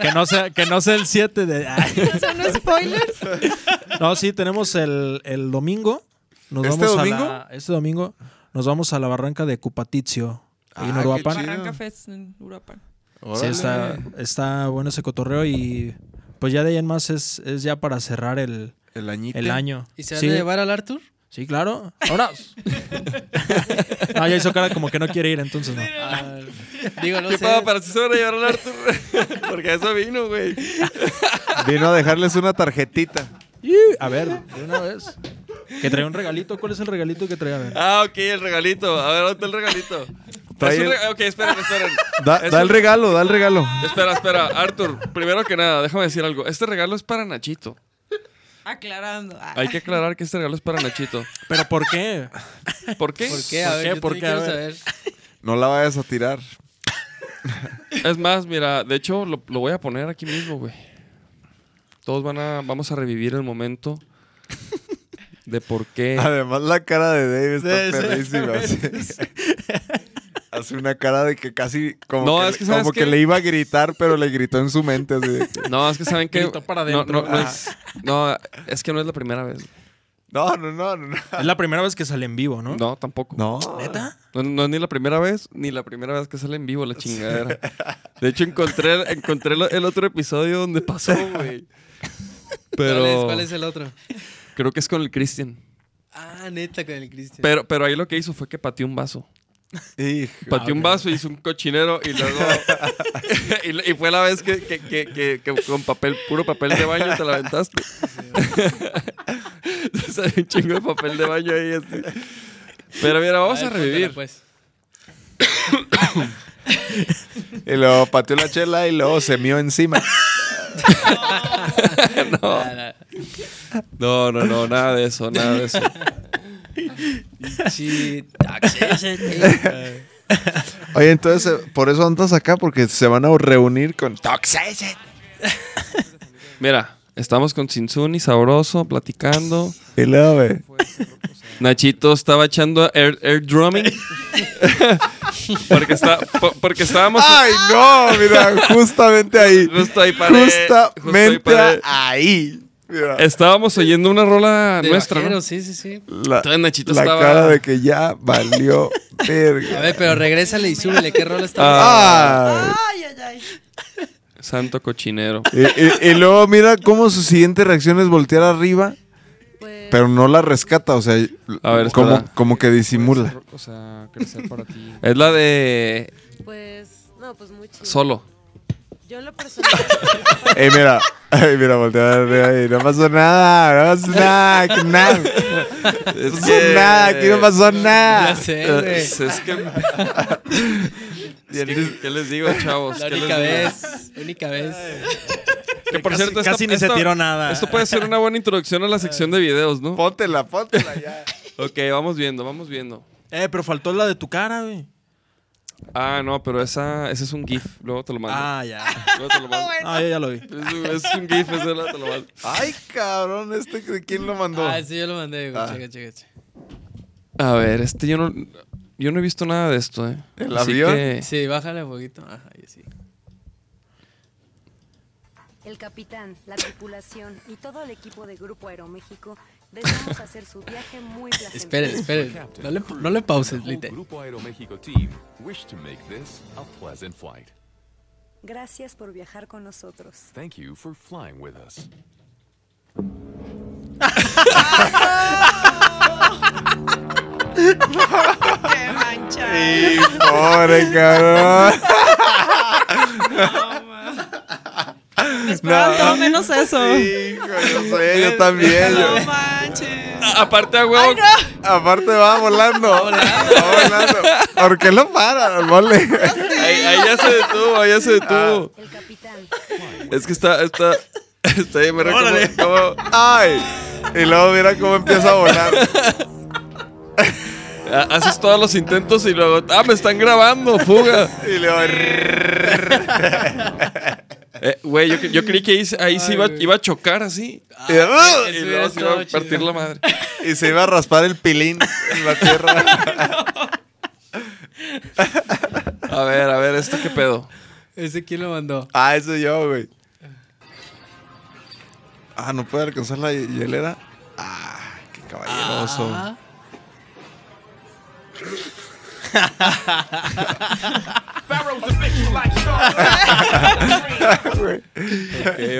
Que no sea, que no sea el 7 de. Ay.
¿Son spoilers?
No, sí, tenemos el, el domingo. Nos
¿Este
vamos
domingo?
A la- este domingo nos vamos a la barranca de Cupatizio, ahí en
Ah, qué
Uruapan.
chido.
Barranca Fest en Europa.
Sí,
Órale.
está, está bueno ese cotorreo y pues ya de ahí en más es, es ya para cerrar el,
El añito.
el año.
¿Y se van
sí,
a llevar al Arthur?
sí, claro. Ahora. no, ya hizo cara como que no quiere ir, entonces no.
Ah, digo, no
¿Qué
sé.
pedo? Para si se van a llevar al Arthur. Porque a eso vino, güey.
Vino a dejarles una tarjetita.
Iu, A ver, de una vez. Que trae un regalito. ¿Cuál es el regalito que trae? A ver.
Ah, ok, el regalito. A ver, ¿dónde está el regalito?
Trae
Es un
el-
re- Ok, esperen, esperen.
Da,
Es
da
un-
el regalo, da el regalo.
Espera, espera. Arthur, primero que nada, déjame decir algo. Este regalo es para Nachito.
Aclarando. Ah.
Hay que aclarar que este regalo es para Nachito.
¿Pero por qué?
¿Por qué?
¿Por qué? A
¿Por
ver,
qué?
yo también
¿Por qué?
quiero
A ver.
saber.
No la vayas a tirar.
Es más, mira, de hecho lo, lo voy a poner aquí mismo, güey. Todos van a, vamos a revivir el momento de por qué.
Además, la cara de Dave está
Sí, sí.
perrísima. así. Hace una cara de que casi como,
No,
que,
es que ¿sabes
como
qué?
que le iba a gritar, pero le gritó en su mente. así de que-
No, es que saben que
Grito para
no,
adentro.
no, no es, no, es que no es la primera vez.
No, no, no, no. no.
Es la primera vez que sale en vivo, ¿no?
No, tampoco. No.
No.
no es ni la primera vez, ni la primera vez que sale en vivo la chingadera. De hecho, encontré, encontré lo- el otro episodio donde pasó, güey. Pero
¿Cuál, es, cuál es el otro?
creo que es con el Christian.
Ah, neta, con el Cristian.
Pero, pero ahí lo que hizo fue que pateó un vaso.
Hijo.
Pateó un vaso, hizo un cochinero y luego. y, lo- y fue la vez que, que- que- que- que con papel, puro papel de baño te la aventaste. Entonces hay un chingo de papel de baño ahí así. Pero mira, vamos a,
ver, cuéntala,
revivir.
pues.
Y luego pateó la chela y luego se mió encima.
Ah,
No, no, no, nada de eso, nada de eso.
la- Sí.
Oye, entonces, eh, por eso andas acá, porque se van a reunir con Toxicity.
Mira, estamos con Sinsuni, sabroso, platicando.
Y luego, güey.
Nachito estaba echando air, air drumming. porque, está, po- porque estábamos.
¡Ay, no! Mira, justamente ahí.
Justo ahí paré, justo ahí
Justamente
paré.
ahí. Mira,
Estábamos oyendo una rola
De
nuestra, ¿no?
vaquero, sí, sí, sí.
la,
Entonces Nachito
la
estaba-
cara de que ya valió
A
verga.
ver, pero regrésale y súbele. ¿Qué rol
Ah,
está?
Ay.
Ay, ay, ay.
Santo cochinero.
Y, y- y luego mira cómo su siguiente reacción es voltear arriba, pero no la rescata, o sea,
A ver,
como,
espera.
como que disimula.
O sea, crecer para ti. Es la de
Pues, no, pues muy chido.
Solo.
Yo en lo personal,
Ey, mira, ey, mira, voltea arriba y no pasó nada, no pasó nada, que nada. No pasó nada, aquí no pasó nada.
Ya sé, güey.
Ah, eh, Es, es que... Es que- ¿Qué les digo, chavos?
La
¿Qué les
única
digo?
vez. Única vez.
Que por
Casi-
cierto, esta-
casi ni se
esta-
tiró nada.
Esto puede ser una buena introducción a la sección de videos, ¿no?
Póntela, póntela ya.
Ok, vamos viendo, vamos viendo.
Eh, pero faltó la de tu cara, güey.
Ah, no, pero esa, ese es un GIF. Luego te lo mando.
Ah, ya.
Luego te lo mando.
Ah, yo ya lo vi.
Es un- Es, un GIF, ese luego te lo mando.
Ay, cabrón, este de quién lo mandó.
Ah, sí, yo lo mandé, güey.
Ah.
Checa, checa, checa.
A ver, este yo no, yo no he visto nada de esto, ¿eh?
¿El
Así
avión?
que-
Sí, bájale un poquito. Ajá, ahí sí.
El capitán, la tripulación y todo el equipo de Grupo Aeroméxico deseamos hacer su viaje muy placentero.
Esperen, esperen. No le, no le pauses, Lite.
Grupo Aeroméxico Team wish to make this a pleasant flight.
Gracias por viajar con nosotros.
Thank you for flying with us.
¡Qué mancha!
Pobre cabrón.
Esperaba todo menos eso.
Hijo, yo sé, Eh, yo también. yo-
No manches.
Aparte, a huevo.
Aparte va volando. Va volando. ¿Por qué lo para, mole?
Ahí, ahí ya se detuvo, ahí ya se detuvo.
El capitán,
Es que está, está, está ahí, me
Órale.
recuerdo. cómo-
Ay. Y luego mira cómo empieza a volar.
ha- Haces todos los intentos y luego, ah, me están grabando, fuga.
Y luego.
Eh, Güey, yo, yo creí que ahí, ahí sí iba, iba a chocar así.
Ah,
Y,
Y
Eso
luego
hubiera
se iba a
estado
partir
chido.
la madre.
y se iba a raspar el pilín en la tierra.
A ver, a ver, ¿esto qué pedo?
¿Ese quién lo mandó?
Ah, eso yo, güey. Ah, no puede alcanzar la hielera. Ah, qué caballeroso.
Ah,
Güey.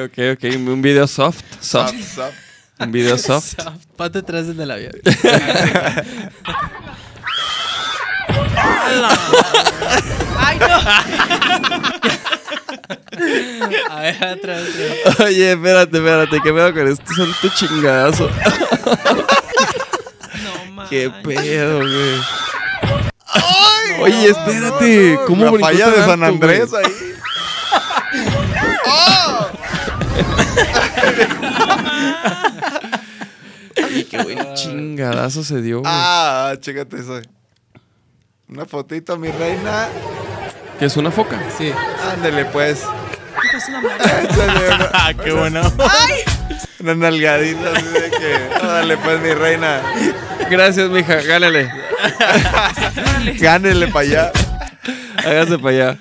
Ok, ok, ok. Un video soft,
Zap,
soft.
zap.
Un video soft.
Pate atrás del avión. ¡Ay, no! A ver, atrás.
Oye, espérate, espérate, ¿qué pedo con esto? Son tu chingadazo.
No manches.
¿Qué pedo, güey? Oye, espérate.
No, no,
¿Cómo
la
brincó
falla
tan
de San
alto, güey?
Andrés ahí?
Oye, qué buen chingadazo se dio, güey.
Ah, chécate eso. Una fotito, mi reina.
Que es una foca.
Sí.
Ándele, pues.
Es una mancha.
Échale una,
Ah, qué bueno.
una nalgadita así de que. Ándale, pues, mi reina.
Gracias, mija. Gánale.
Gánele para allá.
Hágase para allá.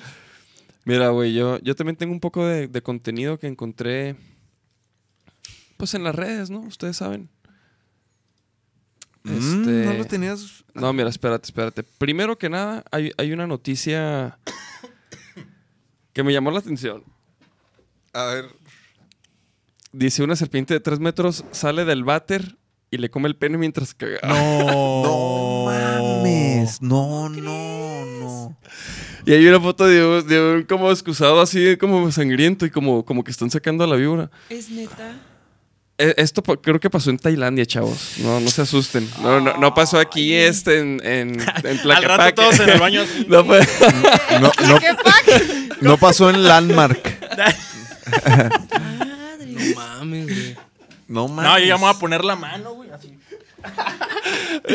Mira, güey, yo, yo también tengo un poco de, de contenido que encontré. Pues en las redes, ¿no? Ustedes saben.
Mm, No
Este-
lo tenías.
No, mira, espérate, espérate. Primero que nada, hay, hay una noticia que me llamó la atención.
A ver.
Dice, una serpiente de 3 metros sale del váter y le come el pene mientras caga.
No.
No, no, no.
Y hay una foto de un, de un como excusado así, como sangriento y como, como que están sacando a la víbora.
Es neta.
Eh, Esto pa- creo que pasó en Tailandia, chavos. No, no se asusten. No, no, no pasó aquí este en, en, en
Al rato
Tlaquepaque.
todos en el baño así.
No fue-
No, no, no pasó en Landmark.
No mames, güey.
No mames.
No, yo ya me voy a poner la mano, güey. Así.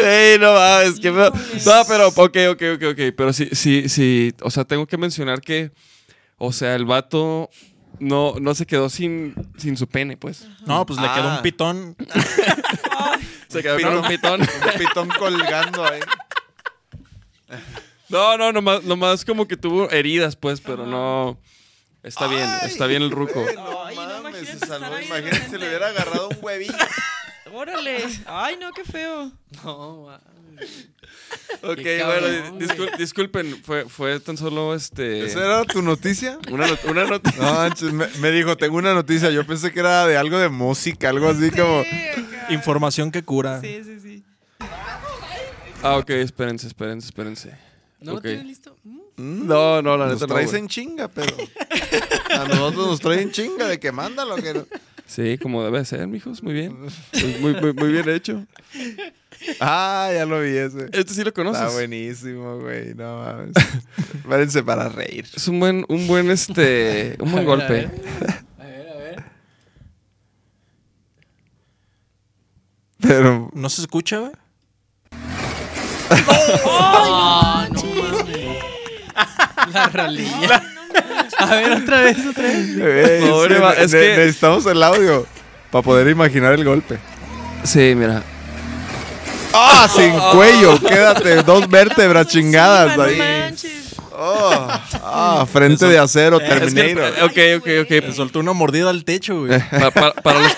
Ey, no mames, qué feo. No, pero, ok, ok, ok, ok. Pero sí, sí, sí. O sea, tengo que mencionar que, o sea, el vato no, no se quedó sin, sin su pene, pues.
No, pues le quedó un pitón.
Se quedó con un pitón.
Un pitón colgando ahí.
No, no, nomás, nomás como que tuvo heridas, pues, pero no. Está bien, está bien el ruco.
Güey, no
Ay,
mames,
no, imagínate
se
estar
salvó.
ahí de
Imagínate si le
repente.
hubiera agarrado un huevillo.
Órale. Ay, no, qué feo.
No mames.
Ok,
Qué
bueno,
cabrón,
discul- disculpen, fue, fue tan solo este.
¿Esa era tu noticia?
Una, not- una nota.
No, manches, me, me dijo, tengo una noticia. Yo pensé que era de algo de música, algo así como.
Información que cura.
Sí, sí, sí.
Ah, ok, espérense, espérense, espérense.
¿No lo
Ok.
tienes listo? Mm.
No, no, la
Nos
neta no,
traes
güey.
en chinga, pero. A nosotros nos traen chinga de que mándalo. Que no-
Sí, como debe ser, mijos, muy bien. Pues Muy, muy, muy bien hecho.
Ah, ya lo vi ese.
Este sí lo conoces.
Está buenísimo, güey. No mames. Párense para reír.
Es un buen, un buen, este, un buen
A ver, a
golpe.
A ver, a ver.
Pero.
¿No se escucha, güey?
Ah, no mames. La rolilla. A ver, otra vez, otra vez.
Eh,
Ey, es
Pobre
que
va-
ne-
es
ne-
que-
necesitamos el audio para poder imaginar el golpe.
Sí, mira.
¡Ah! Sin cuello, quédate, dos vértebras chingadas
Sí, man,
ahí.
no manches.
Oh, ah, frente de acero,
Es que-
Terminator.
ok, ok, ok.
Le soltó una mordida al techo, güey.
Pa- pa- para, los,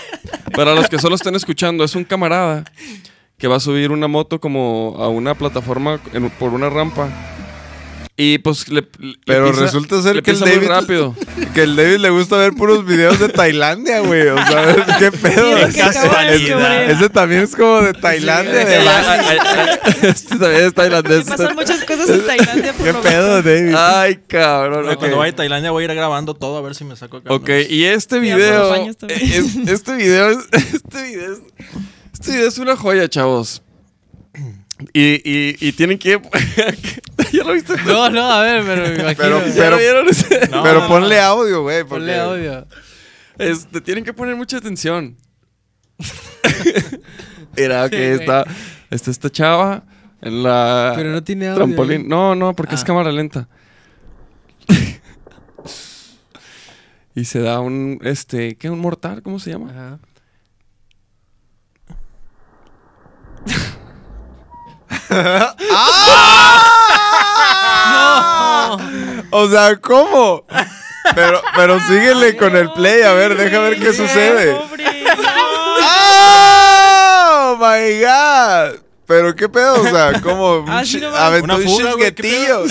para los que solo estén escuchando, es un camarada que va a subir una moto como a una plataforma en- por una rampa. Y pues le. le
Pero
pisa-
resulta ser
le
que el
pisa muy
David-
rápido.
Que el David le gusta ver puros videos de Tailandia, güey. O sea, qué pedo.
Sí, es que acabo de
Ese-
descubrir.
Ese también es como de Tailandia, de Bali.
Este también es tailandés.
Pasan muchas cosas en Tailandia. Por
Qué
lo
pedo, David.
Ay, cabrón.
Pero
ok.
Cuando vaya a Tailandia voy a ir grabando todo a ver si me saco acá.
Ok,
unos-
y este
Y a por los
video.
baños también.
es- este video es. Este video es. Este video es una joya, chavos. Y, y, y tienen que. ¿Ya lo viste?
No, no, a ver, pero me imagino.
Pero-
¿Ya lo vieron?
No,
Pero
no, no.
ponle audio, güey. porque-
Ponle audio.
Este, tienen que poner mucha atención. Mira, ok,
Sí, güey.
está, está esta chava en la
Pero no tiene audio.
trampolín. No, no, porque es
Ah.
cámara lenta. y se da un, este, ¿qué? ¿Un mortal? ¿Cómo se llama?
Ajá.
¡Ah! O sea, ¿cómo? Pero, pero síguele con el play, a ver, deja ver qué sucede.
Pobre.
¡Oh, my God! Pero qué pedo, o sea, como un
Así
chi-
nomás.
aventó
Una
un
fuga, güey, qué
chisguetillo.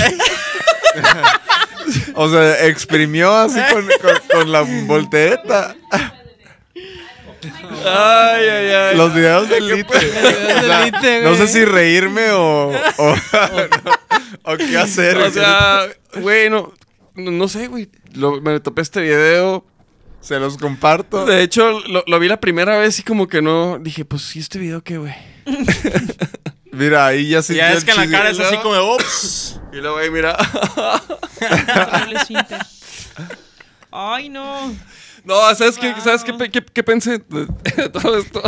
o sea, exprimió así con, con- con la voltereta.
Ay, ay, ay.
Los videos del Lite. O sea,
Lite,
no
güey.
sé si reírme o, o, o qué hacer.
Ah, O
güey.
sea, güey, no, no, no sé, güey. Lo- Me topé este video.
se los comparto.
De hecho, lo, lo vi la primera vez y como que no. Dije, pues, ¿y este video qué, güey?
Mira, ahí ya se
Ya es que en la cara es así como, de, ups.
Y luego, güey, mira.
Dale, esfínter. Ay, no.
No, ¿sabes, qué,
Wow.
¿sabes qué, pe- qué- qué pensé de de todo esto?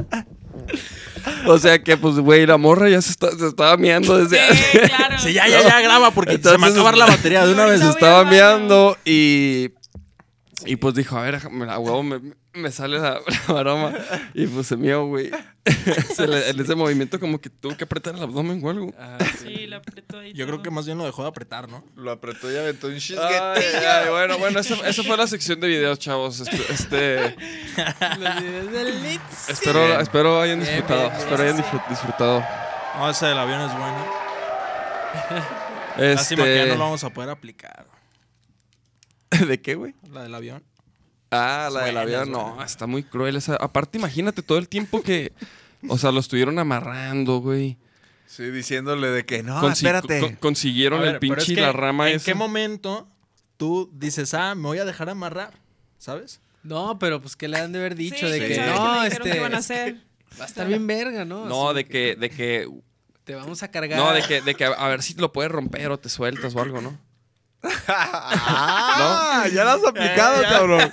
o sea que, pues, güey, la morra ya se, está- se estaba meando desde
Sí,
hace-
claro.
Sí, ya, ya, ya, graba porque se me va a
Entonces-
acabar la batería de una vez.
Se
Ahorita
estaba
voy al baño.
meando y... Y pues dijo, a ver, déjame la huevo, me, me sale la, la aroma. Y pues se meó, güey. Se le- en ese movimiento como que tuvo que apretar el abdomen o algo.
Ah, Sí, la apretó ahí
Yo creo que más bien lo dejó de apretar, ¿no?
Lo apretó y aventó un chisguete.
Ay, ay, bueno, bueno, eso- esa fue la sección de videos, chavos. Este... este-
Los videos del Litz.
Espero, espero hayan disfrutado.
bien, bien.
Espero hayan disfrut- disfrutado.
No, ese del avión es bueno. Lástima que ya no
Este...
lo vamos a poder aplicar.
¿De qué, güey?
La del avión.
Ah, la del
Buenas,
avión. No, está muy cruel esa. Aparte, imagínate todo el tiempo que. O sea, lo estuvieron amarrando, güey.
Sí, diciéndole de que no,
Consi-
espérate.
con- consiguieron
Ah, A ver,
el
pero
pinche
es que,
la rama
¿En
esa.
qué momento tú dices, ah, me voy a dejar amarrar? ¿Sabes?
No, pero pues que le han de haber dicho
Sí,
de
quién
que
sabe
no,
qué le dijeron
este
que iban a hacer.
va a estar bien verga, ¿no?
No,
Así
de que, de que.
te vamos a cargar.
No, de que, de que a- a ver si lo puedes romper o te sueltas o algo, ¿no?
Ah, ya lo has aplicado, cabrón.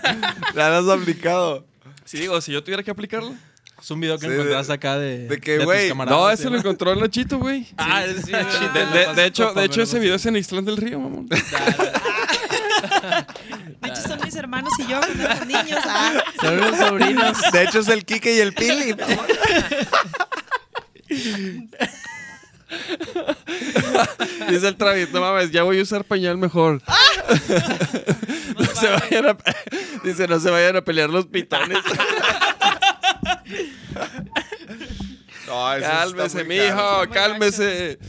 Ya lo has aplicado.
Sí, digo, si yo tuviera que aplicarlo.
Es un video que
Sí, de-
encontraste acá de.
de que,
tus
güey,
camaradas,
No,
¿sí,
ese lo encontró el Nachito, güey.
Ah, es
De, de- de hecho, de hecho, ese video es en Island del Río, mamón.
De hecho, son mis hermanos y yo, con los niños. Ah,
Son unos sobrinos.
De hecho, es el Kike y el Pili.
Dice el Travis, no mames, ya voy a usar pañal mejor.
Ah.
no se vayan a, dice, no se vayan a pelear los pitones.
No, Ah, eso está
cálmese,
muy caro.
mijo, cálmese.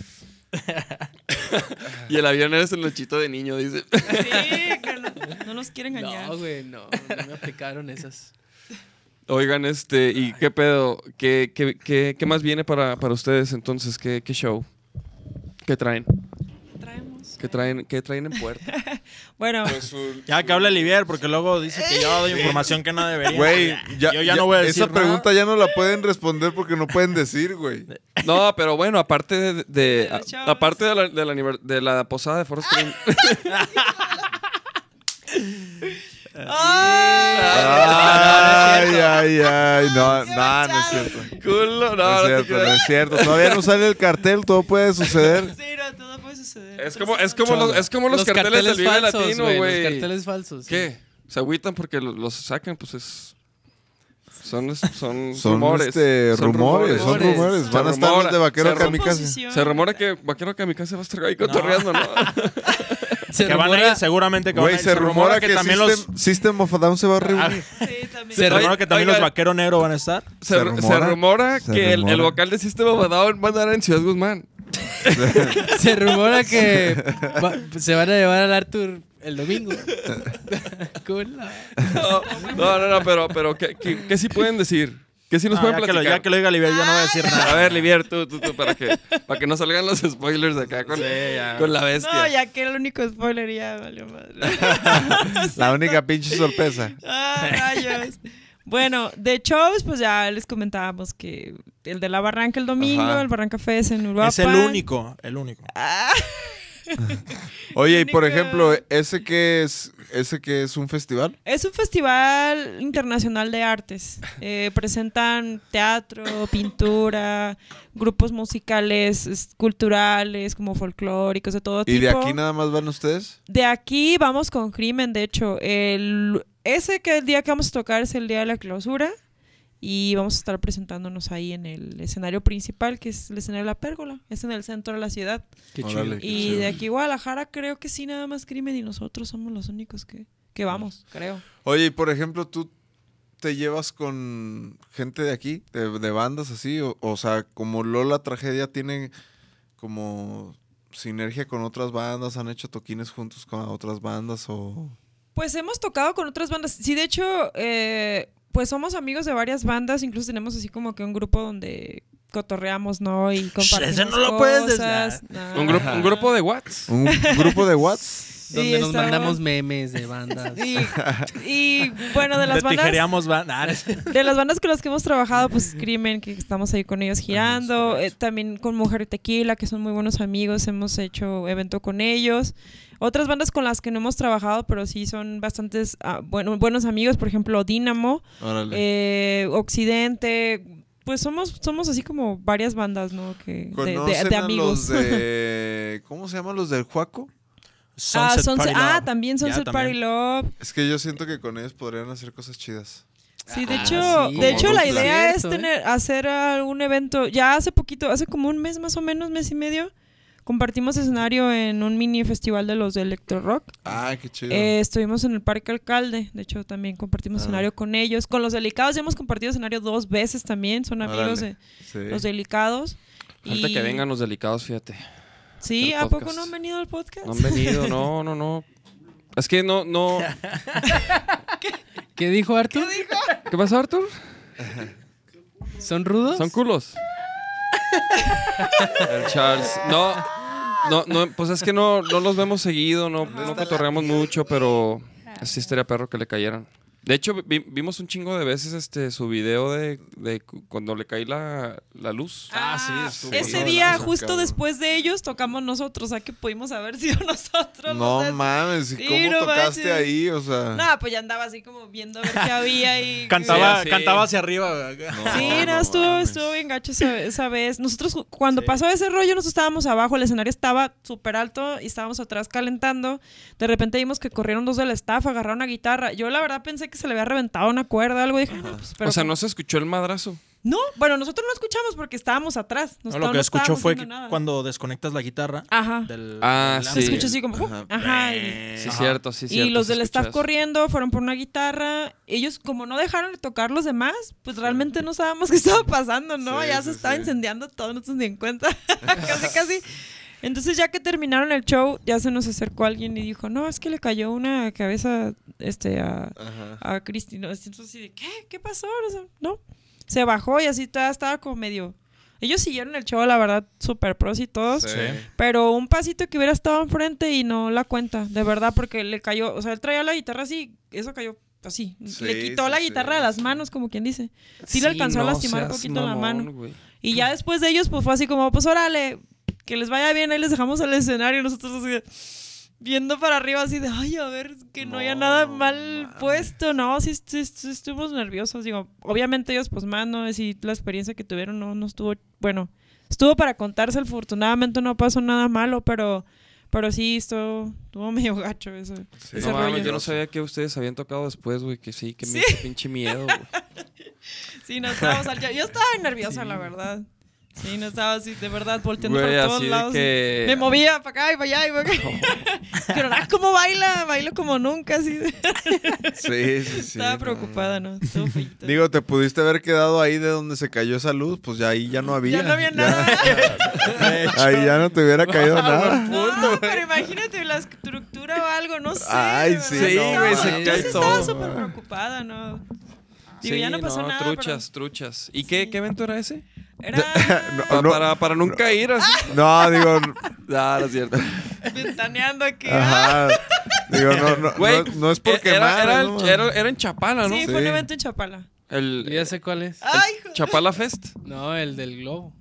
y el avión eres el lochito de niño, dice.
sí, Carlos, no los quiere engañar.
No, güey, no, no me aplicaron esas.
Oigan, este, ¿y qué pedo? ¿Qué, qué, qué, qué más viene para, para ustedes entonces? ¿Qué, qué show? ¿Qué traen?
Traemos.
¿Qué traen, qué traen en puerta?
Bueno,
Pues,
Ya que habla Olivier, porque luego dice que yo doy información que no debería.
Güey, ya,
yo ya, no voy a decir.
Esa pregunta ya no la pueden responder porque no pueden decir, güey.
No, pero bueno, aparte de, de-
los shows.
aparte de la, del aniver- de la posada de Forest Green.
Ay, ay, ay. No, no, no es cierto. No
Culo, no, no
es
te
cierto,
creas.
no es cierto. Todavía no sale el cartel, todo puede suceder.
sí, no, todo puede suceder.
Es como, es como, los, es como los, carteles, del Vive Latino, güey.
Los carteles falsos. sí.
¿Qué? Se agüitan porque lo- los, sacan, pues es. Son, es- son,
Son
rumores.
este,
Son
rumores, son
rumores.
rumores.
Se
Van a estar los
rumora,
de vaquero
se rumora.
kamikaze.
Posición.
Se rumora que Vaquero Kamikaze va a estar ahí cotorreando, ¿no?
Se
que van a
rumora-
ir, seguramente que
Güey,
van a ir.
se rumora que
también los.
System- System of a Down se va a reunir.
Sí, también.
Se
Oye,
rumora que también
oiga.
los vaqueros negros van a estar.
Se,
Se
ru- se rumora,
rumora, se
que el- El,
rumora.
vocal de Sistema Badao va a andar en Ciudad Guzmán.
Se rumora que va- se van a llevar al Arthur el domingo. cool.
No, no, no, no, pero, pero ¿qué, qué, qué sí pueden decir? ¿Qué sí nos
Ah,
pueden
ya, que lo,
platicar? Ah.
ya que lo diga Oliver, ya no voy a decir nada.
A ver, Livier, tú, tú, tú, para que, para que no salgan los spoilers de acá con, con la bestia.
No, ya que el único spoiler ya valió madre.
La única pinche sorpresa.
Ah, rayos. Bueno, de shows, pues ya les comentábamos que el de la Barranca el domingo,
Ajá.
el Barranca Fest en Uruapan.
Es el único, el único.
Ah,
Oye, y por
Única-
ejemplo, ese que es ese que es un festival?
es un festival internacional de artes. Eh, presentan teatro, pintura, grupos musicales, es- culturales, como folclóricos, de todo tipo.
¿Y de aquí nada más van ustedes?
De aquí vamos con crimen, de hecho. El, ese que el día que vamos a tocar es el día de la clausura. Y vamos a estar presentándonos ahí en el escenario principal, que es el escenario de la pérgola. Es en el centro de la ciudad.
Qué
Órale, qué
Y
chido.
de aquí Guadalajara creo que sí, nada más crimen. Y nosotros somos los únicos que,
Pues
que vamos, creo.
Oye, y por ejemplo, tú te llevas con gente de aquí, de, de bandas así, o, o sea, como Lola Tragedia tiene como sinergia con otras bandas, han hecho toquines juntos con otras bandas o
Pues hemos tocado con otras bandas. Sí, de hecho, eh, pues somos amigos de varias bandas. Incluso tenemos así como que un grupo donde cotorreamos, ¿no? Y compartimos
ese no lo puedes Ah. decir.
cosas. No.
Un, grupo, un grupo de Whats.
un grupo de Whats.
Donde nos
estamos-
mandamos memes de bandas.
Y, y, bueno, de
Te
las bandas Ah,
tijereamos Ah, bandas.
de las bandas con las que hemos trabajado, pues Crimen, que estamos ahí con ellos girando, eh, también con Mujer y Tequila, que son muy buenos amigos, hemos hecho evento con ellos. Otras bandas con las que no hemos trabajado, pero sí son bastantes ah, bueno, buenos amigos, por ejemplo, Dínamo,
Órale.
eh, Occidente, pues somos somos así como varias bandas, ¿no? Que de- de, de
¿Conocen a
amigos.
los de ¿Cómo se llaman los del Juaco?
Ah,
Sunset
Sunset-
Party Love.
ah, también
Ya,
Sunset Party
también.
Love.
Es que yo siento que con ellos podrían hacer cosas chidas.
Sí, de
Ah,
hecho,
sí,
de hecho la
como
idea
cierto,
es
¿eh?
tener hacer algún evento. Ya hace poquito, hace como un mes más o menos, mes y medio, compartimos escenario en un mini festival de los de electro rock.
Ah, qué chido.
Eh, estuvimos en el Parque Alcalde, de hecho también compartimos
Ah.
escenario con ellos. Con los delicados ya hemos compartido escenario dos veces también, son amigos
Órale,
de
Sí.
los delicados.
Falta
Y-
que vengan los delicados, fíjate.
Sí,
al
¿a poco
podcast.
no han venido al podcast?
No han venido, no, no, no. Es que no, no.
¿Qué dijo Arthur?
¿Qué pasó, Arthur?
¿Son rudos?
Son culos. El Charles. No, no, no, pues es que no, no los vemos seguido, no, no cotorreamos mucho, pero sí estaría perro que le cayeran. De hecho, vi- vimos un chingo de veces este su video de, de cu- cuando le caí la, la luz.
Ah, sí, estuvo
Ese
pasado de
día,
lanza,
justo
cabrón.
después de ellos, tocamos nosotros, o sea que pudimos haber sido nosotros.
No
o sea,
mames, ¿y
sí,
cómo
no
tocaste
manches.
ahí? O sea,
No, pues ya andaba así como viendo a ver qué había y...
Ah. Cantaba,
Sí, sí.
cantaba hacia arriba. güey.
Sí, no, estuvo, estuvo bien gacho esa, esa vez. Nosotros ju- cuando pasó ese rollo, nosotros estábamos abajo, el escenario estaba súper alto y estábamos atrás calentando. De repente vimos que corrieron dos de la estafa, agarraron una guitarra. Yo la verdad pensé que se le había reventado una cuerda o algo. Dije, no, pues, pero
o sea,
como-
no se escuchó el madrazo.
No, bueno, nosotros no escuchamos porque estábamos atrás.
No,
Nosotros
lo que escuchó
estábamos
fue
haciendo
que
nada.
cuando desconectas la guitarra
Ajá.
del.
Ah,
del
sí.
Se
amp.
escucha así como... "Uf", ajá. y-
Sí,
Ah,
cierto, sí, cierto.
y los
se
del
escucha
staff
eso.
corriendo fueron por una guitarra. Ellos, como no dejaron de tocar los demás, pues realmente no sabíamos qué estaba pasando, ¿no?
Sí,
ya
sí,
se estaba
sí.
incendiando todo, no se ni en cuenta. casi, casi. Entonces, ya que terminaron el show, ya se nos acercó alguien y dijo: No, es que le cayó una cabeza este, a,
Ajá.
a Cristi. ¿no? Entonces, así de, ¿qué? ¿Qué pasó? O sea, no. Se bajó y así toda estaba como medio. Ellos siguieron el show, la verdad, super pros y todos.
Sí.
Pero un pasito que hubiera estado enfrente y no la cuenta, de verdad, porque le cayó, o sea, él traía la guitarra así, eso cayó así.
Sí,
le quitó
sí,
la
sí.
guitarra de las manos, como quien dice. Sí, le alcanzó a
no
lastimar un
seas
poquito la
mamón,
mano.
güey.
Y ya después "Ah, de ellos, pues fue así como, pues órale, que les vaya bien, ahí les dejamos al escenario, nosotros así de, viendo para arriba así de, ay, a ver, es que no, haya nada mal puesto. No, sí, sí, sí estuvimos nerviosos. Digo, obviamente ellos, pues, más, no decir la experiencia que tuvieron no, no estuvo, bueno, estuvo para contarse, afortunadamente no pasó nada malo, pero... Pero sí, estuvo, estuvo medio gacho eso.
Sí.
ese
No mames,
rollo.
yo no sabía que ustedes habían tocado después, güey. Que sí, que me hizo pinche miedo, güey.
Sí, no estábamos al- Yo yo estaba nerviosa, la verdad. Sí, no estaba así, de verdad, volteando
Güey,
por
así
todos
de
lados.
que-
Me movía para acá y para allá y para acá. Pero ah, cómo baila, bailo como nunca, así.
Sí, sí, sí.
estaba
no.
preocupada, ¿no? Estuvo feíto.
Digo, te pudiste haber quedado ahí de donde se cayó esa luz, pues ya ahí ya no había.
ya no había nada.
Ahí ya no te hubiera caído nada.
No, pero imagínate la estructura o algo, no sé.
Ay,
de
sí,
verdad,
eh. Sí,
estaba-
güey, se
yo
cae
sí estaba
todo.
súper preocupada, ¿no? Digo,
sí,
ya no pasó nada. pero
Truchas, truchas. ¿Y qué, qué evento era ese?
Era
Pa-
no.
para, para nunca ir así.
No, digo,
Ah, no es cierto.
ventaneando aquí.
ajá. Digo, no, no,
Güey, e-,
no, no es porque
era, era, el-
¿no?
era- era en Chapala, ¿no?
Ah, sí, fue un evento en Chapala.
El,
Ya sé cuál es.
Ay, hijo.
Chapala Fest.
No, el del globo.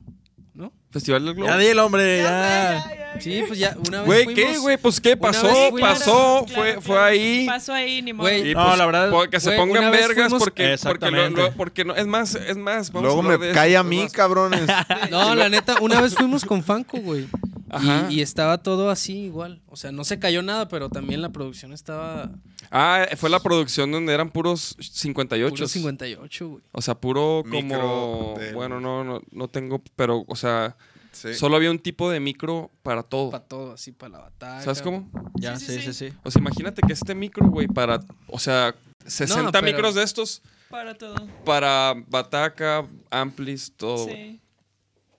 ¿No?
Festival del Globo.
Ya el hombre,
Ya
ya.
sé, ya, ya,
Sí, pues ya una vez
Güey,
fuimos-
¿qué, güey? Pues qué
una
pasó,
vez fuimos-
pasó,
Claro,
fue,
claro.
fue ahí.
Pasó ahí, ni modo.
Güey,
Y pues,
No, la verdad,
po- Que se
güey,
pongan
una vez
vergas
fuimos-
porque, porque, lo-
Exactamente.
lo- porque no, es más, es más. Vamos
Luego
a hablar
me
de eso,
cae a
es
mí,
más.
cabrones.
No, la neta, una vez fuimos con Fanco, güey.
Ajá.
Y, y estaba todo así igual. O sea, no se cayó nada, pero también la producción estaba
Ah, fue la producción donde eran puros 58.
puro 58, güey.
O sea, puro como.
Micro de-
Bueno, no, no, no tengo, pero, o sea,
Sí.
solo había un tipo de micro para todo.
Para todo, así, para la batalla.
¿Sabes cómo?
Ya,
Sí, sí,
sí, sí,
sí.
sí.
O sea, imagínate que este micro, güey, para. O sea, 60
pero-
micros de estos
Para todo.
para bataca, amplis, todo. güey.
Sí.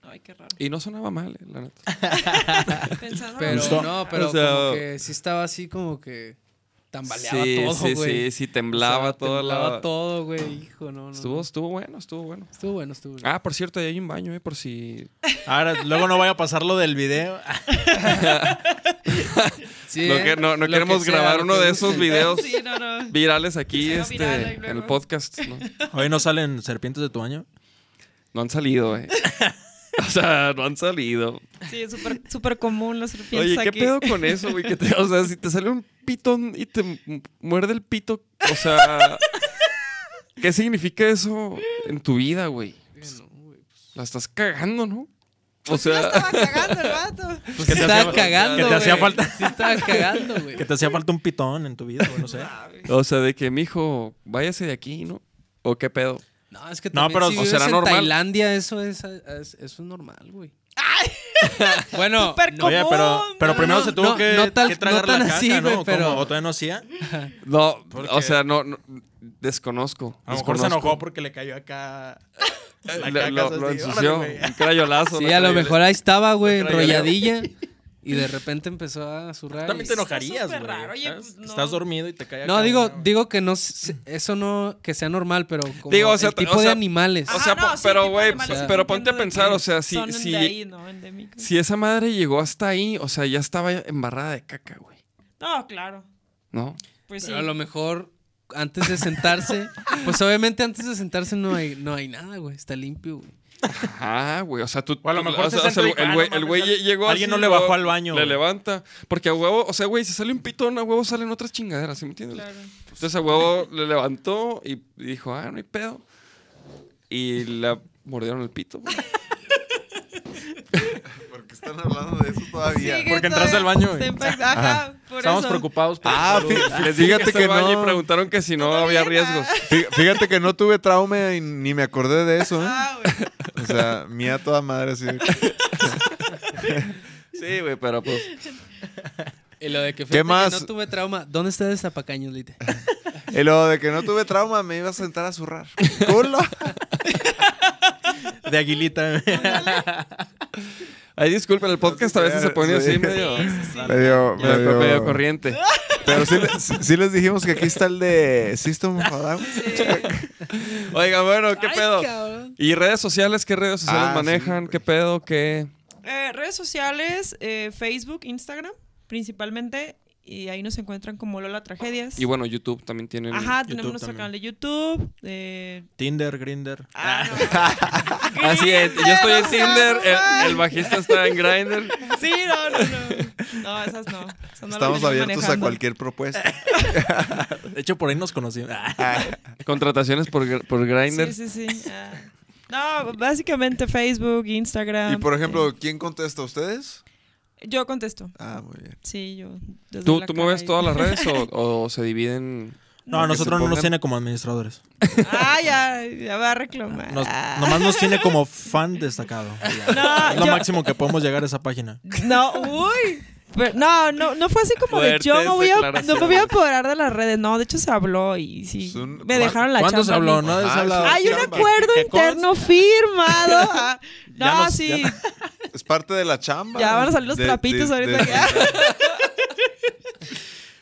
Ay, qué raro.
Y no sonaba mal, eh, la neta.
Pensando.
Pero
Justo.
no, pero
O sea,
como que sí estaba así como que tambaleaba
sí,
todo,
sí,
güey.
sí, sí, temblaba
O sea,
toda la-
temblaba todo, güey, hijo, no, no.
Estuvo,
no.
estuvo bueno, estuvo bueno.
Estuvo bueno, estuvo bueno.
Ah, por cierto, ahí hay un baño, eh, por si.
Ahora, luego no vaya a pasar lo del video.
Sí,
no,
¿eh?
que- no- no
Lo
queremos
que sea,
grabar
lo
uno
que
de
gusten.
esos videos
Sí, no, no.
virales aquí,
Que se haga
este,
viral ahí
en el
luego.
podcast. ¿no?
Hoy no salen serpientes de tu baño.
No han salido, eh. O sea, no han salido.
Sí, es súper súper común las serpientes
Oye, ¿qué
aquí.
pedo con eso, güey? Que te- o sea, si te sale un pitón y te mu- muerde el pito, o sea, ¿qué significa eso en tu vida, güey? Pues, La estás cagando, ¿no? O
Sí, la
sea,
estaba cagando el vato.
Pues
Que
sí
te
estaba
hacía falta-
cagando,
que te hacía
güey.
falta.
Sí estaba cagando, güey.
Que te hacía falta un pitón en tu vida, güey, no sé.
o sea, de que mi hijo, váyase de aquí, ¿no? ¿O qué pedo?
No, es que
No,
también
pero-
si
¿o
vives
será
en
normal?
Tailandia eso es, es- eso es normal, güey. bueno,
Súper
no,
común.
Oye, pero, pero
No,
primero
no,
se tuvo
no,
que,
no tal-
que tragar
no tan
la caca,
así,
¿no?
güey,
¿Cómo?
pero-
¿O todavía no hacía?
No,
¿Por
o
qué?
sea, no, no, desconozco.
A lo mejor se
desconozco. Eh,
enojó porque le cayó acá. La
Lo,
caca,
lo-
así,
lo
órale,
ensució,
güey.
un crayolazo.
sí,
¿no?
a lo
Increíble.
mejor ahí estaba, güey,
Otra idea.
enrolladilla y de repente empezó a zurrar.
También
y-
te enojarías,
súper
güey.
raro, oye,
¿sabes?
pues, no.
Estás dormido y te cae
No,
acá
digo,
una-
digo que no se- eso no que sea normal, pero como
Digo, o sea,
el tipo
o sea,
de animales.
o sea,
Ajá,
po-
sí,
pero, güey,
tipo
pues,
animales
o sea,
que
pero
entiendo
ponte a
de
pensar,
que
o sea, si-
son
si-
de ahí, ¿no? Endémicos.
Si esa madre llegó hasta ahí, o sea, ya estaba embarrada de caca, güey.
No, claro.
¿No?
Pues sí.
Pero a lo mejor antes de sentarse, pues obviamente antes de sentarse no hay no hay nada, güey, está limpio, güey.
Ajá, Ah, güey. O sea, tú.
O a lo
tú-
mejor
o sea,
se
o sea, el
sentó y,
el
ah,
güey
no mames,
el güey llegó
alguien
así,
no le
luego
bajó al baño,
Le
güey.
levanta. Porque a huevo, o sea, güey, si sale un pitón, a huevo salen otras chingaderas, ¿sí me entiendes?
Claro.
Entonces a huevo le levantó y dijo, ah, no hay pedo. Y la mordieron el pito, güey.
¿Por qué están hablando de eso todavía?
Sigue
porque entraste
todavía-
al baño, güey.
está impactado. Ajá, por
Estamos
eso.
preocupados por
Ah,
tu
fí-
salud.
Les dije
fíjate
se
que
bañe
no.
y preguntaron que si no había riesgos.
Fí- Fíjate que no tuve trauma y ni me acordé de eso, ¿eh?
Ah, güey.
O sea, mía toda madre así. de-
Sí, güey, pero pues.
Y lo de que,
¿Qué
fíjate que
más?
no tuve trauma. ¿Dónde está esa pacaño, Lite?
Y lo de que no tuve trauma, me iba a sentar a zurrar. ¡Culo!
De aguilita.
Ay, disculpen, el podcast a veces se pone así
Sí.
medio.
Medio,
medio-
medio-
medio corriente.
Pero sí, le- sí- sí les dijimos que aquí está el de System of a Down.
Oiga, bueno, ¿qué
Ay,
pedo?
cabrón.
¿Y redes sociales? ¿Qué redes sociales
Ah, sí,
manejan? ¿Qué pedo? ¿Qué?
Eh, redes sociales, eh, Facebook, Instagram, principalmente. Y ahí nos encuentran como Lola Tragedias.
Y bueno, YouTube también tienen.
Ajá, tenemos
YouTube
nuestro
también.
canal de YouTube. eh,
Tinder, Grinder.
ah, no.
Así es, yo estoy en
o sea,
Tinder,
no
el,
mames.
el bajista está en Grindr.
Sí, no, no, no. No, esas no. Esas no las
Estamos abiertos
venimos
a
manejando.
cualquier propuesta.
De hecho, por ahí nos conocimos.
Contrataciones por, gr- por Grindr.
Sí, sí, sí. Ah. No, básicamente Facebook, Instagram.
Y por ejemplo, ¿quién contesta? ¿Ustedes?
eh, yo contesto.
Ah, muy bien.
Sí, yo. yo doy
¿Tú,
la
tú
cara
mueves
ahí.
todas las redes o, o se dividen?
No, a
Que se
nosotros no
pongan-
nos tiene como administradores.
Ah, ya, ya va a reclamar.
Nos- nomás nos tiene como fan destacado.
Ah. No,
es lo
yo-
máximo que podemos llegar a esa página.
No, uy. Pero no, no, no fue así como
Fuertes
de yo me voy, a, no me voy
declaraciones.
a apoderar de las redes. No, de hecho se habló y sí.
Es un-
me dejaron la
¿Cuándo
chamba.
se
a mí.
habló? No
Ah,
se ha hablado.
Hay un
Chamba.
acuerdo
¿Qué- qué cosa?
interno firmado. Ah,
Ya
no,
nos-
sí.
ya-
Es parte de la chamba.
Ya van a salir los
De-
trapitos
de-
ahorita
de-
ya.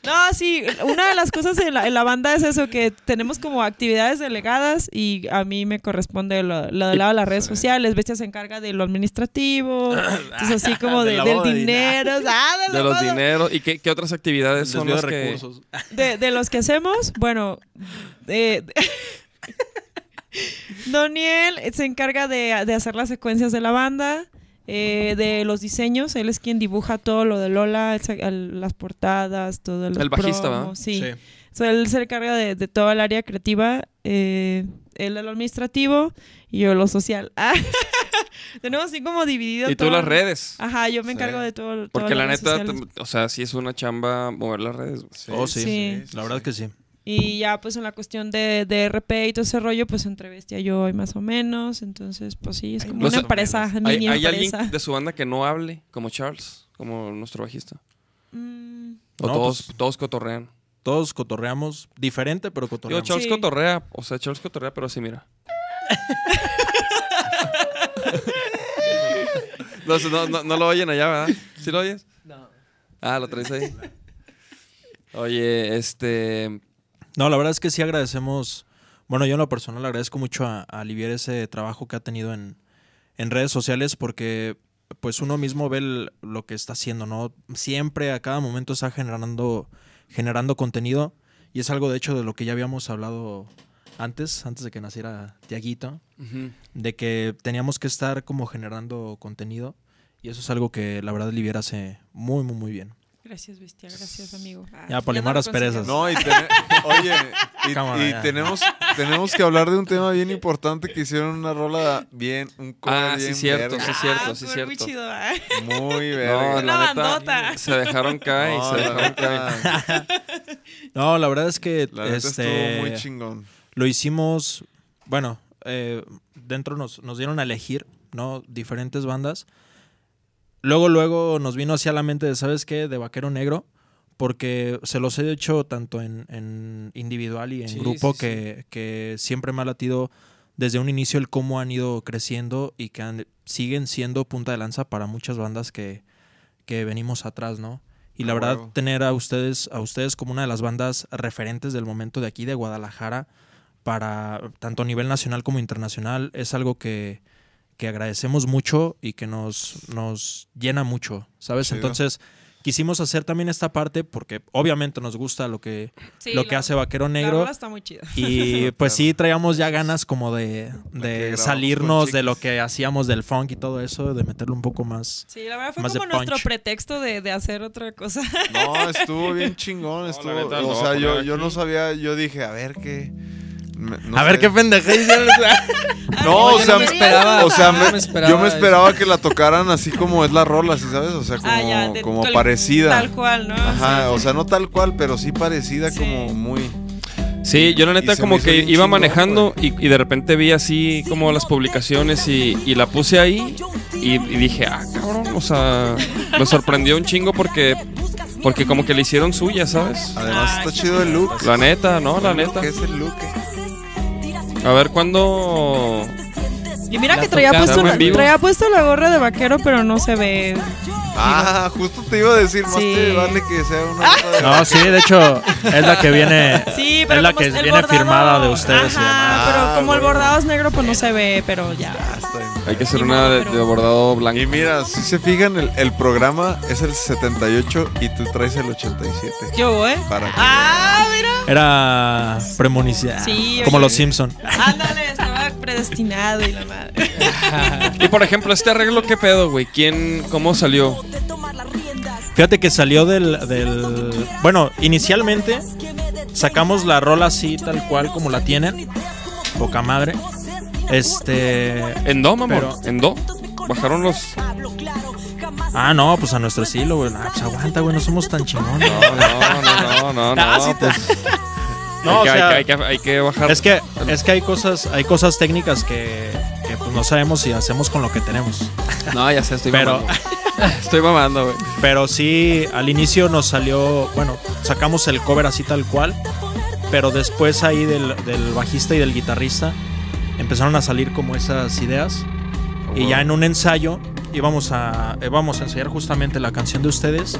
No, sí, una de las cosas en la, en la banda es eso, que tenemos como actividades delegadas y a mí me corresponde lo, lo del lado de las redes sociales. Bestia se encarga de lo administrativo, entonces así como
De
de,
la
del
boda de
dinero, ah, de,
De
la
los
boda.
dineros. ¿Y qué, qué otras actividades son
Desvío
las
de
que...?
recursos.
De, de los que hacemos, bueno, eh, Doniel se encarga de, de hacer las secuencias de la banda, eh, de los diseños, él es quien dibuja todo lo de Lola, el sa- el- las portadas, todo lo
El bajista, ¿verdad?
Sí. So, él se encarga de, de todo el área creativa, eh, él de lo administrativo y yo de lo social. Ah, Tenemos así como dividido
Y tú
todo.
las redes.
Ajá, yo me encargo
Sí.
de todo. todo
Porque
ah,
la
las redes
neta,
sociales.
te- o sea, sí es una chamba mover las redes. güey.
Oh, sí.
Sí.
La verdad que sí.
Y ya pues en la cuestión de, de RP y todo ese rollo, pues entre bestia yo y más o menos. Entonces, pues sí, es como
Los-
una empresa,
¿Hay,
mini
hay alguien
empresa.
de su banda que no hable? Como Charles, como nuestro bajista.
Mm,
O
No,
todos,
pues-
todos cotorrean.
Todos cotorreamos diferente, pero
Digo,
cotorreamos.
Charles
Sí.
cotorrea. O sea, Charles cotorrea, pero sí, mira. no, no, no- no lo oyen allá, ¿verdad? ¿Sí lo oyes?
No.
Ah, lo traes ahí. Oye, este.
No, la verdad es que sí agradecemos. Bueno, yo en lo personal agradezco mucho a, a Olivier ese trabajo que ha tenido en, en redes sociales porque pues uno mismo ve el- lo que está haciendo, ¿no? Siempre, a cada momento está generando, generando contenido y es algo de hecho de lo que ya habíamos hablado antes, antes de que naciera Tiaguito, de que teníamos que estar como generando contenido y eso es algo que la verdad Olivier hace muy, muy, muy bien.
gracias, bestia, gracias, amigo. Ah,
Ya, para
no
limar
lo
las
consigues.
perezas.
No, y tene- oye, y,
Cámara,
y
ya.
tenemos, tenemos que hablar de un tema bien importante que hicieron una rola bien, un cover
Ah, sí,
bien
cierto,
verga,
sí, cierto,
Ah,
sí,
fue muy
cierto.
chido, ah.
muy
No,
verga.
Una
la neta.
bandota.
Se dejaron caer
No,
se
la
dejaron caer.
neta-
No, la verdad es que
la neta
este,
estuvo muy chingón.
lo hicimos, bueno, eh, dentro nos, nos dieron a elegir, ¿no? Diferentes bandas. Luego, luego nos vino hacia la mente de, ¿sabes qué? De Vaquero Negro, porque se los he hecho tanto en, en individual y en
Sí, sí,
grupo,
sí.
que, que siempre me ha latido desde un inicio el cómo han ido creciendo y que han- siguen siendo punta de lanza para muchas bandas que, que venimos atrás, ¿no?
Ah,
Y la
A
verdad,
huevo.
tener a ustedes, a ustedes como una de las bandas referentes del momento de aquí de Guadalajara, para tanto a nivel nacional como internacional, es algo que, que agradecemos mucho y que nos, nos llena mucho, ¿sabes?
Chido.
Entonces, quisimos hacer también esta parte porque obviamente nos gusta lo que,
Sí,
lo que
la-
hace Vaquero
la
Negro.
rola está muy chida.
Y pues sí, traíamos ya ganas como de,
La que
de
grabamos con
salirnos
Chiquis.
de lo que hacíamos del funk y todo eso, de meterlo un poco más.
Sí, la verdad fue
Más de
como nuestro
punch.
pretexto de, de hacer otra cosa.
No, estuvo bien chingón,
la
estuvo.
neta, lo
o
voy a
sea, yo,
poner
yo no
aquí.
sabía, yo dije, a ver qué. me- no
a ver
sé.
qué pendeja hicieron.
No,
Yo
o sea,
me esperaba-
o sea,
no
me-
me esperaba
yo me
eso.
esperaba que la tocaran así como es la rola, ¿sí sabes? O sea, como,
Ah, ya, de-
como
tal-
parecida.
Tal cual, ¿no?
Ajá, o sea, no tal cual, pero sí parecida
Sí.
como muy...
Sí, yo la neta
Y se
como
me hizo
que
bien
iba
chingón,
manejando y, y de repente vi así como las publicaciones y, y la puse ahí y, y dije, ah, cabrón, o sea, me sorprendió un chingo porque, porque como que le hicieron suya, ¿sabes?
Además
Ah,
está
sí,
chido el look.
La neta, ¿no? La neta.
¿Qué es el look? eh?
A ver, ¿cuándo...?
Y mira que
La
traía
tocada,
puesto,
¿no?
la,
En vivo.
traía puesto la gorra de vaquero, pero no se ve.
Ah, justo te iba a decir, más
Sí.
te vale que sea una... rola de-
No, sí, de hecho, es la que viene.
Sí, pero
es la
como
que
el
viene
bordado-
firmada de ustedes. y demás.
Ajá,
demás.
pero como el
Ah, bueno.
bordado es negro, pues no se ve, pero ya.
Está bien.
Hay que hacer una de, de bordado
Y
blanco.
mira, si se fijan, el, el programa es el 78 y tú traes el 87.
Yo, ¿eh?
Para que-
Ah, mira.
Era premonición.
Sí,
como
oye.
los Simpson.
Ándale, estaba predestinado y la madre.
Y por ejemplo, este arreglo, ¿qué pedo, güey? ¿Quién, cómo salió?
Fíjate que salió del, del... Bueno, inicialmente sacamos la rola así, tal cual, como la tienen. Poca madre. Este...
En do, mamón.
Pero-
En do. Bajaron los.
Ah, no, pues a nuestro estilo, güey. Nah, pues aguanta, güey, no somos tan chingones.
No, no, no, no, no.
Ah,
no,
sí,
pues,
No,
hay, que,
o sea-
hay que- hay que- hay que bajar.
Es que, es que hay cosas, hay cosas técnicas que, que, pues, no sabemos si hacemos con lo que tenemos.
No, ya sé, estoy
Pero-
mamando. Estoy mamando, güey.
Pero sí, al inicio nos salió, bueno, sacamos el cover así tal cual, pero después ahí del, del bajista y del guitarrista empezaron a salir como esas ideas. Y ya en un ensayo íbamos a, íbamos a ensayar justamente la canción de ustedes.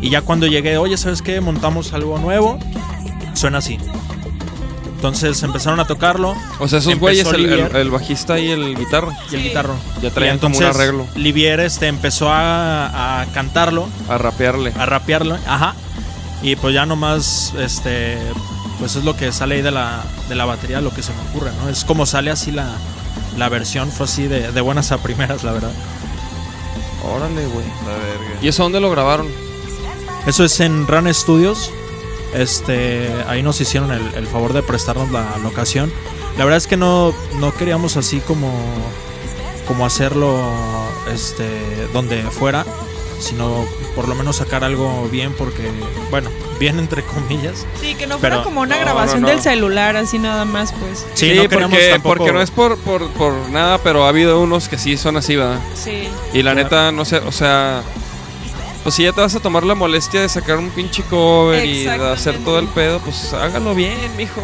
Y ya cuando llegué, oye, ¿sabes qué? Montamos algo nuevo. Suena así. Entonces empezaron a tocarlo
O sea, esos
Empezó
güeyes, el, el-
Olivier.
el bajista y el guitarra,
y el guitarro.
ya traían
Y
como un
entonces,
arreglo
Livier este, empezó a, a cantarlo
a rapearle.
a rapearlo, ajá. Y pues ya nomás, este, pues es lo que sale ahí de la, de la batería, lo que se me ocurre, ¿no? Es como sale así la, la versión, fue así de, de buenas a primeras, la verdad.
Órale, güey. ¿Y eso dónde lo grabaron?
Eso es en Run Studios, este, ahí nos hicieron el, el favor de prestarnos la locación. La verdad es que no, no queríamos así como, como hacerlo, este, donde fuera, sino por lo menos sacar algo bien, porque, bueno, bien entre comillas.
Sí, que no fuera
Pero-
como
No,
una
no,
grabación
no.
del celular, así nada más, pues.
Sí, no queremos
porque,
tampoco-
porque no es por, por, por nada, pero ha habido unos que sí son así, ¿verdad?
Sí.
Y la
Claro.
neta, no sé, o sea, pues si ya te vas a tomar la molestia de sacar un pinche cover y de hacer todo el pedo, pues hágalo bien, mijo.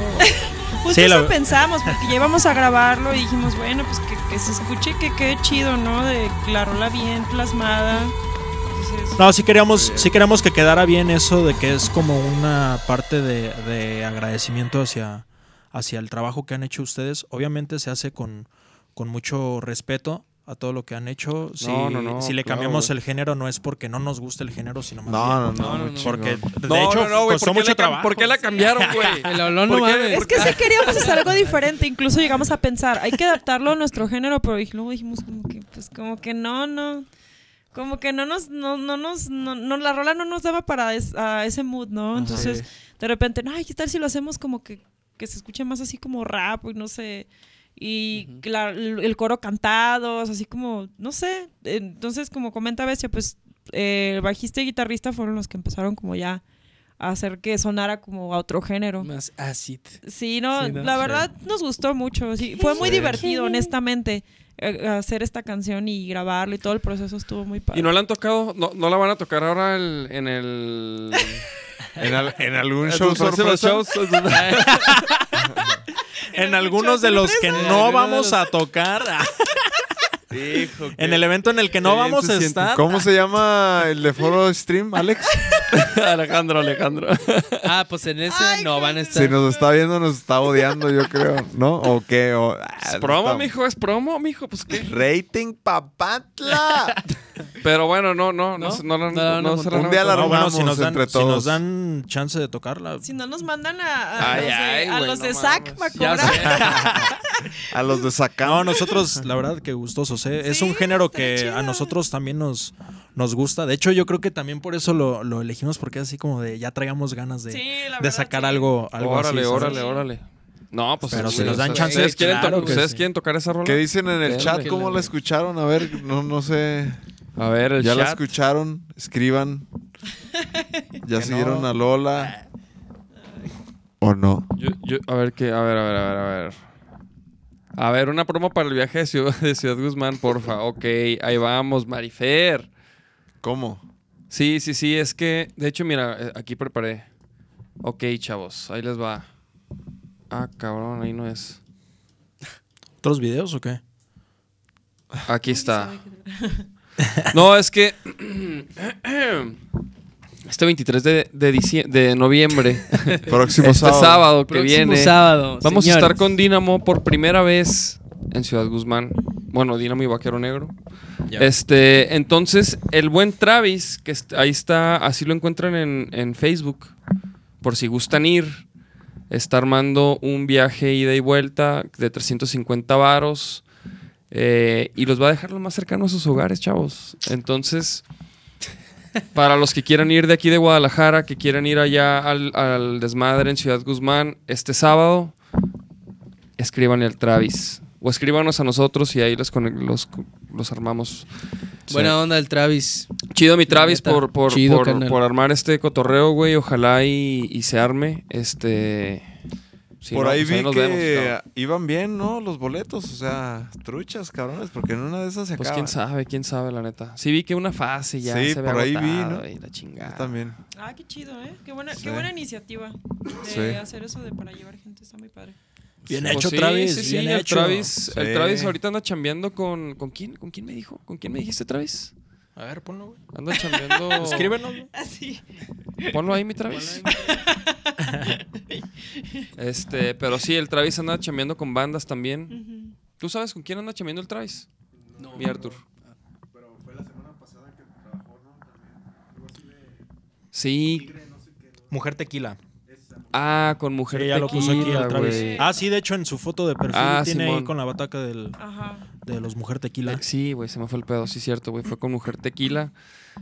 Justo
Sí, la-
Pues eso pensamos, porque ya íbamos a grabarlo y dijimos, bueno, pues que, que se escuche que quede chido, ¿no? De la rola bien plasmada. Entonces,
No, sí queríamos, sí queríamos que quedara bien eso de que es como una parte de, de agradecimiento hacia, hacia el trabajo que han hecho ustedes. Obviamente se hace con, con mucho respeto a todo lo que han hecho. Si,
No, no, no,
si le
claro,
cambiamos
güey.
el género no es porque no nos guste el género, sino más bien
No, no, no.
No, no, no.
porque de
No,
hecho
no, no, güey,
costó
¿por, qué
mucho
la cam-
trabajo.
¿por qué la cambiaron, güey?
El olor no
¿Por qué?
mames.
Es que sí queríamos hacer algo diferente, incluso llegamos a pensar, hay que adaptarlo a nuestro género, pero dij- luego dijimos como que, pues como que no, no, como que no nos, no, no nos, no, no, la rola no nos daba para es- a ese mood, ¿no? Entonces, de repente, no, hay que estar si lo hacemos como que, que se escuche más así como rap y no sé, y que la- el el coro cantado, o sea, así como, no sé, entonces como comenta Bestia, pues eh, el bajista y guitarrista fueron los que empezaron como ya a hacer que sonara como a otro género.
Más acid.
Sí, no,
Sí, ¿no?
la
Sí.
verdad nos gustó mucho. Sí, fue muy
Sí.
divertido, honestamente, eh, hacer esta canción y grabarlo y todo el proceso estuvo muy padre.
¿Y no la han tocado? ¿No, no la van a tocar ahora el- en el...?
En, al- en algún
en
show
sus próximos
sorpresa.
shows?
En algunos de los que no vamos a tocar, en el evento en el que no vamos a estar,
¿Cómo se llama el de Foro Stream, Alex?
Alejandro, Alejandro.
Ah, pues en ese no van a estar.
Si nos está viendo, nos está odiando, yo creo. ¿No? ¿O qué? O, ah,
Es promo,
está-
mijo, es promo, mijo, pues qué.
Rating papatla.
Pero bueno, no, no, no,
¿No?
se- no, la han-
No, no,
no
no,
se la
Un
han
día la
No,
armamos
bueno, si nos, dan,
entre
si nos
todos.
dan chance de tocarla.
Si no nos mandan a, a
Ay,
los de,
ay,
a
güey,
los
no
de
mames.
SAC para
Ya
cobrar.
A los de
No,
Sacao.
nosotros, la verdad que gustosos, ¿eh? es
Sí,
un género
estaría
que
chido.
a nosotros también nos, nos gusta. De hecho, yo creo que también por eso lo, lo elegimos, porque es así como de ya traigamos ganas de,
Sí, la
de
verdad,
sacar
sí.
algo, algo
órale,
así, ¿sabes?
órale, órale. No, pues
Pero
sí,
si nos dan
o sea,
chance,
¿Ustedes, quieren, to-
claro que
ustedes
sí.
quieren tocar esa rola?
¿Qué dicen en el
Verga,
chat?
que
¿Cómo
la-
la escucharon? A ver, no, no sé.
A ver, el
¿Ya la
chat.
escucharon? Escriban. ¿Ya
Que
siguieron
no.
a Lola? ¿O no?
Yo- yo- a ver qué, a ver, a ver, a ver, a ver. A ver, una promo para el viaje de Ciudad, de Ciudad Guzmán, porfa. Ok, ahí vamos, Marifer.
¿Cómo?
Sí, sí, sí, es que, de hecho, mira, eh, aquí preparé. Ok, chavos, ahí les va. Ah, cabrón, ahí no es.
¿Otros videos o qué?
Aquí está. No, es que este 23 de, de, dicie- de noviembre,
Próximo
este sábado, que
Próximo
viene,
sábado.
vamos a
señores.
estar con Dinamo por primera vez en Ciudad Guzmán. Bueno, Dinamo y Vaquero Negro. Este, entonces, el buen Travis, que est- ahí está, así lo encuentran en, en Facebook, por si gustan ir, está armando un viaje ida y vuelta de 350 varos eh, y los va a dejar lo más cercano a sus hogares, chavos. Entonces, Para los que quieran ir de aquí de Guadalajara, que quieran ir allá al, al desmadre en Ciudad Guzmán, este sábado, escríbanle al Travis. O escríbanos a nosotros y ahí los, con- los, los armamos.
Buena onda el Travis.
Chido mi
La
Travis
neta,
por, por,
chido,
por-
carnal.
por armar este cotorreo, güey. Ojalá y, y se arme. Este. sí,
Por
no,
ahí
pues
vi
nos
que
vemos, cabrón.
iban bien, ¿no? Los boletos, o sea, truchas, cabrones, porque en una de esas se
Pues
acaban.
quién sabe, quién sabe, la neta. Sí vi que una fase ya
Sí,
se había
por ahí vi,
agotado
¿no?
y la chingada.
Yo también.
Ah, qué chido, ¿eh? Qué buena,
Sí.
qué buena iniciativa de
Sí.
hacer eso de para llevar gente. Está muy padre.
Bien
Pues
hecho,
sí,
Travis.
sí, sí,
bien
el
hecho.
Travis, el
Sí.
Travis ahorita anda chambeando con... ¿Con quién? ¿Con quién me dijo? ¿Con quién me dijiste, Travis?
A ver, ponlo, güey.
Anda chambeando...
Escríbenos. güey.
Así.
Ponlo ahí, mi Travis. este, pero sí, el Travis anda chambeando con bandas también. ¿Tú sabes con quién anda chambeando el Travis?
No.
Mi Arthur. Sí,
Mujer tequila.
ah, con mujer
Ella lo puso aquí
tequila,
el Travis.
güey.
Ah, sí, de hecho, en su foto de perfil
Ah,
tiene ahí
Simón.
con la bataca del,
Ajá.
de los mujer tequila.
Eh, Sí, güey, se me fue el pedo, sí, cierto, güey. Fue con Mujer Tequila.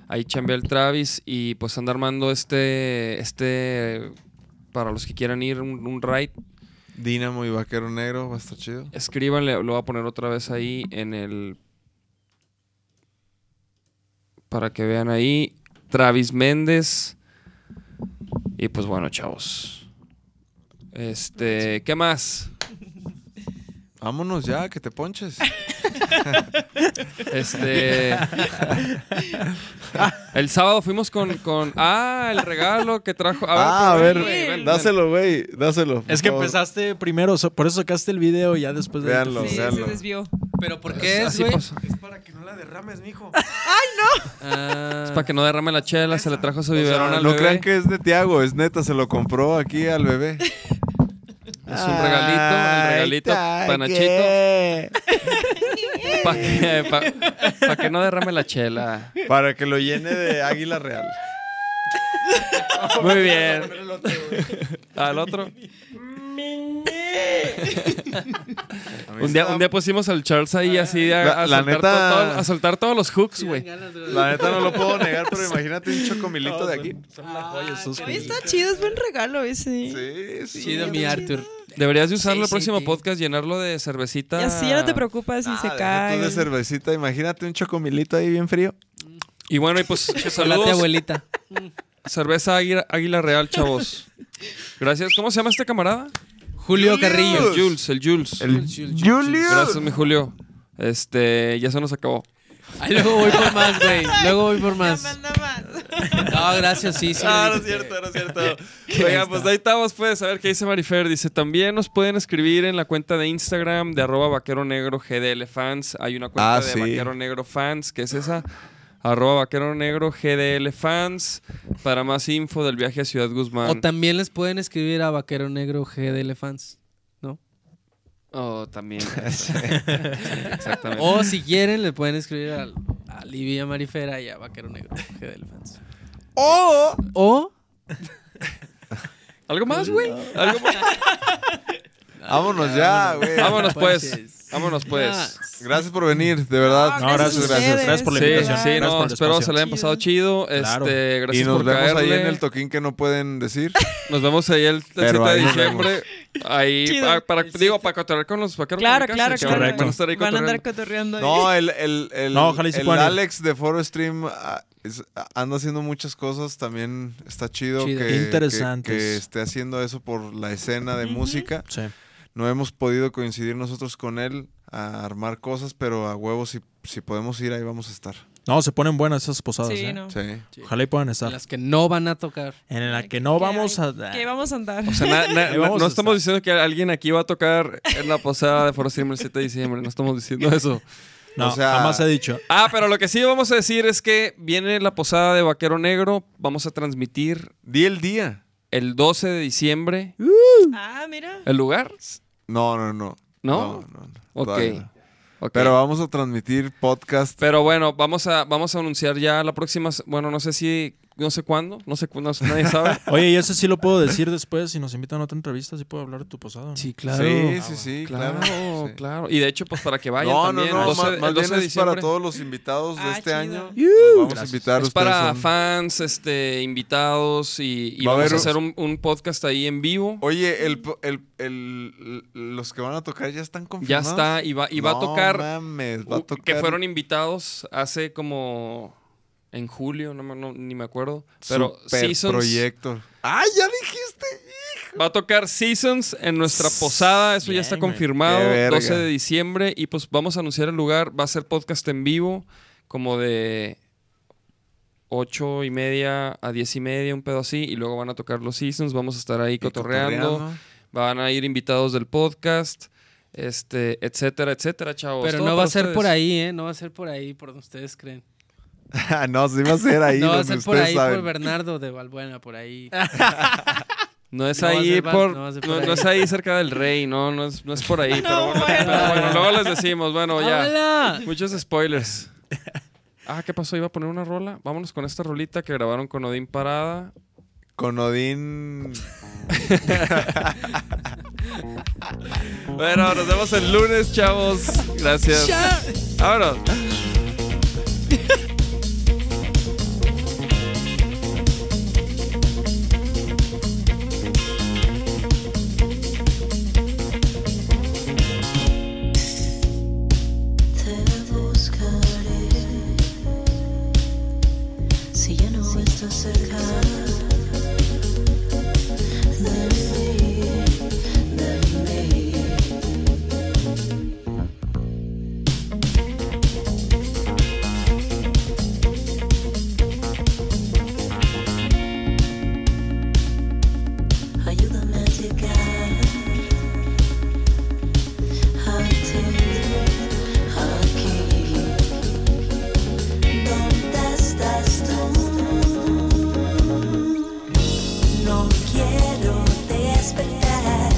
Ahí chambea el Travis y pues anda armando este. Este. Para los que quieran ir, un, un ride,
Dinamo y Vaquero Negro, va a estar chido.
escríbanle, lo voy a poner otra vez ahí en el. Para que vean ahí. Travis Méndez. Y pues bueno, chavos. Este. ¿Qué más?
Vámonos ya, que te ponches. Ah,
Este. el sábado fuimos con, con- Ah, el regalo que trajo.
Ah,
por
a
ahí,
ver,
güey, pues ven,
Dáselo, güey, dáselo. por
Es que
favor.
empezaste primero, so- por eso sacaste el video y ya después de
Véanlo.
Sí,
véanlo.
se desvió.
¿Pero por
ven.
qué es,
Así
güey?
pasó.
Es para que no la derrames, mijo.
Ah,
Es pues, para que no derrame la chela, se le trajo su
O sea,
biberón al
no
bebé.
crean que es de Tiago, es neta, se lo compró aquí al bebé.
Es un regalito, el regalito panachito. Para que, pa- pa' que no derrame la chela.
Para que lo llene de águila real.
Muy bien. Al otro. Un día, un día pusimos al Charles ahí así a,
La-
a
la
soltar
neta-
todo- todo- a soltar todos los hooks, güey.
La neta no lo puedo negar, pero imagínate un chocomilito de aquí.
Oye, está chido, es buen regalo ese. ¿eh?
Sí, sí.
Chido mi Arthur.
Deberías de usarlo
Sí,
el
sí,
próximo
sí.
podcast, llenarlo de cervecita.
Y así ya no te preocupas si
Ah,
se
deja tú
cae.
de cervecita, imagínate un chocomilito ahí bien frío.
Y bueno, y pues
Chocolate,
saludos.
abuelita.
Cerveza Águila, Águila Real, chavos. Gracias. ¿Cómo se llama este camarada?
Julio Carrillo.
El Jules, el Jules. Gracias, mi Julio. Este, ya se nos acabó.
Ay, luego voy por más, güey. Luego voy por
Ya
más.
manda más.
No, gracias, sí, sí.
Ah, no
le
es
dije que-
cierto, no es cierto.
Oiga, pues ahí estamos, pues, a ver qué dice Marifer. Dice, también nos pueden escribir en la cuenta de Instagram de arroba vaquero negro GDL fans. Hay una cuenta
Ah,
de
sí.
vaquero negro fans, que es esa. Arroba vaquero negro GDL fans. Para más info del viaje a Ciudad Guzmán.
O también les pueden escribir a Vaquero Negro G de Elefants.
Oh, también. Exactamente.
O si quieren, le pueden escribir al- a, Livia Marifera y a Vaquero Negro G de Elefants.
O
O
¿Algo más, güey? ¿Algo más?
vámonos ya, güey.
Vámonos, pues.
Ponches.
Vámonos, pues.
Gracias por venir, de verdad.
Ah,
No, gracias,
Gracias a
gracias.
ustedes.
Gracias por la
Sí,
invitación.
Ay,
sí,
Gracias por
no,
el
espero se
espacio.
le hayan pasado chido.
Claro.
Este, gracias
y nos
por
vemos
caerle.
ahí en el toquín que no pueden decir.
Nos vemos ahí el 7
Pero
de
ahí nos
diciembre. Ahí,
Chido.
pa- para, digo, para cotorrear con los vaqueros.
Claro,
Comunicaciones,
claro,
que
claro.
Van a estar ahí
Van a andar
cotorreando.
cotorreando. ahí.
No, el, el, el,
No, ojalá y sí
el
puedan ir.
Alex de Foro Stream ah, es- ah, anda haciendo muchas cosas. También está chido,
Chido.
Que,
Interesantes.
que- que esté haciendo eso por la escena de música.
Sí.
No hemos podido coincidir nosotros con él a armar cosas, pero a huevo, si, si podemos ir, ahí vamos a estar.
No, se ponen buenas esas posadas.
Sí,
¿eh?
no.
Sí.
Ojalá y puedan estar.
las que no van a tocar.
En la que no
¿Qué
vamos
hay?
a.
¿Qué vamos a andar?
O sea, na- na-
Ahí
na-
vamos
no
a
estamos
estar.
diciendo que alguien aquí va a tocar en la posada de Foro Stream el 7 de diciembre. No estamos diciendo eso.
No,
O sea-
jamás he dicho.
Ah, pero lo que sí vamos a decir es que viene la posada de Vaquero Negro. Vamos a transmitir
Di el día.
el 12 de diciembre.
Ah, mira.
¿El lugar?
No, no, no.
¿No?
no, no,
Ok.
todavía no.
Ok.
Pero vamos a transmitir podcast.
Pero bueno, vamos a, vamos a anunciar ya la próxima. se- Bueno, no sé si no sé cuándo, no sé cuándo, no sé- nadie sabe.
Oye, y eso sí lo puedo decir después. Si nos invitan a otra entrevista, sí puedo hablar de tu posada. ¿no?
Sí, claro.
Sí, sí, sí,
Claro,
claro.
claro,
sí.
Y de hecho, pues para que vayan
no,
también.
no, no,
el 12
más,
el
más
12 de
bien es para
diciembre.
todos los invitados de
Ah,
este
chido.
año. Los vamos a invitar
Es
ustedes
para
son-
fans, este, invitados y, y
Va a
vamos a
haber-
hacer un, un podcast ahí en vivo.
Oye, el, po- el, el- los que van a tocar ya están
Ya
confirmados.
está, y va, y va
No
a tocar
mames, va a
u-
tocar.
que fueron invitados hace como en julio, no, me- no- ni me acuerdo. Pero Seasons
proyecto. ¡Ah, ya dijiste!
va a tocar Seasons en nuestra posada, eso ya
Bien,
está
güey.
confirmado,
Qué verga.
12 de diciembre y pues vamos a anunciar el lugar, va a ser podcast en vivo como de 8 y media a 10 y media, un pedo así, y luego van a tocar los Seasons, vamos a estar ahí cotorreando. Van a ir invitados del podcast, este, etcétera, etcétera, chavos.
Pero
Pues Todo
no va a
para
ser por
ustedes.
ahí, ¿eh? No va a ser por ahí, por donde ustedes creen.
Ah, no, sí va a ser ahí.
no va a
donde
ser por
ustedes
ahí, por
saben.
Bernardo de Balbuena, por ahí.
No es
No va a
ahí
ser Val-
por,
no va a ser
no,
por
no
ahí.
es ahí cerca del rey, no, no es, no es por ahí.
No,
pero, bueno,
bueno.
pero bueno, luego les decimos, bueno, Oh, ya.
¡Hola!
Muchos spoilers. Ah, ¿qué pasó? Iba a poner una rola. Vámonos con esta rolita que grabaron con Odín Parada.
Con Odín.
Bueno, nos vemos el lunes, chavos. Gracias. Vámonos.
Te buscaré si ya no estás cerca de mí, de mí. Ayúdame a llegar a ti. Aquí, ¿dónde estás tú? No quiero despertar,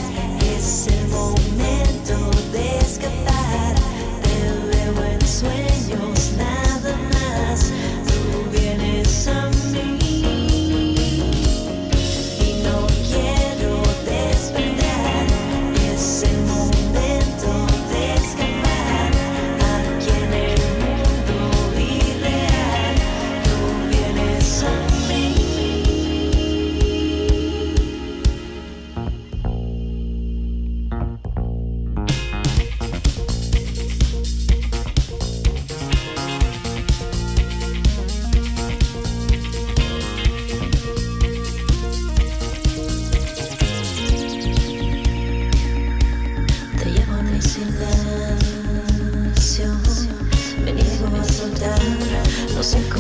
es el momento de escapar. Te veo en sueños, nada más. Tú vienes a mí. Y no quiero despertar, es el momento de escapar. Aquí en el mundo irreal, tú vienes a mí. Te llevo en el silencio, me niego a soltar, no sé cómo